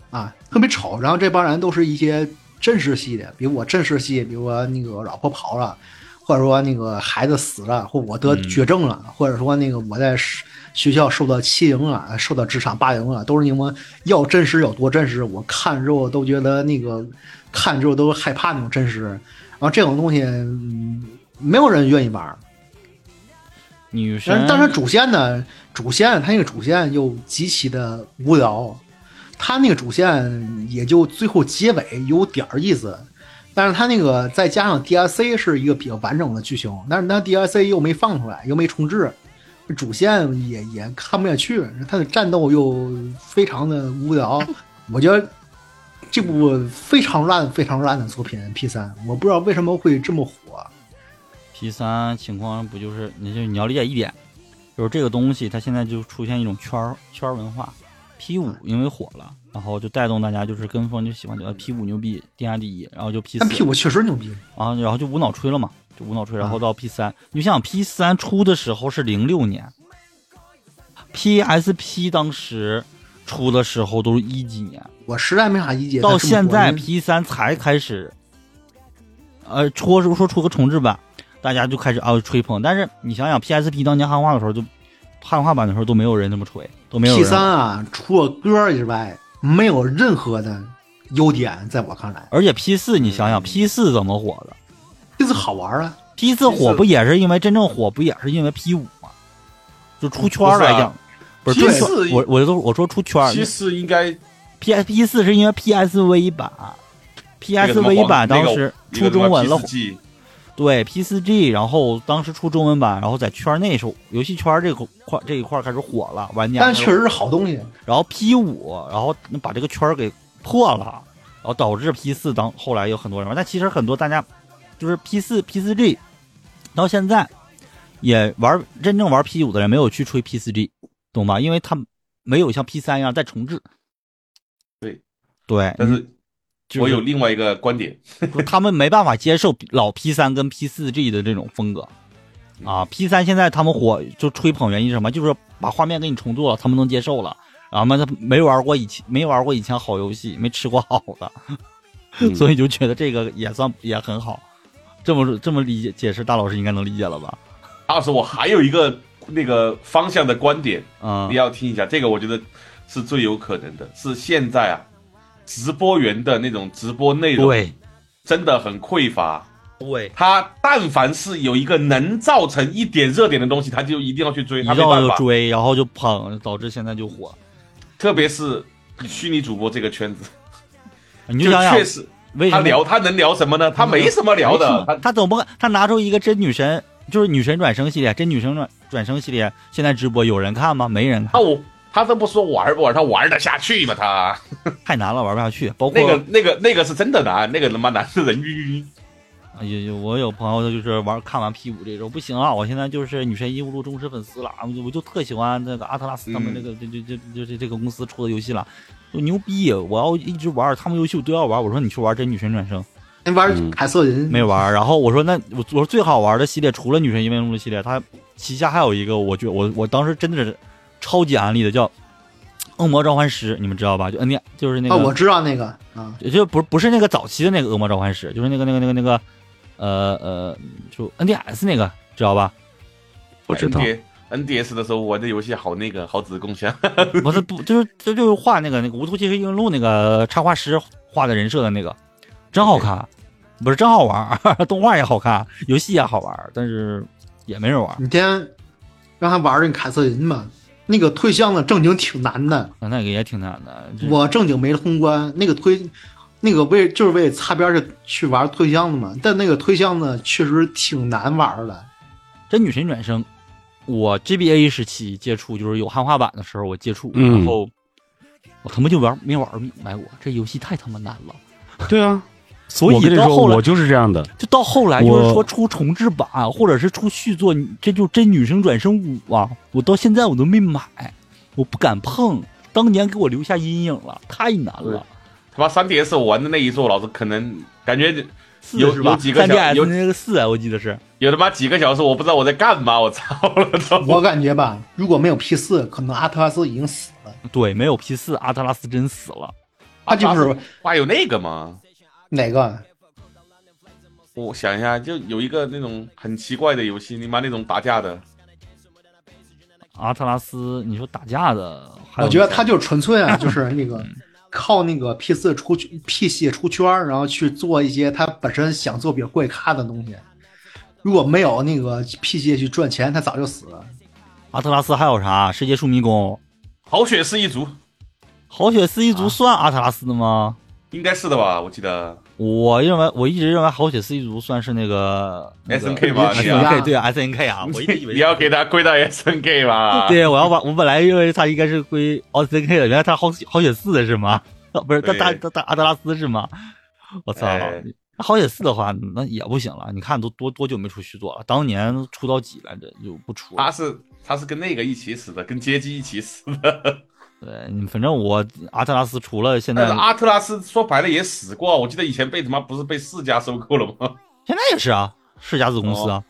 Speaker 2: 啊，特别丑。然后这帮人都是一些真实系的，比如我真实系，比如我那个老婆跑了，或者说那个孩子死了，或者我得绝症了，或者说那个我在是学校受到欺凌了，受到职场霸凌了，都是你们要真实有多真实，我看之后都觉得那个看之后都害怕那种真实。然后这种东西，嗯，没有人愿意玩儿。
Speaker 3: 女
Speaker 2: 但
Speaker 3: 神
Speaker 2: 是，但是主线呢，主线它那个主线又极其的无聊，它那个主线也就最后结尾有点儿意思，但是它那个再加上 DLC 是一个比较完整的剧情，但是它 DLC 又没放出来，又没重置，主线也也看不下去，它的战斗又非常的无聊，我觉得。这部非常烂、非常烂的作品 P 三，我不知道为什么会这么火。
Speaker 3: P 三情况不就是，你就你要理解一点，就是这个东西它现在就出现一种圈儿圈儿文化。P 五因为火了，然后就带动大家就是跟风就喜欢觉得 P 五牛逼，天下第一，然后就 P 四
Speaker 2: 但 P 五确实牛逼，
Speaker 3: 啊，然后就无脑吹了嘛，就无脑吹，然后
Speaker 2: 啊
Speaker 3: 到 P 三、你想想 P 三出的时候是零六年，PSP 当时出的时候都是一几年，
Speaker 2: 我实在没啥理解。
Speaker 3: 到现
Speaker 2: 它这么火
Speaker 3: 在
Speaker 2: 因为
Speaker 3: P 三才开始，呃，说说出个重置版，大家就开始啊吹捧。但是你想想 PSP 当年汉化的时候就，汉化版的时候都没有人那么吹，都没有
Speaker 2: P
Speaker 3: 人。
Speaker 2: 三啊，除了歌以外，没有任何的优点，在我看来，
Speaker 3: 而且 P 四你想想 P 四怎么火的
Speaker 2: 这次好玩啊。
Speaker 3: ？P 四火不也是因为真正火不也是因为 P 五吗？就出圈儿来讲，不是
Speaker 1: P
Speaker 3: 出圈
Speaker 1: 四
Speaker 3: 我我都我说出圈儿
Speaker 1: 嗯其实应该
Speaker 3: P S P 四是因为 PSV 版，PSV 版
Speaker 1: 那个
Speaker 3: 当时
Speaker 1: 那个
Speaker 3: 出中文了
Speaker 1: 什么，P4G
Speaker 3: 对 P 四 G，然后当时出中文版，然后在圈内是游戏圈这个块这一块开始火了，玩家。
Speaker 2: 但确实是好东西，
Speaker 3: 然后 P 五，然后把这个圈儿给破了，然后导致 P 四当后来有很多人玩，但其实很多大家就是 P 四 P 四 G 到现在也玩真正玩 P 五的人没有去吹 P 四 G，懂吧？因为他没有像 P 三一样再重置。
Speaker 1: 对
Speaker 3: 对，
Speaker 1: 但是
Speaker 3: 就是
Speaker 1: 我有另外一个观点，
Speaker 3: 不是他们没办法接受老 P 三跟 P 四 G 的这种风格
Speaker 1: 嗯
Speaker 3: 啊。P 三现在他们火就吹捧原因是什么？就是把画面给你重做了，他们能接受了。然后嘛，他没玩过以前没玩过以前好游戏，没吃过好的，
Speaker 1: 嗯
Speaker 3: 所以就觉得这个也算也很好。这么这么理解解释，大老师应该能理解了吧？
Speaker 1: 当时我还有一个那个方向的观点，
Speaker 3: 嗯
Speaker 1: 你，要听一下，这个我觉得是最有可能的，是现在啊，直播员的那种直播内容
Speaker 3: 对
Speaker 1: 真的很匮乏。
Speaker 3: 对，
Speaker 1: 他但凡是有一个能造成一点热点的东西，他就一定要去追，
Speaker 3: 一
Speaker 1: 他没
Speaker 3: 绕
Speaker 1: 办
Speaker 3: 就
Speaker 1: 法。
Speaker 3: 追，然后就捧，导致现在就火。
Speaker 1: 特别是虚拟主播这个圈子，
Speaker 3: 你
Speaker 1: 就
Speaker 3: 想想
Speaker 1: 确，实
Speaker 3: 为什
Speaker 1: 他
Speaker 3: 么
Speaker 1: 聊他能聊什么呢？他没什么聊的，他
Speaker 3: 哎他总不他拿出一个真女神，就是女神转生系列，真女神转转生系列现在直播有人看吗？没人
Speaker 1: 他
Speaker 3: 看，
Speaker 1: 我他都不说玩不玩，他玩得下去吗？他
Speaker 3: 太难了，玩不下去。包括
Speaker 1: 那个那个那个是真的难，那个他妈难是人晕晕。
Speaker 3: 哎呦呦我有朋友他就是玩看完 P 五这种不行啊，我现在就是女神异闻录忠实粉丝了，我就我就特喜欢那个阿特拉斯他们
Speaker 1: 嗯
Speaker 3: 那个、就就就就这这个公司出的游戏了，就牛逼，我要一直玩，他们游戏我都要玩。我说你去玩真女神转生。
Speaker 2: 那玩
Speaker 5: 嗯
Speaker 2: 凯瑟琳
Speaker 3: 没玩儿。然后我说那我我说最好玩的系列除了《女神异闻录》的系列，它旗下还有一个，我觉我我当时真的是超级安利的，叫《恶魔召唤师》，你们知道吧？就 N D 就是那
Speaker 2: 啊，
Speaker 3: 个，
Speaker 2: 我知道那个啊，
Speaker 3: 就就不是不是那个早期的那个《恶魔召唤师》，就是那个那个那个那个呃呃，就 N D S 那个，知道吧？
Speaker 5: 不知道
Speaker 1: NDS NDS 的时候玩的游戏好那个好子贡献，
Speaker 3: 不是不就是这就是画那个那个《无头骑士异闻录》那个插画师画的人设的那个，真好看。不是真好玩儿， 动画也好看，游戏也好玩儿，但是也没人玩儿。
Speaker 2: 你天天让他玩那凯瑟琳吧，那个推箱子正经挺难的，
Speaker 3: 啊那个也挺难的。这
Speaker 2: 我正经没通关，那个推。那个为就是为擦边去去玩推箱子嘛，但那个推箱子确实挺难玩的。
Speaker 3: 真女神转生，我 GBA 时期接触，就是有汉化版的时候我接触，
Speaker 5: 嗯
Speaker 3: 然后我他妈就玩没玩明白过，这游戏太他妈难了。
Speaker 5: 对啊，
Speaker 3: 所
Speaker 5: 我跟
Speaker 3: 以
Speaker 5: 你
Speaker 3: 到
Speaker 5: 说，
Speaker 3: 后来
Speaker 5: 我就是这样的。
Speaker 3: 就到后来就是
Speaker 5: 我
Speaker 3: 说出重制版，或者是出续作，你这就真女生转生五啊，我到现在我都没买，我不敢碰，当年给我留下阴影了，太难了。
Speaker 1: 他妈三 DS 我玩的那一座，老子可能感觉
Speaker 3: 四
Speaker 1: 有
Speaker 3: 是吧？
Speaker 1: 有几个
Speaker 3: 三
Speaker 1: 小
Speaker 3: DS
Speaker 1: 有
Speaker 3: 那个四，啊我记得是。
Speaker 1: 有他妈几个小时，我不知道我在干嘛，我操了都。
Speaker 2: 我感觉吧，如果没有 P 四，可能阿特拉斯已经死了。
Speaker 3: 对，没有 P 四，阿特拉斯真死了。
Speaker 2: 他就是
Speaker 1: 哇，有那个吗？
Speaker 2: 哪个？
Speaker 1: 我想一下，就有一个那种很奇怪的游戏，你妈那种打架的，
Speaker 3: 阿特拉斯，你说打架的，还有嗯
Speaker 2: 我觉得他就纯粹啊，就是那个靠那个 P 四出 P 系出圈儿，然后去做一些他本身想做比较贵咖的东西。如果没有那个 P 系去赚钱，他早就死了。
Speaker 3: 阿特拉斯还有啥？世界树迷宫，
Speaker 1: 好雪是一族，
Speaker 3: 好雪四一
Speaker 1: 啊
Speaker 3: 族算阿特拉斯的吗？
Speaker 1: 应该是的吧？我记得
Speaker 3: 我认为我一直认为好雪四一族算是那个那个
Speaker 1: SNK 吧
Speaker 2: 你啊
Speaker 3: SNK 对啊 SNK 啊，我一直以为
Speaker 1: 你要给他归到 SNK 吧？
Speaker 3: 对，啊我要把我本来认为他应该是归 SNK 的，原来他好好雪四的是吗？ 啊不是，他
Speaker 1: 对
Speaker 3: 他他他阿特拉斯是吗？我操！
Speaker 1: 哎
Speaker 3: 那好雪四的话，那也不行了。你看都多多久没出续作了？当年出到几来着？就不出了。
Speaker 1: 他是他是跟那个一起死的，跟街机一起死的。
Speaker 3: 对，你反正我阿特拉斯除了现在
Speaker 1: 但是，啊阿特拉斯说白了也死过，我记得以前被他妈不是被世嘉收购了吗？
Speaker 3: 现在也是啊，世家子公司啊。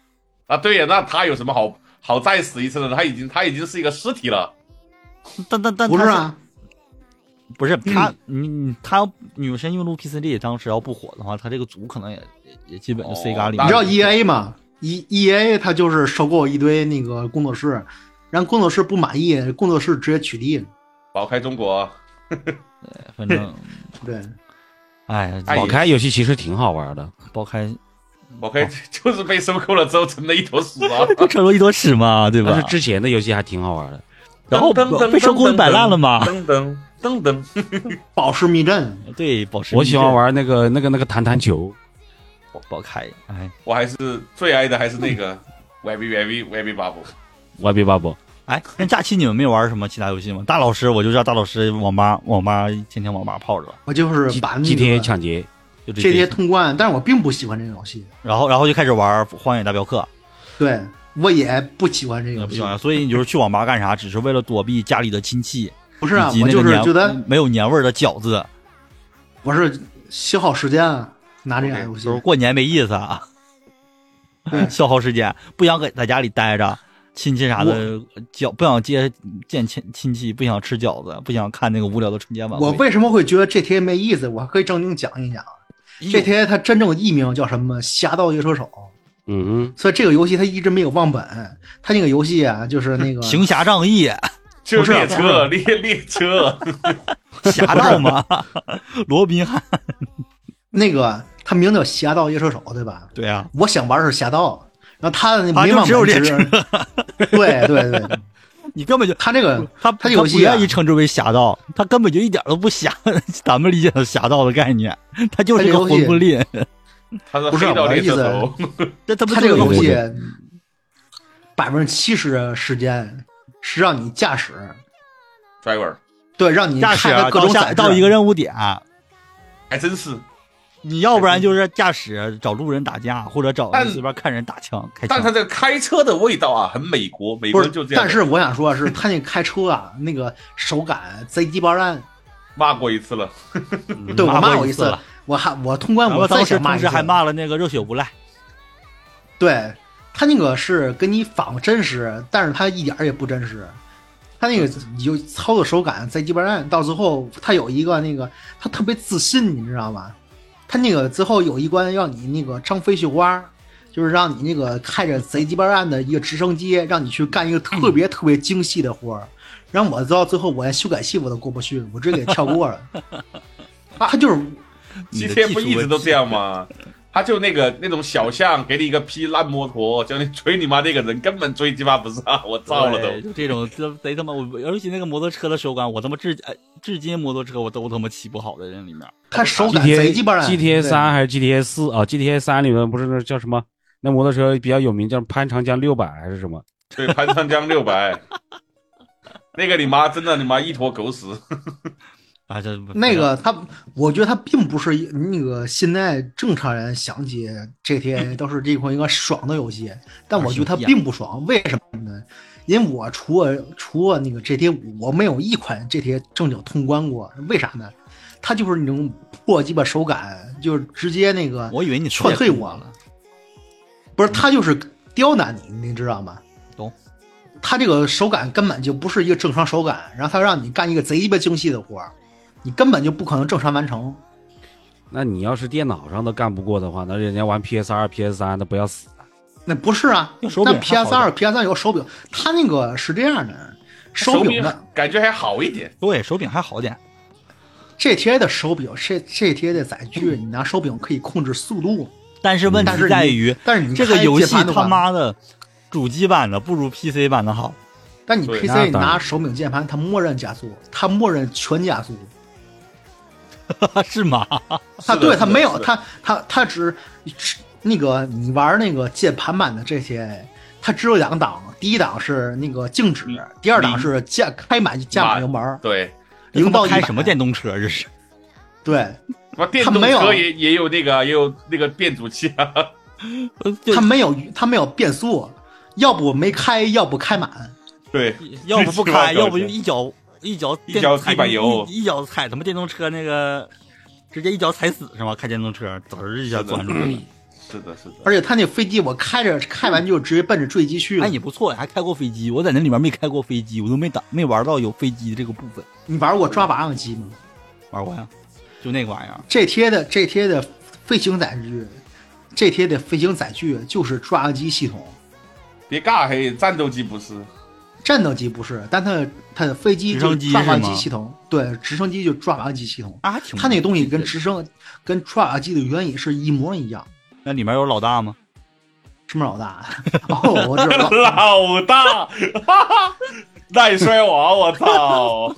Speaker 1: 啊，对呀，那他有什么好好再死一次的？他已经他已经是一个尸体了。
Speaker 3: 但但但
Speaker 2: 不是
Speaker 3: 他
Speaker 2: 啊，嗯
Speaker 3: 不是他，你你他要女神异闻录 P C D 当时要不火的话，他这个组可能也也也基本就
Speaker 1: 哦
Speaker 3: C 咖里
Speaker 1: 那
Speaker 3: 面。
Speaker 2: 你知道
Speaker 1: 啊
Speaker 2: E A 吗？E E A 他就是收购一堆那个工作室，然后工作室不满意，工作室直接取缔。
Speaker 1: 保开中国，啊
Speaker 3: 反正，
Speaker 2: 对，
Speaker 3: 哎呀，
Speaker 1: 哎
Speaker 5: 宝开游戏其实挺好玩的，
Speaker 3: 爆开
Speaker 1: 保
Speaker 2: 哦
Speaker 1: 开 就是被收购了之后成了一坨 屎啊！
Speaker 3: 不成了一坨屎嘛，对
Speaker 5: 但
Speaker 3: 吧
Speaker 5: 是？之前的游戏还挺好玩的。
Speaker 3: 然后
Speaker 1: 噔噔
Speaker 3: 被收购摆烂了嘛。
Speaker 1: 噔噔噔噔，
Speaker 2: 宝石密阵，
Speaker 3: 对，保持
Speaker 5: 我喜欢玩那个那个那个弹弹球，
Speaker 3: 爆开，哎
Speaker 1: 我还是最爱的还是那个
Speaker 2: 嗯
Speaker 1: Webby Webby Webby Bubble。
Speaker 5: 外 b 巴 b
Speaker 3: 哎，那假期你们没有玩什么其他游戏吗？大老师，我就知道大老师网吧网吧天天网吧泡着，
Speaker 2: 我就是把那
Speaker 5: GTA
Speaker 2: 个
Speaker 5: 抢劫，
Speaker 3: 就这
Speaker 2: 这
Speaker 3: 些
Speaker 2: 些。通关，但是我并不喜欢这个游戏，
Speaker 3: 然后然后就开始玩《荒野大镖客》，
Speaker 2: 对我也不喜欢这个
Speaker 3: 也
Speaker 2: 游
Speaker 3: 嗯不
Speaker 2: 戏
Speaker 3: 喜。欢，所以你就是去网吧干啥？只是为了躲避家里的亲戚，
Speaker 2: 不是啊
Speaker 3: 以，及
Speaker 2: 我
Speaker 3: 那
Speaker 2: 就
Speaker 3: 个嗯
Speaker 2: 是
Speaker 3: 年
Speaker 2: 觉得
Speaker 3: 没有年味儿的饺子，
Speaker 2: 我是消耗时间啊，拿这样的游戏
Speaker 3: 就是过年没意思啊， 消耗时间，不想给在家里待着，亲戚啥的饺不想接见亲亲戚，不想吃饺子，不想看那个无聊的春节晚会。
Speaker 2: 我为什么会觉得 GTA 没意思？我可以正经讲一讲，GTA 它真正的艺名叫什么？《侠盗猎车手》。
Speaker 5: 嗯
Speaker 2: 所以这个游戏它一直没有忘本，它那个游戏啊，就是那个
Speaker 3: 行侠仗义，
Speaker 1: 就
Speaker 2: 不是啊
Speaker 1: 列车， 列列车，
Speaker 3: 侠盗嘛， 罗宾汉，
Speaker 2: 那个它名叫《侠盗猎车手》，对吧？
Speaker 3: 对啊，
Speaker 2: 我想玩的是侠盗，然后它的
Speaker 3: 啊
Speaker 2: 没
Speaker 3: 就
Speaker 2: 忘
Speaker 3: 只有
Speaker 2: 本
Speaker 3: 猎
Speaker 2: 是， 对对对，
Speaker 3: 你根本就
Speaker 2: 它这个
Speaker 3: 他
Speaker 2: 他有
Speaker 3: 不
Speaker 2: 戏啊
Speaker 3: 愿意称之为侠盗，他根本就一点都不侠， 咱们理解的侠盗的概念，他就是一个
Speaker 2: 他这游
Speaker 3: 混
Speaker 2: 戏
Speaker 3: 不吝，
Speaker 1: 他是
Speaker 2: 不是啊
Speaker 1: 黑道
Speaker 2: 我的
Speaker 1: 列
Speaker 2: 意
Speaker 1: 车
Speaker 2: 思
Speaker 1: 手。
Speaker 3: 这他妈
Speaker 2: 它这
Speaker 3: 就
Speaker 2: 个
Speaker 3: 是
Speaker 2: 游
Speaker 3: 混不吝
Speaker 2: 戏百分之七十的时间是让你驾驶，
Speaker 1: driver，
Speaker 2: 对，让你
Speaker 3: 驾驶
Speaker 2: 看它各
Speaker 3: 找
Speaker 2: 种
Speaker 3: 下
Speaker 2: 载
Speaker 3: 到
Speaker 2: 制
Speaker 3: 一个任务点，
Speaker 1: 还真是。
Speaker 3: 你要不然就是驾驶找路人打架，或者找
Speaker 1: 但
Speaker 3: 随便看人打枪开
Speaker 1: 但他
Speaker 3: 枪。
Speaker 1: 这个开车的味道啊，很美国，美
Speaker 2: 不
Speaker 1: 国
Speaker 2: 是
Speaker 1: 人就，这样。
Speaker 2: 但是我想说的是，他那开车啊，那个手感贼鸡巴烂。
Speaker 1: 骂过一次了，
Speaker 2: 对我
Speaker 3: 骂
Speaker 2: 骂
Speaker 3: 嗯过
Speaker 2: 过
Speaker 3: 一
Speaker 2: 一
Speaker 3: 次
Speaker 2: 次
Speaker 3: 了，
Speaker 2: 我还我通关
Speaker 3: 然后
Speaker 2: 我
Speaker 3: 当
Speaker 2: 再
Speaker 3: 时
Speaker 2: 想骂
Speaker 3: 同
Speaker 2: 一
Speaker 3: 时
Speaker 2: 次。
Speaker 3: 还骂了那个热血无赖，
Speaker 2: 对他那个是跟你仿真实，但是他一点儿也不真实。他那个有操作手感贼鸡巴烂，到最后他有一个那个他特别自信，你知道吗？他那个之后有一关让你那个张飞绣花，就是让你那个开着贼鸡巴烂的一个直升机，让你去干一个特别特别精细的活儿。然后我到最后我连修改器我都过不去，我直接给跳过了。他就是
Speaker 3: 你的
Speaker 1: GTA
Speaker 3: 技
Speaker 1: 不
Speaker 3: 术
Speaker 1: 一直
Speaker 3: 问
Speaker 1: 都
Speaker 3: 题
Speaker 1: 这样吗？ 他就那个那种小巷，给你一个批烂摩托，叫你追你妈那个人根本追鸡巴不上， 我操了
Speaker 3: 对
Speaker 1: 都。
Speaker 3: 就这种这贼他妈，我尤其那个摩托车的手感，我他妈至哎至今摩托车我都他妈骑不好的人里面，
Speaker 2: 他手感贼
Speaker 5: GTA
Speaker 2: 鸡巴烂。对
Speaker 5: GTA 三还是 GTA 四啊？GTA 三里面不是那叫什么？那摩托车比较有名，叫潘长江六百还是什么？
Speaker 1: 对，潘长江六百， 那个你妈真的你妈一 坨狗屎。
Speaker 3: 啊，这
Speaker 2: 那个他，我觉得他并不是一那个现在正常人想起 GTA 都是这款一个爽的游戏，但我觉得它并不爽，为什么呢？因为我除了除了那个 GTA 五，我没有一款 GTA 正经通关过，为啥呢？它就是那种破鸡巴手感，就是直接那个
Speaker 3: 我以为你
Speaker 2: 劝退我了，不是，他就是刁难你，你知道吗？
Speaker 3: 懂。
Speaker 2: 他这个手感根本就不是一个正常手感，然后他让你干一个贼鸡巴精细的活儿，你根本就不可能正常完成。
Speaker 5: 那你要是电脑上都干不过的话，那人家玩 PS 二、PS 三那不要死？
Speaker 2: 那不是啊，
Speaker 3: 用手柄
Speaker 2: 那 PS
Speaker 3: 还好
Speaker 2: 二、PS 三有手柄，它那个是这样的，手
Speaker 1: 手
Speaker 2: 柄
Speaker 1: 柄啊
Speaker 2: 的
Speaker 1: 感觉还好一点，
Speaker 3: 对手柄还好点，
Speaker 2: GTA 的手柄，G GTA 的载具，你拿手柄可以控制速度，
Speaker 3: 嗯但是问
Speaker 2: 嗯但是
Speaker 3: 题
Speaker 2: 你
Speaker 3: 在于
Speaker 2: 但是你
Speaker 3: 这个
Speaker 2: 开
Speaker 3: 游
Speaker 2: 键
Speaker 3: 戏
Speaker 2: 盘的
Speaker 3: 他
Speaker 2: 话，
Speaker 3: 妈的主机版的不如 PC 版的好。
Speaker 2: 但你
Speaker 1: 对
Speaker 2: PC
Speaker 5: 那
Speaker 2: 你
Speaker 5: 当然
Speaker 2: 拿手柄键盘，它默认加速，它默认全加速，
Speaker 3: 是吗？
Speaker 2: 他
Speaker 1: 是的
Speaker 2: 对
Speaker 1: 是
Speaker 2: 他
Speaker 1: 的
Speaker 2: 没
Speaker 1: 是
Speaker 2: 有
Speaker 1: 的
Speaker 2: 他他他只只那个你玩那个键盘版的这些，它只有两档，第一档是那个静止
Speaker 1: 嗯，
Speaker 2: 第二档是加开满加满油门，
Speaker 1: 对，
Speaker 2: 零到
Speaker 3: 这他妈
Speaker 2: 一
Speaker 3: 开
Speaker 2: 百
Speaker 3: 什么电动车这是？
Speaker 2: 对，
Speaker 1: 那电
Speaker 2: 它
Speaker 1: 动
Speaker 2: 没有
Speaker 1: 车也也有那个也有那个变阻器啊，
Speaker 2: 它没有它没有变速，要不没开，要不开满。
Speaker 1: 对，
Speaker 3: 要不不
Speaker 1: 这
Speaker 3: 开，
Speaker 1: 这
Speaker 3: 要不就一脚一脚
Speaker 1: 一
Speaker 3: 电
Speaker 1: 脚
Speaker 3: 踩
Speaker 1: 地板油
Speaker 3: 一一脚踩他妈电动车那个，直接一脚踩死是吗？开电动车，早就一下钻出去了。
Speaker 1: 是的，是的，
Speaker 2: 而且它那飞机我开着开完就直接奔着坠机去了。
Speaker 3: 哎，你不错呀，还开过飞机，我在那里面没开过飞机，我都没打没玩到有飞机的这个部分，
Speaker 2: 你玩过抓娃娃机吗
Speaker 3: 玩过呀，就那个玩意儿。
Speaker 2: ？GTA 的 GTA 的飞行载具，GTA 的飞行载具就是抓娃娃机系统。
Speaker 1: 别尬黑，战斗机不 是，，
Speaker 2: 战斗机不是，但它的它的飞机
Speaker 3: 直
Speaker 2: 就是
Speaker 3: 升机
Speaker 2: 抓娃
Speaker 3: 是
Speaker 2: 娃机
Speaker 3: 吗
Speaker 2: 系统，对，直升机就抓娃娃机系统。
Speaker 3: 啊，还挺
Speaker 2: 它那东西跟
Speaker 3: 对
Speaker 2: 直升跟抓娃娃机的原理是一模一样。
Speaker 3: 那里面有老大吗？
Speaker 2: 什么老 大？哦，我知道
Speaker 1: 老大，哈哈， 耐摔王，我 操，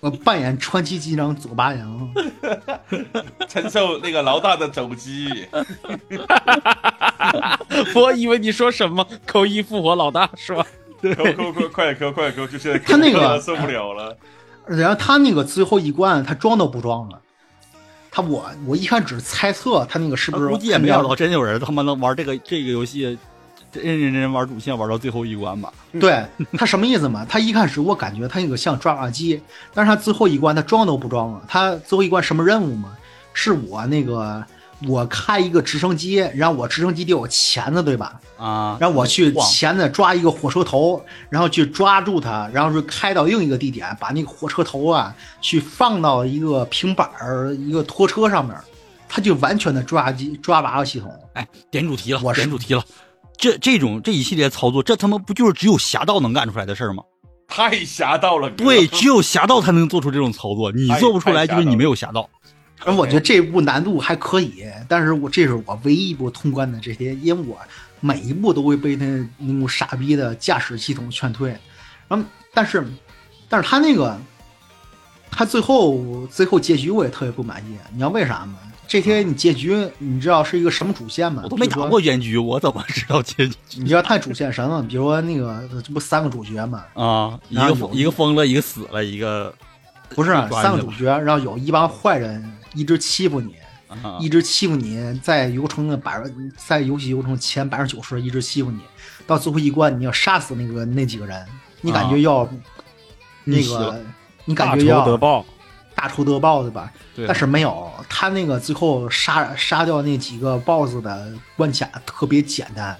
Speaker 2: 我扮演川崎机长左八阳。
Speaker 1: 承受那个老大的肘击，
Speaker 5: 我以为你说什么扣一复活老大是吧？
Speaker 1: 扣扣扣，快点扣，快点扣，就现在
Speaker 2: 他那个
Speaker 1: 受不了了，
Speaker 2: 然后他那个最后一关，他装都不装了。他我我一开始猜测他那个是不是
Speaker 3: 啊估计也没
Speaker 2: 有
Speaker 3: 想到真有人他妈能玩这个这个游戏，认认真真玩主线玩到最后一关吧？
Speaker 2: 对他什么意思嘛？他一开始我感觉他那个像抓娃机，但是他最后一关他装都不装了。他最后一关什么任务嘛？是我那个我开一个直升机，然后我直升机得有钳子对吧？
Speaker 3: 啊，
Speaker 2: 然后我去
Speaker 3: 晃
Speaker 2: 钳子抓一个火车头，然后去抓住它，然后就开到另一个地点，把那个火车头啊去放到一个平板儿一个拖车上面，他就完全的抓机抓娃娃系统。
Speaker 3: 哎，点主题了，
Speaker 2: 我是
Speaker 3: 点主题了。这这种这一系列操作，这他妈不就是只有侠盗能干出来的事儿吗？
Speaker 1: 太侠盗了，哥
Speaker 3: 对，只有侠盗才能做出这种操作，你做不出来就是你没有侠盗。
Speaker 2: 然后我觉得这部难度还可以，但是我这是我唯一一部通关的这些，因为我每一步都会被那那种傻逼的驾驶系统劝退。然后，但是，但是他那个，他最后最后结局我也特别不满意。你知道为啥吗？这些你结局你知道是一个什么主线吗？
Speaker 3: 我都没
Speaker 2: 比如
Speaker 3: 打
Speaker 2: 说
Speaker 3: 过原局，我怎么知道结局
Speaker 2: 你知道他主线什么？比如说那个这不三个主角吗？
Speaker 3: 啊？一
Speaker 2: 哪
Speaker 3: 个
Speaker 2: 有
Speaker 3: 疯一个疯了，一个死了，一个
Speaker 2: 不是
Speaker 3: 抓
Speaker 2: 三
Speaker 3: 你
Speaker 2: 个
Speaker 3: 了
Speaker 2: 主角，然后有一帮坏人一直欺负你。
Speaker 3: 啊
Speaker 2: 一直欺负你，在游程的百分，在游戏游程前百分之九十一直欺负你，到最后一关你要杀死那个那几个人，你感觉要、那
Speaker 3: 逆袭了
Speaker 2: 个，你
Speaker 5: 啊大
Speaker 2: 感
Speaker 5: 仇
Speaker 2: 觉要
Speaker 5: 得报，
Speaker 2: 大仇得报对吧？
Speaker 5: 对
Speaker 2: 但是没有，他那个最后杀杀掉那几个 BOSS 的关卡特别简单，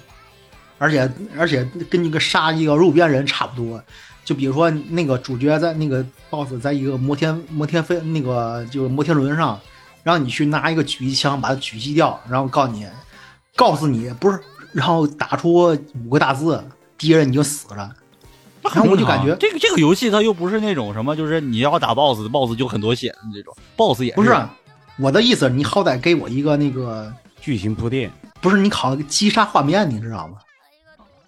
Speaker 2: 而且而且跟那个杀一个路边人差不多。就比如说那个主角在那个 BOSS 在一个摩天摩天飞那个就是摩天轮上，让你去拿一个狙击枪把它狙击掉，然后告诉你，告诉你不是，然后打出五个大字，敌人你就死了。然后我就感觉
Speaker 3: 啊这个这个游戏它又不是那种什么，就是你要打 BOSS，BOSS 就很多血的那种，BOSS 也
Speaker 2: 不是啊我的意思，你好歹给我一个那个
Speaker 5: 剧情铺垫。
Speaker 2: 不是你考个击杀画面，你知道吗？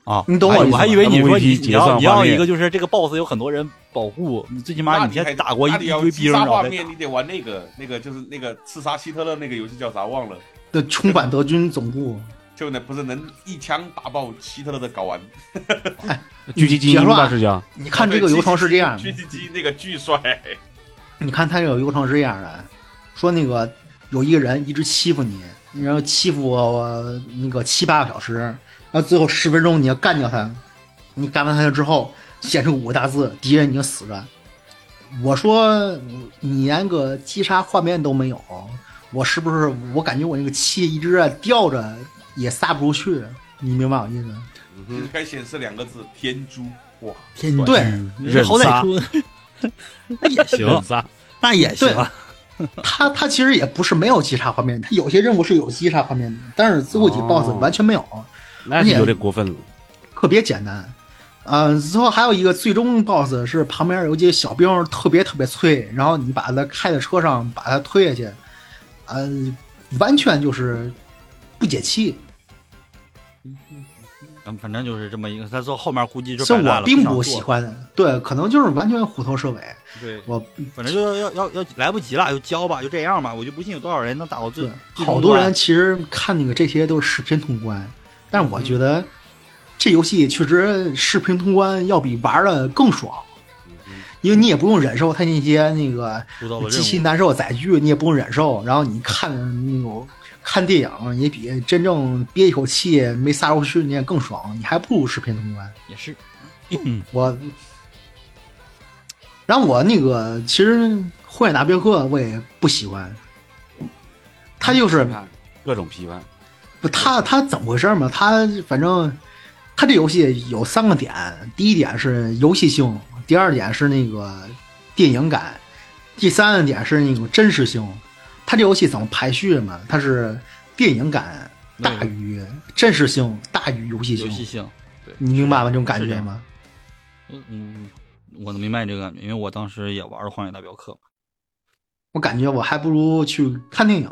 Speaker 3: 啊，
Speaker 2: 你懂我意思
Speaker 3: 我
Speaker 2: 吧
Speaker 3: 还以为你说你
Speaker 5: MVP
Speaker 3: 你
Speaker 5: 结算
Speaker 3: 要你要
Speaker 5: 画面
Speaker 3: 一个就是这个 boss 有很多人保护，你最起
Speaker 1: 那
Speaker 3: 码
Speaker 1: 你还
Speaker 3: 先打过一
Speaker 1: 那
Speaker 3: 一
Speaker 1: 你要
Speaker 3: 堆
Speaker 1: 击
Speaker 3: 兵，
Speaker 1: 杀
Speaker 3: 然
Speaker 1: 画
Speaker 3: 后再
Speaker 1: 面，你得玩那个那个就是那个刺杀希特勒那个游戏叫啥忘了。
Speaker 2: 的冲版德军总部，
Speaker 1: 就能不是能一枪打爆希特勒的睾丸。
Speaker 2: 嗯
Speaker 5: 狙击精英
Speaker 2: 别乱
Speaker 5: 吧，这叫
Speaker 2: 你看这个流程是这样的，
Speaker 1: 狙击机那个巨帅，
Speaker 2: 你看他有流程是这样的，说那个有一个人一直欺负你，然后欺负我、那个七八个小时，然后最后十分钟你要干掉他，你干完他之后显示五个大字：敌人已经死了。我说你连个击杀画面都没有，我是不是我感觉我那个气一直啊吊着也撒不出去？你明白我意思？
Speaker 1: 应该显示两个字天珠。哇，
Speaker 9: 天
Speaker 1: 对
Speaker 2: 对，
Speaker 9: 忍
Speaker 3: 好
Speaker 9: 仨
Speaker 3: 歹说那 也
Speaker 9: 忍
Speaker 3: 行，
Speaker 9: 仨，
Speaker 3: 那也行
Speaker 2: 对。他他其实也不是没有击杀画面，他有些任务是有击杀画面的，但是最后几个
Speaker 5: 哦
Speaker 2: BOSS 完全没有。
Speaker 5: 那就有点过分了。
Speaker 2: 特别简单。呃，之后还有一个最终 BOSS 是旁边有一个小兵特别特别脆，然后你把他开在车上把他推下去，呃，完全就是不解气。
Speaker 3: 嗯，反正就是这么一个，他说后面估计就
Speaker 2: 所
Speaker 3: 摆
Speaker 2: 以
Speaker 3: 烂
Speaker 2: 我
Speaker 3: 了
Speaker 2: 并
Speaker 3: 想
Speaker 2: 不
Speaker 3: 做
Speaker 2: 喜
Speaker 3: 了
Speaker 2: 欢，对，可能就是完全虎头蛇尾。
Speaker 3: 对，
Speaker 2: 我
Speaker 3: 反正就要要要来不及了，就交吧，就这样吧。我就不信有多少人能打到最
Speaker 2: 对，好多人其实看那个这些都是视频通关，但是我觉
Speaker 3: 嗯
Speaker 2: 得这游戏确实视频通关要比玩的更爽，因为你也不用忍受他那些那个
Speaker 3: 出嗯到了任
Speaker 2: 极其
Speaker 3: 务。
Speaker 2: 难受的载具，你也不用忍受。然后你看那种看电影，也比真正憋一口气没撒出去那样更爽，你还不如视频通关。
Speaker 3: 也是，
Speaker 2: 我，然后我那个其实《荒野大镖客》我也不喜欢，他就是
Speaker 5: 批判嗯各种批判，
Speaker 2: 不他他怎么回事嘛？他反正他这游戏有三个点，第一点是游戏性，第二点是那个电影感，第三个点是那种真实性。他这游戏怎么排序嘛？它是电影感大于真实性大于游戏
Speaker 3: 游戏
Speaker 2: 性，
Speaker 3: 性。
Speaker 2: 你明白吗？这种感
Speaker 3: 是这
Speaker 2: 觉
Speaker 3: 样
Speaker 2: 吗？
Speaker 3: 嗯嗯，我能明白你这个感觉，因为我当时也玩《荒野大镖客》
Speaker 2: 哦
Speaker 3: 嘛。
Speaker 2: 我感觉我还不如去看电影，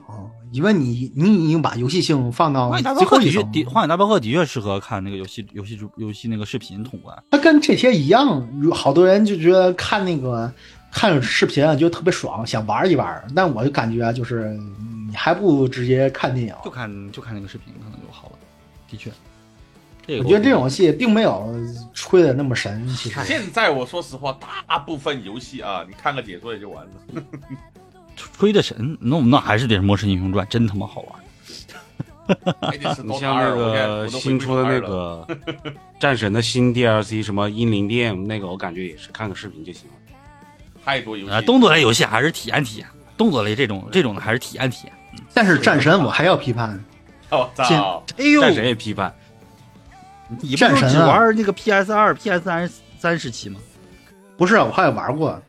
Speaker 2: 因为你你已经把游戏性放到
Speaker 3: 《荒野大镖
Speaker 2: 最
Speaker 3: 客
Speaker 2: 后》
Speaker 3: 的
Speaker 2: 一
Speaker 3: 确
Speaker 2: 层，
Speaker 3: 的，《荒野大镖客》的确适合看那个游戏游戏主游戏那个视频通关。
Speaker 2: 它跟这些一样，如好多人就觉得看那个看视频啊，觉得特别爽，想玩一玩。但我就感觉啊就是，嗯你还不如直接看电影。
Speaker 3: 就看就看那个视频可能就好了，的确。这个
Speaker 2: 我觉得这种游戏并没有吹的那么神，其实。
Speaker 1: 现在我说实话，大部分游戏啊，你看个解说也就完了。
Speaker 3: 吹的神，那我们那还是得是《魔神英雄传》，真他妈好玩。
Speaker 1: 哎这是
Speaker 5: 你
Speaker 1: DOTA
Speaker 5: 像那
Speaker 1: 二我现在
Speaker 5: 个
Speaker 1: 我都会
Speaker 5: 新出的
Speaker 1: 玩
Speaker 5: 那
Speaker 1: 了
Speaker 5: 个战神的新 DLC 什么英灵殿那个，我感觉也是看个视频就行了。
Speaker 1: 太多游
Speaker 3: 啊，
Speaker 1: 戏，
Speaker 3: 动作类游戏还是体验体验，动作类这种这种的还是体验体验。
Speaker 2: 但是战神我还要批判，
Speaker 1: 我操！
Speaker 3: 哎呦
Speaker 5: 战神也批判，
Speaker 3: 你不
Speaker 2: 战
Speaker 3: 是
Speaker 2: 神
Speaker 3: 只
Speaker 2: 啊
Speaker 3: 玩那个 PS 二、PS 三三时期吗？
Speaker 2: 不是我还玩过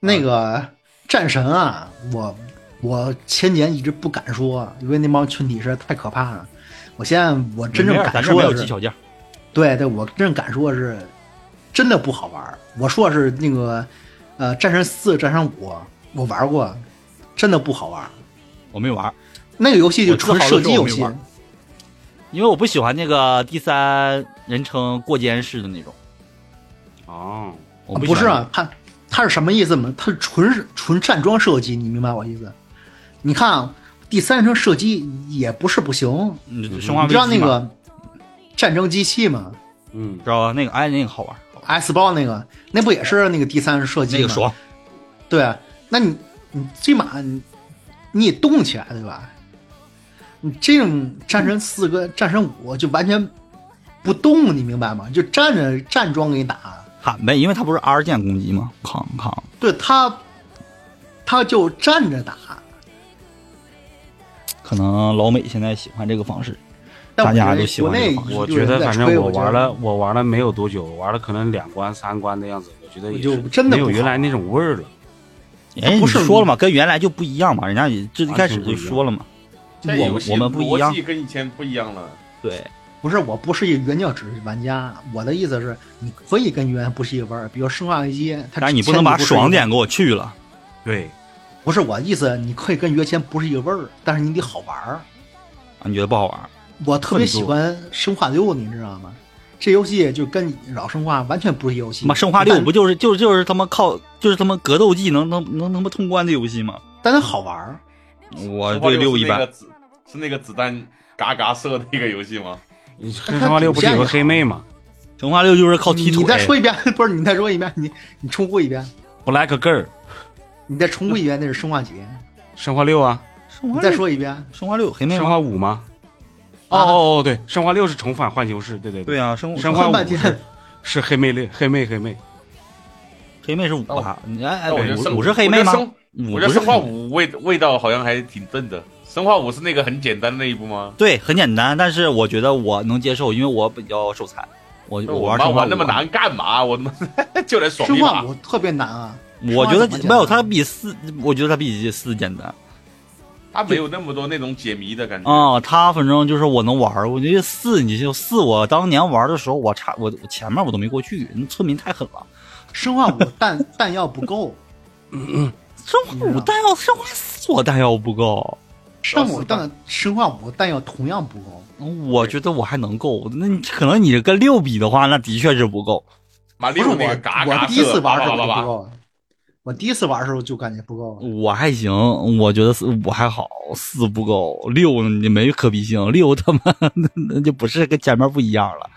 Speaker 2: 那个战神啊，我我前年一直不敢说，因为那帮群体实在太可怕了。我现在我真正
Speaker 3: 没事
Speaker 2: 敢
Speaker 3: 咱这没
Speaker 2: 说
Speaker 3: 有
Speaker 2: 的
Speaker 3: 技
Speaker 2: 是，
Speaker 3: 巧件，
Speaker 2: 对对，我真敢说是真的不好玩儿。我说是那个呃，战神四、战神五，我玩过，真的不好玩儿。
Speaker 3: 我没玩，
Speaker 2: 那个游戏就纯射击游
Speaker 3: 我自
Speaker 2: 戏啊
Speaker 3: 豪地说我没玩，儿因为我不喜欢那个第三人称过肩式的那种。
Speaker 5: 哦，
Speaker 3: 我
Speaker 2: 不
Speaker 3: 喜
Speaker 2: 是
Speaker 3: 欢
Speaker 2: 啊？它它是什么意思吗？它是纯是纯站桩射击，你明白我意思？你看啊，第三人称射击也不是不行，
Speaker 3: 那种，嗯生化
Speaker 2: 你知
Speaker 3: 危机
Speaker 2: 道那
Speaker 3: 嘛
Speaker 2: 个战争机器吗
Speaker 5: 嗯
Speaker 3: 知，道吧？那个哎，那个好玩，
Speaker 2: ？S 包那个，那不也是那个第三人射击
Speaker 3: 那
Speaker 2: 吗？
Speaker 3: 个爽。
Speaker 2: 对啊，那你你最起码你你也动起来对吧？你这种战神四跟战神五就完全不动，你明白吗？就站着站桩给你打，
Speaker 3: 喊呗，因为它不是 R 键攻击吗？扛扛，
Speaker 2: 对他他就站着打，
Speaker 3: 可能老美现在喜欢这个方式。
Speaker 2: 但我
Speaker 3: 大家
Speaker 2: 觉得
Speaker 3: 都喜欢
Speaker 2: 国
Speaker 3: 这
Speaker 2: 内
Speaker 3: 个方式
Speaker 5: 我
Speaker 2: 有
Speaker 5: 觉
Speaker 2: 人
Speaker 5: 得
Speaker 2: 在
Speaker 5: 反
Speaker 2: 吹
Speaker 5: 正
Speaker 2: 我
Speaker 5: 我
Speaker 2: 觉得
Speaker 5: 玩了，我玩了没有多久，我玩了可能两关三关的样子，我觉得
Speaker 2: 我
Speaker 5: 也
Speaker 2: 就是真的
Speaker 5: 没有
Speaker 2: 不
Speaker 5: 原
Speaker 2: 好
Speaker 5: 来那种味儿了。
Speaker 3: 哎，
Speaker 2: 不是
Speaker 3: 你说了嘛，跟原来就不一样嘛，人家也这一开始就说了嘛，
Speaker 1: 现在
Speaker 3: 我
Speaker 1: 游
Speaker 3: 们
Speaker 1: 戏
Speaker 3: 我们不一样
Speaker 1: 逻辑，跟以前不一样了。
Speaker 3: 对，
Speaker 2: 不是，我不是一个原教旨玩家，我的意思是，你可以跟原来不是一个玩儿，比如《生化危机》，它
Speaker 3: 但是你
Speaker 2: 之
Speaker 3: 不
Speaker 2: 前
Speaker 3: 能把
Speaker 2: 就不是
Speaker 3: 爽
Speaker 2: 一个
Speaker 3: 点给我去了，啊
Speaker 5: 对，
Speaker 2: 不是我意思，你可以跟原先不是一个味儿，但是你得好玩儿。
Speaker 3: 啊你觉得不好玩？
Speaker 2: 我特别喜欢《生化六》，你知道吗？这游戏就跟老生化完全不是一游戏。
Speaker 3: 他妈生化六
Speaker 2: 但
Speaker 3: 不就是就是就是他妈靠就是他妈格斗技能能能他妈通关的游戏吗？
Speaker 2: 但它好玩儿。
Speaker 3: 我
Speaker 1: 生化
Speaker 3: 呃对
Speaker 1: 六
Speaker 3: 六一
Speaker 1: 是那
Speaker 3: 般
Speaker 1: 个，子是那个子弹嘎嘎射那个游戏吗？
Speaker 5: 你黑神话六不是有个黑妹吗
Speaker 3: 神话六就是靠踢
Speaker 2: 你
Speaker 3: 腿
Speaker 2: 你，再说一遍， 不是你再说一遍，你你重复一遍，
Speaker 5: ？Black Girl，
Speaker 2: 你再重复一遍，那是生化 几？
Speaker 5: 神话六啊，
Speaker 3: 生
Speaker 2: 你
Speaker 3: 化
Speaker 2: 再
Speaker 3: 六，
Speaker 2: 说一遍，
Speaker 3: 生化六黑妹
Speaker 5: 神
Speaker 3: 吗？
Speaker 5: 话五吗？
Speaker 2: 啊
Speaker 5: 哦哦哦，对，神话六是重返环球市，对对
Speaker 3: 对啊，生
Speaker 5: 神话
Speaker 2: 看
Speaker 5: 五
Speaker 2: 半天
Speaker 5: 是是黑妹六，黑妹黑妹，
Speaker 3: 黑妹是五啊，你哎哎，
Speaker 1: 哦但我觉得生
Speaker 3: 五五是黑妹吗？五不
Speaker 1: 我觉得生我觉得
Speaker 3: 是
Speaker 1: 生化
Speaker 3: 黑妹
Speaker 1: 五味味道好像还挺正的。生化五是那个很简单的那一部吗？
Speaker 3: 对，很简单，但是我觉得我能接受，因为我比较手残，我
Speaker 1: 我
Speaker 3: 玩
Speaker 1: 妈
Speaker 3: 生化
Speaker 1: 玩那
Speaker 3: 五啊
Speaker 1: 么，难干嘛？我他妈 就来爽
Speaker 2: 生
Speaker 1: 一
Speaker 2: 化
Speaker 1: 把。
Speaker 2: 五特别难啊。
Speaker 3: 我觉得
Speaker 2: 生化怎么简单
Speaker 3: 没有它比四，我觉得它比四简单
Speaker 1: 它没有那么多那种解谜的感觉。
Speaker 2: 嗯
Speaker 3: 啊。它反正就是我能玩儿，我觉得四你就四，我当年玩的时候我差我我前面我都没过去，那村民太狠了。
Speaker 2: 生化五弹弹药不够，
Speaker 3: 生
Speaker 2: 哎
Speaker 3: 化五弹药，生化四我弹药不够，
Speaker 2: 上五弹生化五弹药同样不够。
Speaker 3: 我觉得我还能够。那你可能你跟六比的话，那的确是不够。
Speaker 1: 马里
Speaker 2: 不是
Speaker 1: 奥
Speaker 2: 我，
Speaker 1: 那个嘎嘎
Speaker 2: 我第一次玩的时候
Speaker 1: 吧
Speaker 2: 就
Speaker 1: 吧
Speaker 2: 不够，我第一次玩的时候就感觉不够。
Speaker 3: 我还行，我觉得四五还好，四不够，六你没可比性，六他妈 那那就不是跟前面不一样了，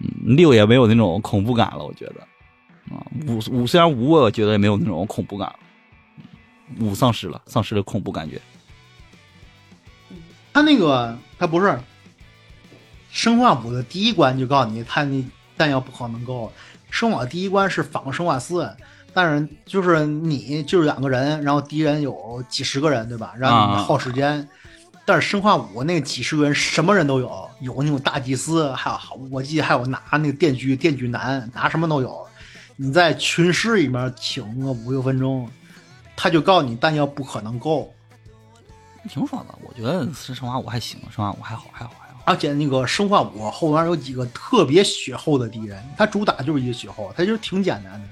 Speaker 3: 嗯，六也没有那种恐怖感了，我觉得，啊，五五虽然五我觉得也没有那种恐怖感了，嗯五丧失了，丧失了恐怖感觉，
Speaker 2: 他那个他不是生化五的第一关就告诉你，他那弹药不可能够。生化第一关是仿生化四，但是就是你就是两个人，然后敌人有几十个人，对吧？然后你
Speaker 3: 啊
Speaker 2: 耗时间。但是生化五那几十个人什么人都有，有那种大祭司，还有我记得还有拿那个电锯电锯男，拿什么都有。你在群尸里面挺个五六分钟，他就告诉你弹药不可能够。
Speaker 3: 挺爽的，我觉得是生化五还行，生化五还好，还好，还好，
Speaker 2: 而且那个生化五后边有几个特别血厚的敌人，它主打就是一个血厚，它就是挺简单的。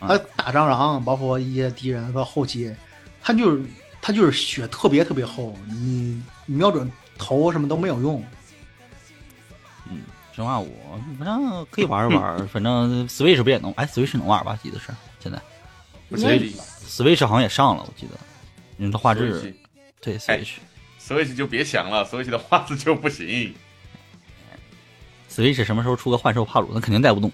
Speaker 2: 它打蟑螂，包括一些敌人到后期，它就是它就是血特别特别厚，你你瞄准头什么都没有用。
Speaker 3: 生化五反正可以玩一玩，反正 Switch 不也能，哎，Switch 能玩吧？记得是现在
Speaker 1: 不是
Speaker 3: Switch 好像也上了，我记得，因为它画质。
Speaker 1: Switch
Speaker 3: 对
Speaker 1: 哎
Speaker 3: Switch、
Speaker 1: Switch 就别想了，Switch 的画质就不行。
Speaker 3: Switch 什么时候出个幻兽帕鲁，那肯定带不动。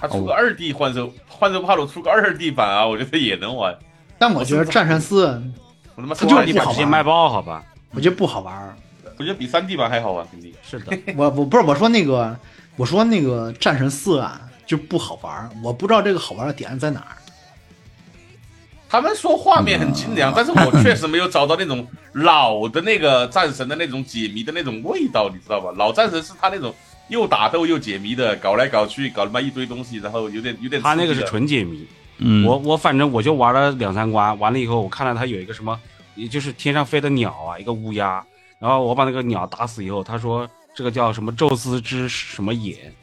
Speaker 1: 它出个
Speaker 3: 哦
Speaker 1: 二 D 幻兽，幻兽帕鲁出个二 D 版啊，我觉得也能玩。
Speaker 2: 但我觉得战神四，
Speaker 1: 我他妈
Speaker 2: 它就是
Speaker 1: 二
Speaker 5: 你
Speaker 1: D
Speaker 5: 把
Speaker 2: 不
Speaker 1: 版
Speaker 5: 直
Speaker 2: 好
Speaker 5: 接
Speaker 2: 玩
Speaker 5: 卖爆好吧？
Speaker 2: 我觉得不好玩儿。
Speaker 1: 我觉得比三 D 版还好玩，肯定。
Speaker 3: 是的，
Speaker 2: 我我不是我说那个我说那个战神四啊就不好玩儿，我不知道这个好玩的点在哪儿。
Speaker 1: 他们说画面很清凉，但是我确实没有找到那种老的那个战神的那种解谜的那种味道，你知道吧？老战神是他那种又打斗又解谜的，搞来搞去，搞他妈一堆东西，然后有点有点
Speaker 5: 他那
Speaker 1: 刺激
Speaker 5: 个是
Speaker 1: 的
Speaker 5: 纯解谜，
Speaker 3: 嗯，
Speaker 5: 我我反正我就玩了两三关，完了以后我看到他有一个什么，也就是天上飞的鸟啊，一个乌鸦，然后我把那个鸟打死以后，他说这个叫什么宙斯之什么眼，
Speaker 3: 啊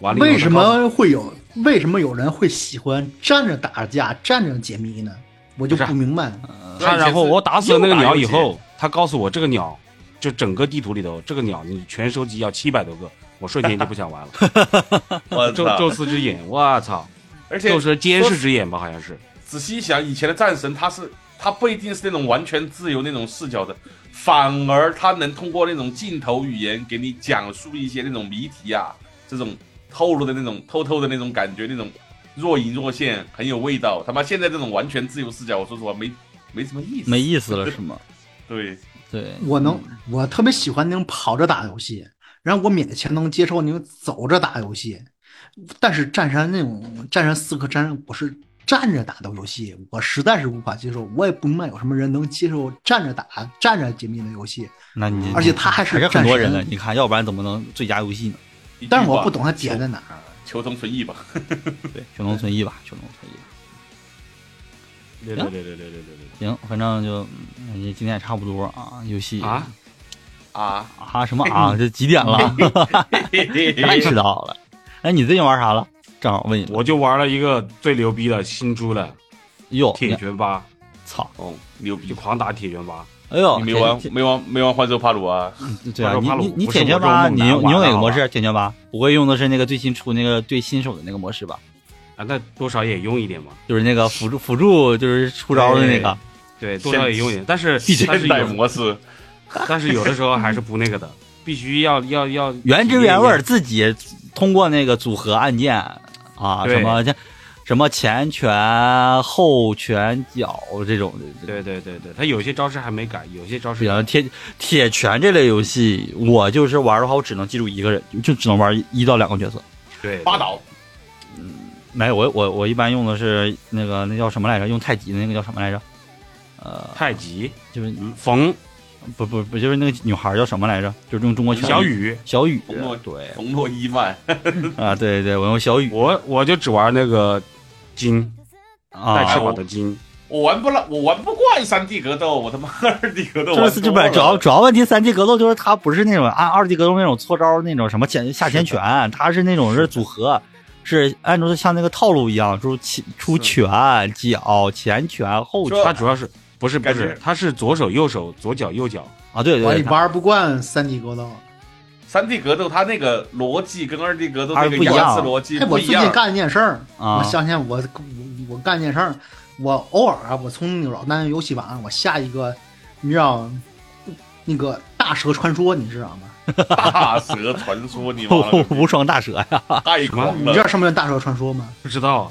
Speaker 5: 完了以后
Speaker 2: 为什
Speaker 5: 他告诉
Speaker 2: 么会有为什么有人会喜欢站着打架、站着解谜呢？我就
Speaker 3: 啊
Speaker 5: 不是
Speaker 2: 不明白。
Speaker 5: 他然后我打死了那个鸟以
Speaker 1: 又打又
Speaker 5: 后，他告诉我这个鸟，就整个地图里头这个鸟你全收集要七百多个，我瞬间就不想玩了。
Speaker 1: 我
Speaker 5: 宙
Speaker 1: 操！
Speaker 5: 宙斯之眼，我操，
Speaker 1: 而且
Speaker 5: 宙斯监视之眼吧，好像是。
Speaker 1: 仔细一想，以前的战神他是他不一定是那种完全自由那种视角的，反而他能通过那种镜头语言给你讲述一些那种谜题啊，这种透露的那种偷偷的那种感觉，那种若隐若现，很有味道。他妈现在这种完全自由视角，我说实话没没什么意思。
Speaker 3: 没意思了是吗？
Speaker 1: 对，
Speaker 3: 对，
Speaker 2: 我能，
Speaker 3: 嗯
Speaker 2: 我特别喜欢那种跑着打游戏，然后我勉强能接受那种走着打游戏，但是战神那种战神四和战神，我是站着打的游戏，我实在是无法接受。我也不明白有什么人能接受站着打、站着解密的游戏，
Speaker 3: 那你
Speaker 2: 而且他还是
Speaker 3: 嗯还是很多人呢，
Speaker 2: 战神
Speaker 3: 你看，要不然怎么能最佳游戏呢？
Speaker 1: 一句
Speaker 2: 但是我
Speaker 1: 话
Speaker 2: 不懂它点在哪儿。
Speaker 1: 求同存异吧。
Speaker 3: 对，熊农存一吧，熊农存一吧。
Speaker 5: 对
Speaker 3: 对
Speaker 5: 对对对对对
Speaker 3: 行，反正就嗯也今天也差不多啊，游戏
Speaker 5: 啊，
Speaker 1: 啊，
Speaker 3: 啊什么啊，这几点了？太 迟到了。哎，你最近玩啥了？正好问你，
Speaker 5: 我就玩了一个最牛逼的新出了
Speaker 3: 哟，
Speaker 5: 铁拳八，
Speaker 3: 操，
Speaker 1: 哦，牛
Speaker 5: 就
Speaker 1: 逼！
Speaker 5: 狂打铁拳八。
Speaker 3: 哎呦，
Speaker 1: 你没玩
Speaker 3: 铁
Speaker 1: 没玩没玩幻兽帕鲁啊？
Speaker 3: 铁对啊，
Speaker 5: 玩
Speaker 3: 你
Speaker 5: 过帕鲁
Speaker 3: 你你
Speaker 5: 不是
Speaker 3: 铁拳
Speaker 5: 我
Speaker 3: 八，
Speaker 5: 这种
Speaker 3: 你
Speaker 5: 猛
Speaker 3: 用你
Speaker 5: 男
Speaker 3: 用
Speaker 5: 玩
Speaker 3: 哪
Speaker 5: 的
Speaker 3: 个模式
Speaker 5: 好
Speaker 3: 啊？铁拳八，我会用的是那个最新出那个对新手的那个模式吧，
Speaker 5: 啊，那多少也用一点嘛。
Speaker 3: 就是那个辅助辅助就是出招的那个，
Speaker 5: 对，多少也用一点，但是但是
Speaker 1: 现代
Speaker 5: 有
Speaker 1: 模式，
Speaker 5: 但是有的时候还是不那个的，必须要要要
Speaker 3: 原汁原味
Speaker 5: 体验
Speaker 3: 儿，自己通过那个组合按键啊，
Speaker 5: 对
Speaker 3: 什么像什么前拳、后拳、脚这种
Speaker 5: 一点。对对对对，他有些招式还没改，有些招
Speaker 3: 比
Speaker 5: 式
Speaker 3: 较铁铁拳这类游戏，我就是玩的话，我只能记住一个人，就只能玩一一到两个角色。
Speaker 5: 对
Speaker 1: 八岛
Speaker 3: 没有，我我我一般用的是那个那叫什么来着？用太极的那个叫什么来着？呃，
Speaker 5: 太极、
Speaker 3: 就是
Speaker 5: 嗯冯
Speaker 3: 不不不，就是那个女孩叫什么来着？就是用中国拳
Speaker 5: 小雨，
Speaker 3: 小雨，
Speaker 1: 冯诺
Speaker 3: 对
Speaker 1: 冯诺依曼，
Speaker 3: 啊，对对，我用小雨
Speaker 5: 我我就只玩那个金带翅
Speaker 3: 啊，
Speaker 5: 膀的金，
Speaker 1: 我玩不了，我玩不惯三 D 格斗，我他妈二 D 格斗
Speaker 3: 就
Speaker 1: 玩
Speaker 3: 是
Speaker 1: 多
Speaker 3: 这本
Speaker 1: 了
Speaker 3: 主要主要问题，三 D 格斗就是它不是那种按二 D 格斗那种搓招那种什么前下前拳，它是那种是组合，是按照像那个套路一样，出起出拳、脚、前拳、后拳
Speaker 5: 他主要是不是不
Speaker 1: 感
Speaker 5: 是
Speaker 1: 觉，
Speaker 5: 他是左手右手左脚右脚，
Speaker 3: 啊，对
Speaker 2: 我
Speaker 3: 对
Speaker 2: 也
Speaker 3: 对，
Speaker 2: 玩不惯三 D 格斗。
Speaker 1: 三 D 格斗它那个逻辑跟二 D 格斗那
Speaker 3: 还
Speaker 1: 个
Speaker 3: 是不一样
Speaker 1: 样子逻辑
Speaker 2: 哎，我
Speaker 1: 不
Speaker 2: 最
Speaker 1: 一
Speaker 2: 近
Speaker 1: 样。
Speaker 2: 干一件事儿，
Speaker 3: 啊
Speaker 2: 我想想我我我干一件事儿，我偶尔啊，我从那个老单游戏版，我下一个，你知道那个大蛇传说，你知道吗？
Speaker 1: 大蛇传 说，你妈了
Speaker 3: 无双大蛇呀，
Speaker 1: 太狂
Speaker 2: 你知
Speaker 1: 了！
Speaker 2: 道什么叫大蛇传说吗
Speaker 5: 不知道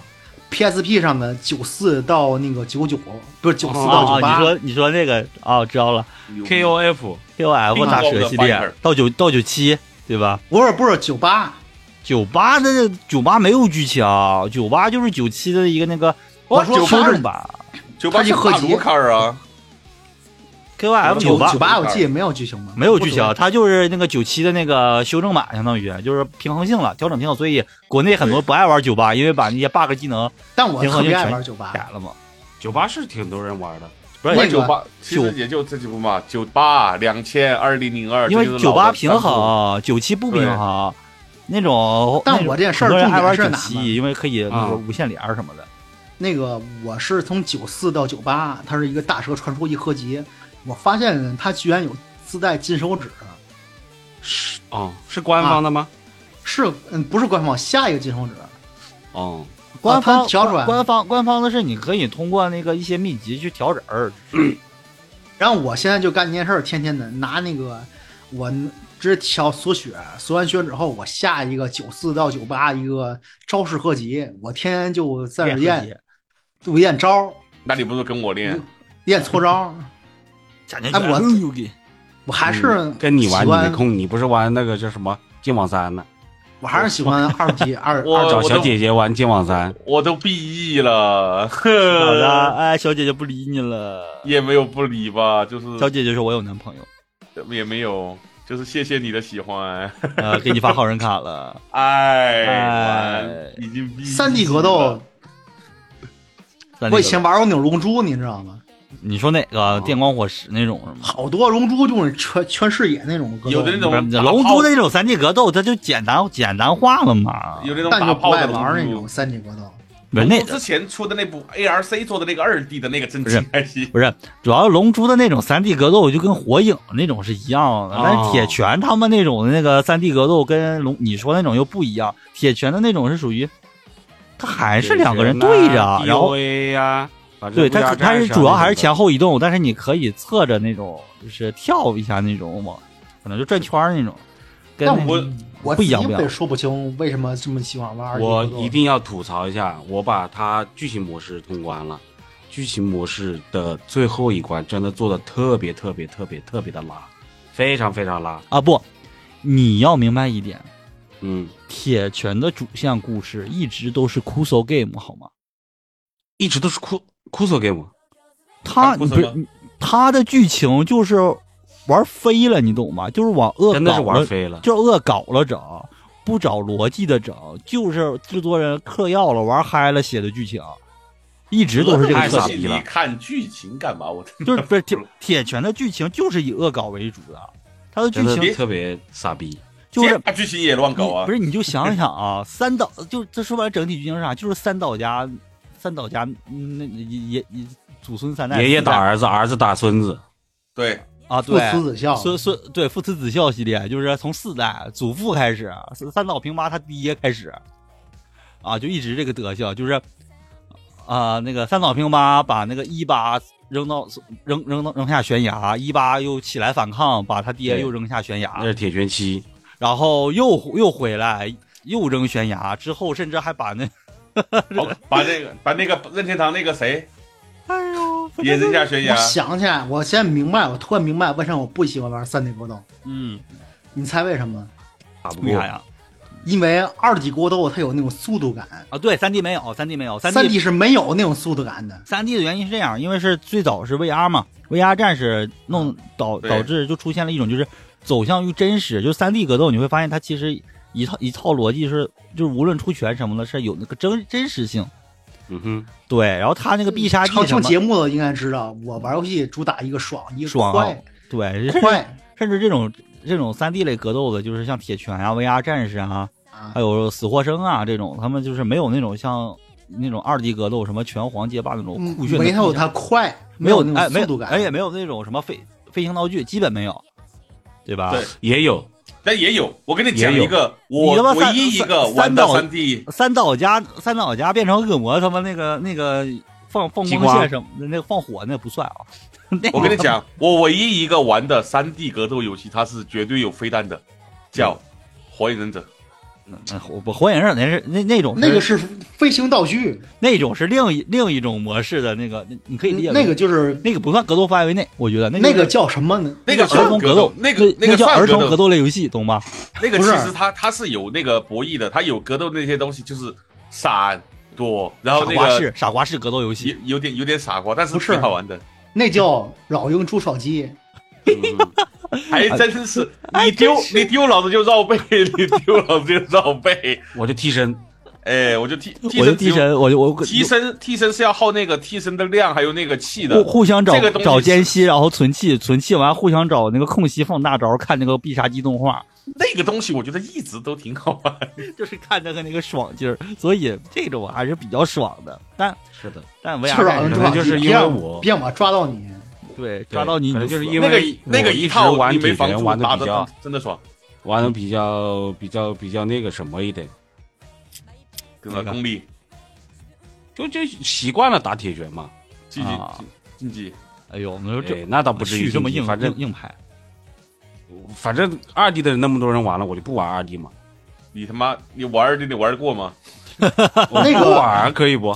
Speaker 2: ？PSP 上的九四到那个九九，不是九四到
Speaker 3: 啊，
Speaker 2: 九
Speaker 3: 你
Speaker 2: 八，
Speaker 3: 说你说那个啊，知道了
Speaker 5: K O F
Speaker 3: ，K O F 大蛇系
Speaker 1: King of the Fighter
Speaker 3: 列到九到九七对吧？
Speaker 2: 不是不是九八，
Speaker 3: 九八的九八没有剧情，九八就是九七的一个那个
Speaker 2: 我说
Speaker 3: 修
Speaker 2: 98
Speaker 3: 正版
Speaker 1: 九八
Speaker 2: 它一
Speaker 1: 是
Speaker 2: 合
Speaker 1: 大
Speaker 2: 集
Speaker 1: 卢卡尔啊，
Speaker 3: K O F
Speaker 2: 九
Speaker 3: 八
Speaker 2: 九八我记得没有剧情吗？
Speaker 3: 没有剧情，它就是那个九七的那个修正版，相当于就是平衡性了，调整性了。所以国内很多不爱玩九八，因为把那些 bug 技能
Speaker 2: 但我
Speaker 3: 平衡
Speaker 2: 特别爱
Speaker 3: 性
Speaker 2: 玩九八，
Speaker 3: 改了嘛。
Speaker 5: 九八是挺多人玩的，
Speaker 3: 不是
Speaker 2: 那
Speaker 1: 玩
Speaker 2: 个
Speaker 1: 九八其实也就这几部嘛，九八、两千、二零零二，
Speaker 3: 因
Speaker 1: 这
Speaker 3: 为
Speaker 1: 就是
Speaker 3: 九
Speaker 1: 老
Speaker 3: 八
Speaker 1: 的
Speaker 3: 平
Speaker 1: 三部，
Speaker 3: 衡，九七不平衡，那种。
Speaker 2: 但
Speaker 3: 那种
Speaker 2: 我这事儿
Speaker 3: 很多人爱玩
Speaker 2: 重
Speaker 3: 九
Speaker 2: 点是哪呢
Speaker 3: 七，因为可以那
Speaker 5: 啊
Speaker 3: 个无限连儿什么的。
Speaker 2: 那个我是从九四到九八，它是一个大蛇传说一合集，我发现它居然有自带金手指，啊
Speaker 5: 是哦，是官方的吗？
Speaker 2: 是嗯不是官方下一个金手指，
Speaker 5: 哦，
Speaker 3: 官
Speaker 2: 啊
Speaker 3: 方
Speaker 2: 它调出来
Speaker 3: 官方官方的是你可以通过那个一些秘籍去调人儿。
Speaker 2: 然后我现在就干一件事儿，天天的拿那个我直接调缩血，缩完血之后我下一个九四到九八一个招式合集，我天天就在那儿
Speaker 3: 练合
Speaker 2: 练，我练招，
Speaker 1: 那你不是跟我练？
Speaker 2: 练搓 招，
Speaker 3: 贾年
Speaker 2: 哎我我还是
Speaker 5: 嗯跟你
Speaker 2: 喜
Speaker 5: 玩你没
Speaker 2: 欢，
Speaker 5: 空，你不是玩那个叫什么剑网三呢？
Speaker 2: 我还是喜 欢二 D 二
Speaker 1: 我
Speaker 5: 找
Speaker 1: 呃我
Speaker 5: 小
Speaker 1: 都
Speaker 5: 姐姐玩剑网三，
Speaker 1: 我都 BE 了，
Speaker 3: 好的，
Speaker 1: 呵，
Speaker 3: 哎，小姐姐不理你了。
Speaker 1: 也没有不理吧，就是
Speaker 3: 小姐姐说：“我有男朋友，
Speaker 1: 也没有，就是谢谢你的喜欢，
Speaker 3: 呃，给你发好人卡了。”
Speaker 1: 哎，
Speaker 3: 哎
Speaker 1: 完已经 BE
Speaker 2: 三 D 格斗
Speaker 1: 了，，嗯
Speaker 3: 三 D
Speaker 2: 我以前玩过那种龙珠，你知道吗？
Speaker 3: 你说哪
Speaker 1: 啊
Speaker 3: 个电光火石那种是吗？
Speaker 2: 好多龙珠就是全全视野那种格斗，
Speaker 1: 有的那种打
Speaker 3: 龙
Speaker 1: 炮
Speaker 3: 珠的那种三 D 格斗，它就简单简单化了嘛。
Speaker 1: 有那种
Speaker 2: 但
Speaker 1: 打
Speaker 2: 就不
Speaker 1: 炮
Speaker 2: 爱
Speaker 1: 的
Speaker 2: 玩那
Speaker 1: 龙珠
Speaker 2: 种三 D 格斗。
Speaker 3: 不是那
Speaker 1: 龙珠之前出的那部 ARC 做的那个二 D 的那个真
Speaker 3: 不是
Speaker 1: 挺开心，
Speaker 3: 不是，主要龙珠的那种三 D 格斗就跟火影那种是一样的，
Speaker 5: 哦
Speaker 3: 但是铁拳他们那种的那个三 D 格斗跟龙你说那种又不一样。铁拳的那种是属于，它还哎是两个人对着，然后
Speaker 5: A 呀，反正
Speaker 3: 对，它
Speaker 5: VR
Speaker 3: 是它
Speaker 5: 战
Speaker 3: 是
Speaker 5: 士啊
Speaker 3: 主要
Speaker 5: 那
Speaker 3: 还是
Speaker 5: 种的
Speaker 3: 前后移动，但是你可以侧着那种，就是跳一下那种往，可能就转圈儿那种。跟
Speaker 2: 但
Speaker 3: 那
Speaker 1: 我
Speaker 2: 我
Speaker 3: 不一样
Speaker 2: 自己
Speaker 3: 不一
Speaker 2: 也
Speaker 3: 样
Speaker 2: 说不清为什么这么喜欢玩二 D
Speaker 5: 我
Speaker 2: 格斗
Speaker 5: 一定要吐槽一下，我把它剧情模式通关了，剧情模式的最后一关真的做的特别特别特别特别的拉，非常非常拉。
Speaker 3: 啊不，你要明白一点，
Speaker 5: 嗯，
Speaker 3: 铁拳的主线故事一直都是 Kuso Game 好吗？
Speaker 5: 一直都是哭哭索 game，
Speaker 3: 他
Speaker 1: 啊
Speaker 3: 不
Speaker 1: ，Kuso
Speaker 3: 是
Speaker 1: 吗
Speaker 3: 他的剧情就是玩飞了，你懂吗？就是往恶
Speaker 5: 真的是
Speaker 3: 搞
Speaker 5: 玩
Speaker 3: 了，
Speaker 5: 飞了。
Speaker 3: 就是恶搞了整，不找逻辑的整，就是制作人嗑药了，玩嗨了写的剧情，一直都是这个
Speaker 5: 太
Speaker 3: 特
Speaker 5: 傻
Speaker 3: 点。
Speaker 5: 逼了
Speaker 1: 你看剧情干嘛？我
Speaker 3: 就是不是铁铁拳的剧情就是以恶搞为主的，他的剧
Speaker 5: 真的
Speaker 3: 情
Speaker 5: 特别傻逼，
Speaker 3: 就是
Speaker 1: 这剧情也乱搞
Speaker 3: 你
Speaker 1: 啊
Speaker 3: 不！是，你就想想啊，三岛就这说白了，整体剧情是啥？就是三岛家，三岛家嗯那爷爷祖孙三代，
Speaker 5: 爷爷
Speaker 3: 四
Speaker 5: 打
Speaker 3: 代
Speaker 5: 儿子，儿子打孙子，
Speaker 1: 对，
Speaker 3: 啊，
Speaker 2: 父
Speaker 3: 对，
Speaker 2: 慈子孝，
Speaker 3: 孙孙对父慈子孝系列，就是从四代祖父开始，啊三三岛平八他爹开始，啊，就一直这个德行，就是啊、那个三岛平八把那个一八扔到扔扔到扔下悬崖，一八又起来反抗，把他爹
Speaker 5: 对
Speaker 3: 又扔下悬崖
Speaker 5: 那，是铁拳七，
Speaker 3: 然后又又回来又扔悬崖，之后甚至还把那
Speaker 1: 好，把那个把那个任天堂那个谁
Speaker 3: 哎呦，
Speaker 1: 也扔下悬崖
Speaker 2: 我，想起来，我现在明白，我突然明白为什么我不喜欢玩三 D 格斗。
Speaker 3: 嗯，
Speaker 2: 你猜为什么？
Speaker 5: 打不
Speaker 3: 为
Speaker 5: 过
Speaker 3: 啥
Speaker 2: 啊
Speaker 3: 呀？
Speaker 2: 因为二 D 格斗它有那种速度感，
Speaker 3: 啊，对，三 D 没有，三 D 没有，三
Speaker 2: 三 D 是没有那种速度感的。
Speaker 3: 三 D 的原因是这样，因为是最早是 VR 嘛，VR 战士
Speaker 2: 嗯
Speaker 3: 弄导
Speaker 1: 对
Speaker 3: 导致就出现了一种就是走向于真实，就是三 D 格斗你会发现它其实一套一套逻辑是就是无论出拳什么的，是有那个真真实性。
Speaker 5: 嗯哼，
Speaker 3: 对，然后它那个必杀技
Speaker 2: 常
Speaker 3: 什
Speaker 2: 听
Speaker 3: 么，
Speaker 2: 节目的应该知道，我玩游戏主打一个爽，一个
Speaker 3: 爽
Speaker 2: 快
Speaker 3: 对，甚至
Speaker 2: 快
Speaker 3: 甚至这种这种三 D 类格斗的，就是像铁拳啊、VR 战士啊，
Speaker 2: 啊
Speaker 3: 还！有死或生啊这种，他们就是没有那种像那种二 D 格斗什么拳皇街霸那种
Speaker 2: 嗯
Speaker 3: 酷炫的
Speaker 2: 没它有
Speaker 3: 动作
Speaker 2: 它快，
Speaker 3: 没
Speaker 2: 有
Speaker 3: 哎
Speaker 2: 那
Speaker 3: 没
Speaker 2: 种
Speaker 3: 有
Speaker 2: 速度感，
Speaker 3: 哎也没有那种什么飞飞行道具，基本没有，对吧？
Speaker 1: 对
Speaker 5: 也有
Speaker 1: 但也有。我跟你讲
Speaker 5: 也有
Speaker 1: 一个，
Speaker 3: 你他妈
Speaker 1: 我唯
Speaker 3: 三
Speaker 1: 一一个
Speaker 3: 三三
Speaker 1: 玩的
Speaker 3: 岛
Speaker 1: 三 D
Speaker 3: 三岛家三岛家变成恶魔，他妈那个那个放放
Speaker 5: 西
Speaker 3: 光
Speaker 5: 瓜
Speaker 3: 线什么的，那个放火那不算啊。那
Speaker 1: 我跟你讲，我唯一一个玩的三 D 格斗游戏，它是绝对有飞弹的，叫《火影忍者》。
Speaker 3: 嗯，火不火影忍者那是那那种
Speaker 2: 那个
Speaker 3: 是
Speaker 2: 是飞行道具，
Speaker 3: 那种是另一另一种模式的那个，你可以理解为
Speaker 2: 那个就是
Speaker 3: 那个不算格斗范围内，我觉得那
Speaker 2: 那
Speaker 3: 个
Speaker 2: 个叫什么呢？
Speaker 1: 那个
Speaker 3: 儿童
Speaker 1: 算格
Speaker 3: 格
Speaker 1: 斗
Speaker 3: 斗，，
Speaker 1: 那个
Speaker 3: 那
Speaker 1: 个
Speaker 3: 叫
Speaker 1: 算
Speaker 3: 儿童
Speaker 1: 格
Speaker 3: 格，斗类游戏，懂吗？
Speaker 1: 那个
Speaker 2: 不
Speaker 1: 其
Speaker 2: 是
Speaker 1: 实它它是有那个博弈的，它有格斗那些东西，就是闪躲，然
Speaker 3: 傻
Speaker 1: 后那
Speaker 3: 瓜
Speaker 1: 个
Speaker 3: 式傻瓜式格斗游戏
Speaker 1: 有，有点有点傻瓜，但是
Speaker 2: 不是
Speaker 1: 挺好玩 的。
Speaker 2: 那叫老鹰捉草机，
Speaker 1: 还真是，哎你丢你丢老子就绕背，你丢老子就绕背。
Speaker 5: 我就替身，
Speaker 1: 哎，我就替替
Speaker 3: 我就
Speaker 1: 身
Speaker 3: 替
Speaker 1: 只有，
Speaker 3: 身，我就我
Speaker 1: 替身替身是要耗那个替身的量，还有那个气的
Speaker 3: 互。互相找
Speaker 1: 这个东西
Speaker 3: 找
Speaker 1: 是
Speaker 3: 间隙，然后存气，存气完互相找那个空隙放大招，看那个必杀技动画，
Speaker 1: 那个东西我觉得一直都挺好玩。
Speaker 3: 就是看那个那个爽劲儿。所以这种还是比较爽的。但
Speaker 5: 是的，
Speaker 3: 但
Speaker 2: 就
Speaker 3: VR
Speaker 2: 是老鹰
Speaker 3: 战
Speaker 2: 捉草
Speaker 3: 士
Speaker 5: 可能就
Speaker 2: 机，
Speaker 5: 是因
Speaker 2: 别让
Speaker 5: 为我
Speaker 2: 别让我抓到你。
Speaker 3: 对抓到你，
Speaker 5: 可能
Speaker 3: 你
Speaker 5: 就是
Speaker 3: 死
Speaker 5: 因
Speaker 3: 了
Speaker 1: 那个
Speaker 5: 为
Speaker 1: 那个
Speaker 5: 我
Speaker 1: 一
Speaker 5: 一直
Speaker 1: 套
Speaker 5: 玩
Speaker 1: 你没
Speaker 5: 铁
Speaker 1: 防
Speaker 5: 拳
Speaker 1: 住
Speaker 5: 玩得
Speaker 1: 打
Speaker 5: 比
Speaker 1: 的
Speaker 5: 较
Speaker 1: 真的爽，
Speaker 5: 玩的比较比较比较那个什么一点，
Speaker 1: 跟着功力
Speaker 5: 就就习惯了打铁拳嘛。
Speaker 1: 竞
Speaker 3: 啊
Speaker 1: 技竞技。
Speaker 3: 哎呦，你说
Speaker 5: 对
Speaker 3: 这，
Speaker 5: 那倒不至于
Speaker 3: 续这么硬，
Speaker 5: 反
Speaker 3: 硬
Speaker 5: 正
Speaker 3: 硬派。
Speaker 5: 反正二 D 的那么多人玩了，我就不玩二 D 嘛。
Speaker 1: 你他妈，你玩儿你得玩儿过吗？
Speaker 5: 我
Speaker 2: 那个
Speaker 5: 不玩可 以不？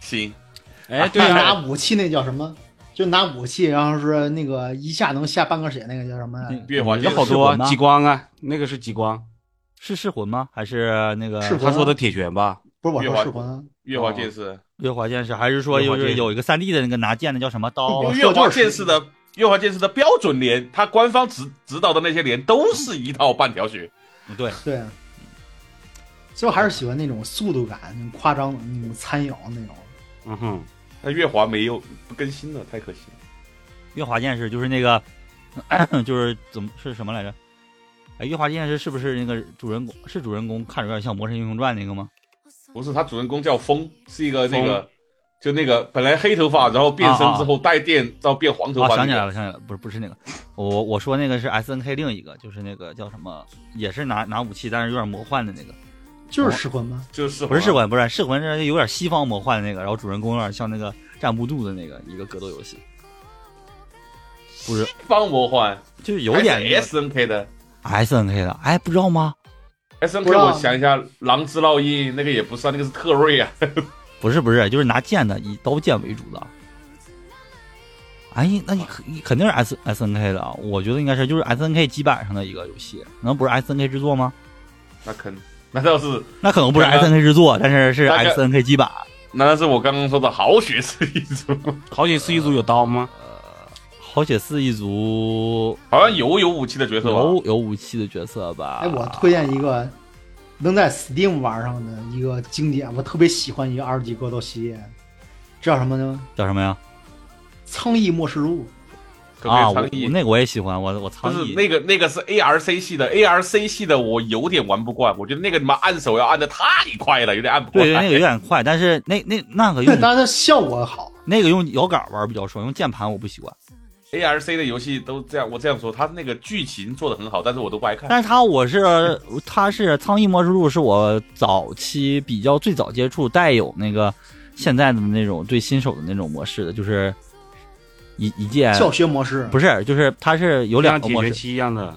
Speaker 1: 行，
Speaker 5: 哎，对
Speaker 2: 拿
Speaker 5: 啊，
Speaker 2: 武器那叫什么？就拿武器，然后是那个一下能下半个血，那个叫什么来着？
Speaker 1: 越玩
Speaker 5: 有
Speaker 1: 越
Speaker 5: 好
Speaker 3: 是
Speaker 5: 多
Speaker 3: 魂
Speaker 5: 啊
Speaker 3: 吗
Speaker 5: 激光啊，那个是激光，
Speaker 3: 是噬魂吗？还是那个
Speaker 2: 是魂
Speaker 5: 他说的铁拳吧？
Speaker 2: 不是我
Speaker 1: 越
Speaker 2: 说
Speaker 1: 玩
Speaker 2: 噬魂啊，
Speaker 1: 越玩
Speaker 3: 哦
Speaker 1: 剑士，
Speaker 3: 月华剑士？还是说
Speaker 5: 月
Speaker 3: 就
Speaker 5: 华
Speaker 3: 是
Speaker 5: 剑
Speaker 3: 有一个三 D 的那个拿剑的叫什么刀？
Speaker 2: 哦
Speaker 1: 越玩剑士的越玩剑士的标准连，他官方指指导的那些连都是一套半条血。
Speaker 3: 对，
Speaker 2: 对。所以我还是喜欢那种速度感、那种夸张的、那种参咬那种。
Speaker 5: 嗯哼，
Speaker 1: 那月华没有不更新了，太可惜了。
Speaker 3: 月华剑士就是那个， 就是怎么是什么来着？哎，月华剑士是不是那个主人公？是主人公看着有点像《魔神英雄传》那个吗？
Speaker 1: 不是，他主人公叫风，是一个那
Speaker 5: 风
Speaker 1: 个，就那个本来黑头发，然后变身
Speaker 3: 啊啊
Speaker 1: 之后带电，然后变黄头
Speaker 3: 啊，
Speaker 1: 发那个。
Speaker 3: 想起来了，想起来了，不是不是那个，我我说那个是 S N K 另一个，就是那个叫什么，也是拿拿武器，但是有点魔幻的那个，
Speaker 2: 就是噬魂吗？
Speaker 1: 就是
Speaker 3: 不是噬魂，不是噬魂，是有点西方魔幻的那个，然后主人公有点像那个战部度的那个一个格斗游戏，
Speaker 1: 方魔幻，
Speaker 3: 就是有点
Speaker 1: S N K 的
Speaker 3: S N K 的，哎，不知道吗？
Speaker 1: S N
Speaker 2: 不
Speaker 1: K。
Speaker 2: 知道
Speaker 1: 我想一下，狼之烙印那个也不算，那个是特瑞啊。
Speaker 3: 不是不是，就是拿剑的，以刀剑为主的。哎，那你肯你肯定是 S S N K 的啊，我觉得应该是就是 S N K 基板上的一个游戏，能不是 S N K 制作吗？
Speaker 1: 那可能，难道是
Speaker 3: 那可能不是
Speaker 1: 大
Speaker 3: S
Speaker 1: 概
Speaker 3: N K 制作，啊但是是
Speaker 1: 大概
Speaker 3: S N K 基板。
Speaker 1: 难道是我刚刚说的好血是一 种？
Speaker 5: 好几次一组有刀吗？
Speaker 3: 好血四一族
Speaker 1: 好像有有武器的角色吧？
Speaker 3: 有有武器的角色吧？
Speaker 2: 哎，我推荐一个能在 Steam 玩上的一个经典，我特别喜欢一个二级格斗系列，叫什么呢？
Speaker 3: 叫什么呀？
Speaker 2: 《苍翼末世录》。
Speaker 1: 可不可以
Speaker 3: 啊，我
Speaker 1: 倡议
Speaker 3: 我那个我也喜欢，我我
Speaker 1: 就
Speaker 3: 苍
Speaker 1: 是
Speaker 3: 翼
Speaker 1: 那个那个是 ARC 系的，ARC 系的我有点玩不惯，我觉得那个你妈按手要按的太快了，有点按不过
Speaker 3: 对
Speaker 1: 来。
Speaker 3: 对，那个有 点快，但是那那那
Speaker 5: 哎
Speaker 3: 个用
Speaker 2: 但它效果好，
Speaker 3: 那个用摇杆玩比较爽，用键盘我不喜欢。
Speaker 1: ARC 的游戏都这样，我这样说，它那个剧情做的很好，但是我都不爱看。
Speaker 3: 但是它我是它是《苍翼末世录》是我早期比较最早接触带有那个现在的那种对新手的那种模式的，就是一一键
Speaker 5: 哎
Speaker 2: 教学模式
Speaker 3: 不是，就是它是有
Speaker 5: 有
Speaker 3: 两
Speaker 5: 像
Speaker 3: 个
Speaker 5: 解
Speaker 3: 模
Speaker 5: 决
Speaker 3: 式，
Speaker 5: 期一样的，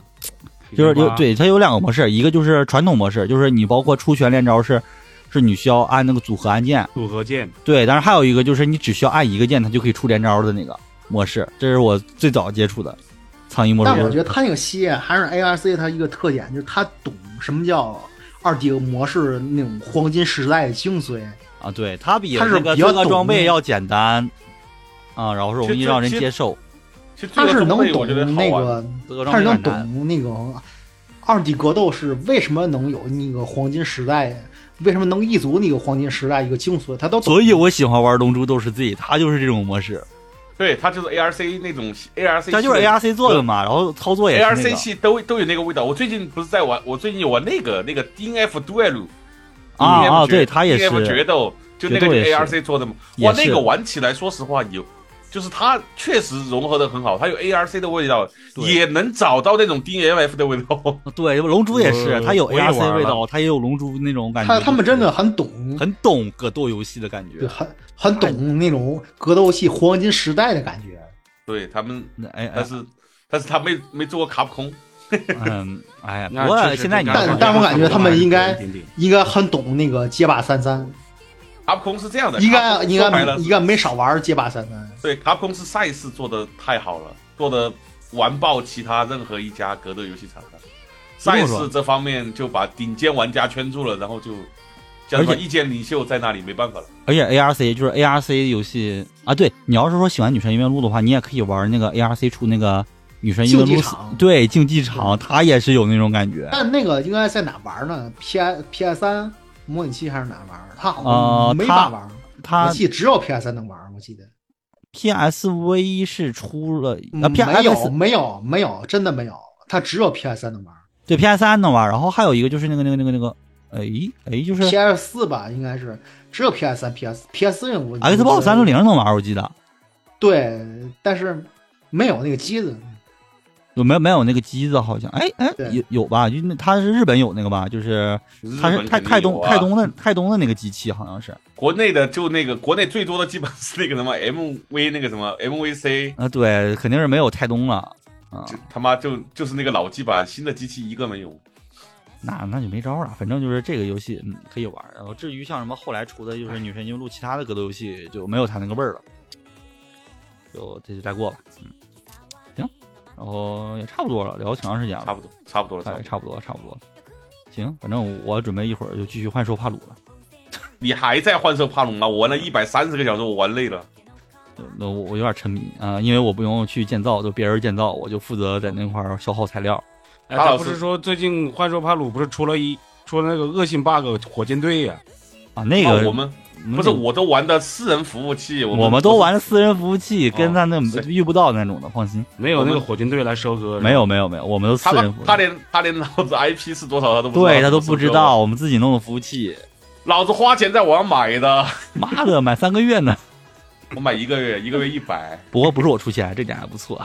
Speaker 3: 就是有
Speaker 5: 吧，
Speaker 3: 对它有两个模式，一个就是传统模式，就是你包括出拳练招是是你需要按那个组合按键，
Speaker 5: 组合键，
Speaker 3: 对，当然还有一个就是你只需要按一个键，它就可以出连招的那个模式，这是我最早接触的苍蝇模式。
Speaker 2: 但我觉得他那个系列还是 ARC 它一个特点，就是他懂什么叫二 D 模式那种黄金时代的精髓。
Speaker 3: 啊，对，它比
Speaker 2: 它是
Speaker 3: 那个
Speaker 2: 比较
Speaker 3: 增加装
Speaker 2: 懂
Speaker 3: 备
Speaker 2: 的
Speaker 3: 要简单啊，然后容易让人
Speaker 1: 其实
Speaker 3: 接受。
Speaker 1: 其实这
Speaker 2: 他
Speaker 1: 个
Speaker 2: 是
Speaker 1: 装
Speaker 2: 能
Speaker 1: 备
Speaker 2: 懂
Speaker 1: 我觉得好
Speaker 2: 那
Speaker 1: 玩。
Speaker 2: 个，
Speaker 3: 增加
Speaker 2: 他
Speaker 3: 装
Speaker 2: 是能
Speaker 3: 备很难。
Speaker 2: 懂那个二 D 格斗是为什么能有那个黄金时代，为什么能一族那个黄金时代一个精髓，他都懂。
Speaker 3: 所以我喜欢玩《龙珠斗士 Z》，它就是这种模式，
Speaker 1: 对，它就是 ARC 那种 ARC，
Speaker 3: 它就是 ARC 做的嘛，然后操作也是
Speaker 1: AR
Speaker 3: 那
Speaker 1: C
Speaker 3: 个。
Speaker 1: 系都都有那个味道。我最近不是在玩，我最近有玩那个那个 D N F Duel
Speaker 3: 啊啊对它也
Speaker 1: D N F
Speaker 3: 是
Speaker 1: 决斗，就那个
Speaker 3: 决斗也是
Speaker 1: A R C 做的嘛。
Speaker 3: 也
Speaker 1: 哇，
Speaker 3: 是
Speaker 1: 那个玩起来，说实话有，就是它确实融合的很好，它有 A R C 的味道，
Speaker 3: 对
Speaker 1: 也能找到那种 D N F 的味道。
Speaker 3: 对，龙珠也是，
Speaker 5: 我
Speaker 3: 它有
Speaker 5: 我也
Speaker 3: ARC
Speaker 5: 玩
Speaker 3: 味
Speaker 5: 了
Speaker 3: 道，它也有龙珠那种感觉。
Speaker 2: 他他们真的很懂，
Speaker 3: 很懂格斗游戏的感觉
Speaker 2: 对，。很很懂那种格斗系黄金时代的感觉。
Speaker 1: 对他们，
Speaker 3: 那哎哎
Speaker 1: 但，是但是他没没做过卡普空，
Speaker 3: 嗯，哎呀，
Speaker 5: 那
Speaker 3: 不过
Speaker 5: 确实
Speaker 3: 现在
Speaker 5: 这
Speaker 3: 你
Speaker 5: 个
Speaker 2: 但
Speaker 3: 看
Speaker 2: 但我感觉他们应该
Speaker 5: 一点点
Speaker 2: 应该很懂那个街霸三三，
Speaker 1: 卡普空是这样的，
Speaker 2: 应
Speaker 1: 卡
Speaker 2: 该
Speaker 1: 普空
Speaker 2: 应
Speaker 1: 说白
Speaker 2: 该
Speaker 1: 了
Speaker 2: 应该没少玩街霸三三。
Speaker 1: 对，卡普空是赛事做的太好了，做的完爆其他任何一家格斗游戏厂商。赛事这方面就把顶尖玩家圈住了，然后就叫什么
Speaker 3: 而且
Speaker 1: 意见领袖在那里没办法了。
Speaker 3: 而且 ARC 就是 ARC 游戏啊，对你要是说喜欢女神异闻录的话，你也可以玩那个 ARC 出那个女神异闻
Speaker 2: 竞
Speaker 3: 录
Speaker 2: 技场嗯
Speaker 3: 对竞技场，它也是有那种感觉。
Speaker 2: 但那个应该在哪玩呢？P S P S 三模拟器还是哪玩？它好
Speaker 3: 呃
Speaker 2: 像没
Speaker 3: 它
Speaker 2: 法玩，我
Speaker 3: 它
Speaker 2: 记得只有 P S 三能玩，我记得。
Speaker 3: PSV 是出了啊
Speaker 2: 嗯没有
Speaker 3: PS
Speaker 2: 没有没有，真的没有，它只有 P S 三能玩
Speaker 3: 对 PS 三能玩，然后还有一个就是那个那个那个那个，哎哎就是
Speaker 2: ，P S 四吧应该是只有 P S 三 P S P S 四我
Speaker 3: Xbox 三六零能玩，我记得
Speaker 2: 对，但是没有那个机子，
Speaker 3: 有没有没有那个机子好像哎哎
Speaker 2: 对
Speaker 3: 有有吧，就那它是日本有那个吧，就是它
Speaker 1: 日
Speaker 3: 是
Speaker 1: 本
Speaker 3: 泰
Speaker 1: 肯定
Speaker 3: 泰
Speaker 1: 有
Speaker 3: 东泰东
Speaker 1: 啊
Speaker 3: 的泰东的那个机器好像是
Speaker 1: 国内的就那个国内最多的基本是那个什么 MV 那个什么 MVC，
Speaker 3: 啊对，肯定是没有泰东了。啊。
Speaker 1: 就他妈就就是那个老基板，新的机器一个没有。
Speaker 3: 那那就没招儿了，反正就是这个游戏嗯可以玩儿。然后至于像什么后来出的就是《女神异闻录》其他的格斗游戏就没有它那个味儿了，就这就再过吧。嗯，行，然后也差不多了，聊挺长时间
Speaker 1: 差
Speaker 3: 了，
Speaker 1: 不多，差不多了，差
Speaker 3: 哎
Speaker 1: 不多。
Speaker 3: 差不多了，差不多了。行，反正我准备一会儿就继续换兽帕鲁了。
Speaker 1: 你还在幻兽帕鲁吗？我玩了一百三十个小时，我玩累了。
Speaker 3: 就那我我有点沉迷啊、因为我不用去建造，就别人建造，我就负责在那块儿消耗材料。
Speaker 5: 哎，
Speaker 1: 卡
Speaker 5: 他
Speaker 1: 老
Speaker 5: 不
Speaker 1: 师
Speaker 5: 是说最近幻兽帕鲁不是出了一出了那个恶性 bug 火箭队呀、
Speaker 3: 啊，那个、
Speaker 1: 哦我们
Speaker 3: 那
Speaker 1: 不是，我都玩的私人服务器，我
Speaker 3: 我们都玩私人服务器，
Speaker 1: 哦
Speaker 3: 跟他那
Speaker 1: 是
Speaker 3: 遇不到那种的，放心。
Speaker 5: 没有那
Speaker 1: 我
Speaker 5: 个
Speaker 1: 们
Speaker 5: 火箭队来收割，
Speaker 3: 没有没有没有，我们都私
Speaker 1: 他
Speaker 3: 人服务器。
Speaker 1: 他连他连老子 IP 是多少他都不知道，
Speaker 3: 对他都不知
Speaker 1: 是吧，
Speaker 3: 道，我们自己弄的服务 器，
Speaker 1: 老子花钱在网上买的，
Speaker 3: 妈的，买三个月呢。
Speaker 1: 我买一个月，一个月一 百，
Speaker 3: 不过不是我出钱，这点还不错。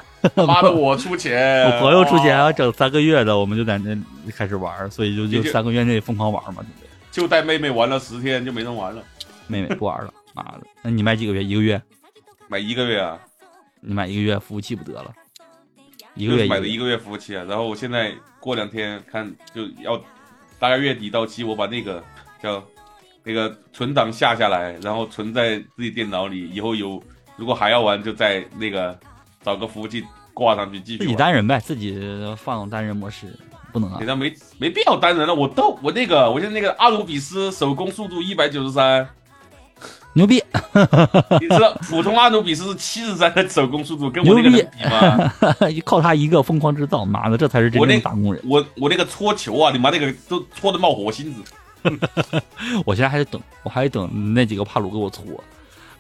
Speaker 1: 妈的我出钱，
Speaker 3: 我朋友出
Speaker 1: 哇
Speaker 3: 钱，啊整三个月的，我们就在那开始玩，所以就
Speaker 1: 也
Speaker 3: 就
Speaker 1: 就
Speaker 3: 三个月内疯狂玩嘛，对不对？
Speaker 1: 就带妹妹玩了十天就没人玩了，
Speaker 3: 妹妹不玩了，妈的，那你买几个月？一个月，
Speaker 1: 买一个月啊，
Speaker 3: 你买一个月服务器不得了？一个
Speaker 1: 就
Speaker 3: 月
Speaker 1: 是买的一
Speaker 3: 一个
Speaker 1: 个月服务器啊，然后我现在过两天看就要大概月底到期，我把那个叫那个存档下下来，然后存在自己电脑里，以后有如果还要玩就在那个找个服务器挂上去继
Speaker 3: 自
Speaker 1: 续
Speaker 3: 己
Speaker 1: 玩。
Speaker 3: 单人呗，自己放单人模式，不能啊
Speaker 1: 给。他没没必要单人了。我到我那个，我现在那个阿努比斯手工速度一百九十三，
Speaker 3: 牛逼，
Speaker 1: 你知道普通阿努比斯是七十三的手工速度，跟我那个能比吗？
Speaker 3: 靠他一个疯狂制造，妈的，这才是真
Speaker 1: 我
Speaker 3: 正
Speaker 1: 那
Speaker 3: 的打工人。
Speaker 1: 我我那个搓球啊，你妈那个都搓的冒火星子。
Speaker 3: 我现在还得等，我还得等那几个帕鲁给我搓，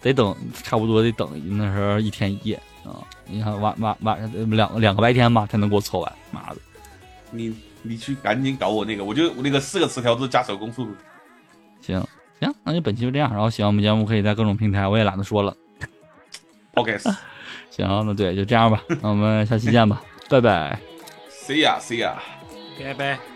Speaker 3: 得等差不多得等那时候一天一夜啊、你看晚晚晚上呃两两个白天吧才能给我搓完，妈的，
Speaker 1: 你你去赶紧搞我那个，我就我那个四个词条都加手工速度。
Speaker 3: 行行，那就本期就这样，然后喜欢我们节目可以在各种平台，我也懒得说了，
Speaker 1: OK，see、
Speaker 3: 行，那对就这样吧，那我们下期见吧，拜拜。
Speaker 1: ya，see ya。
Speaker 5: 拜拜。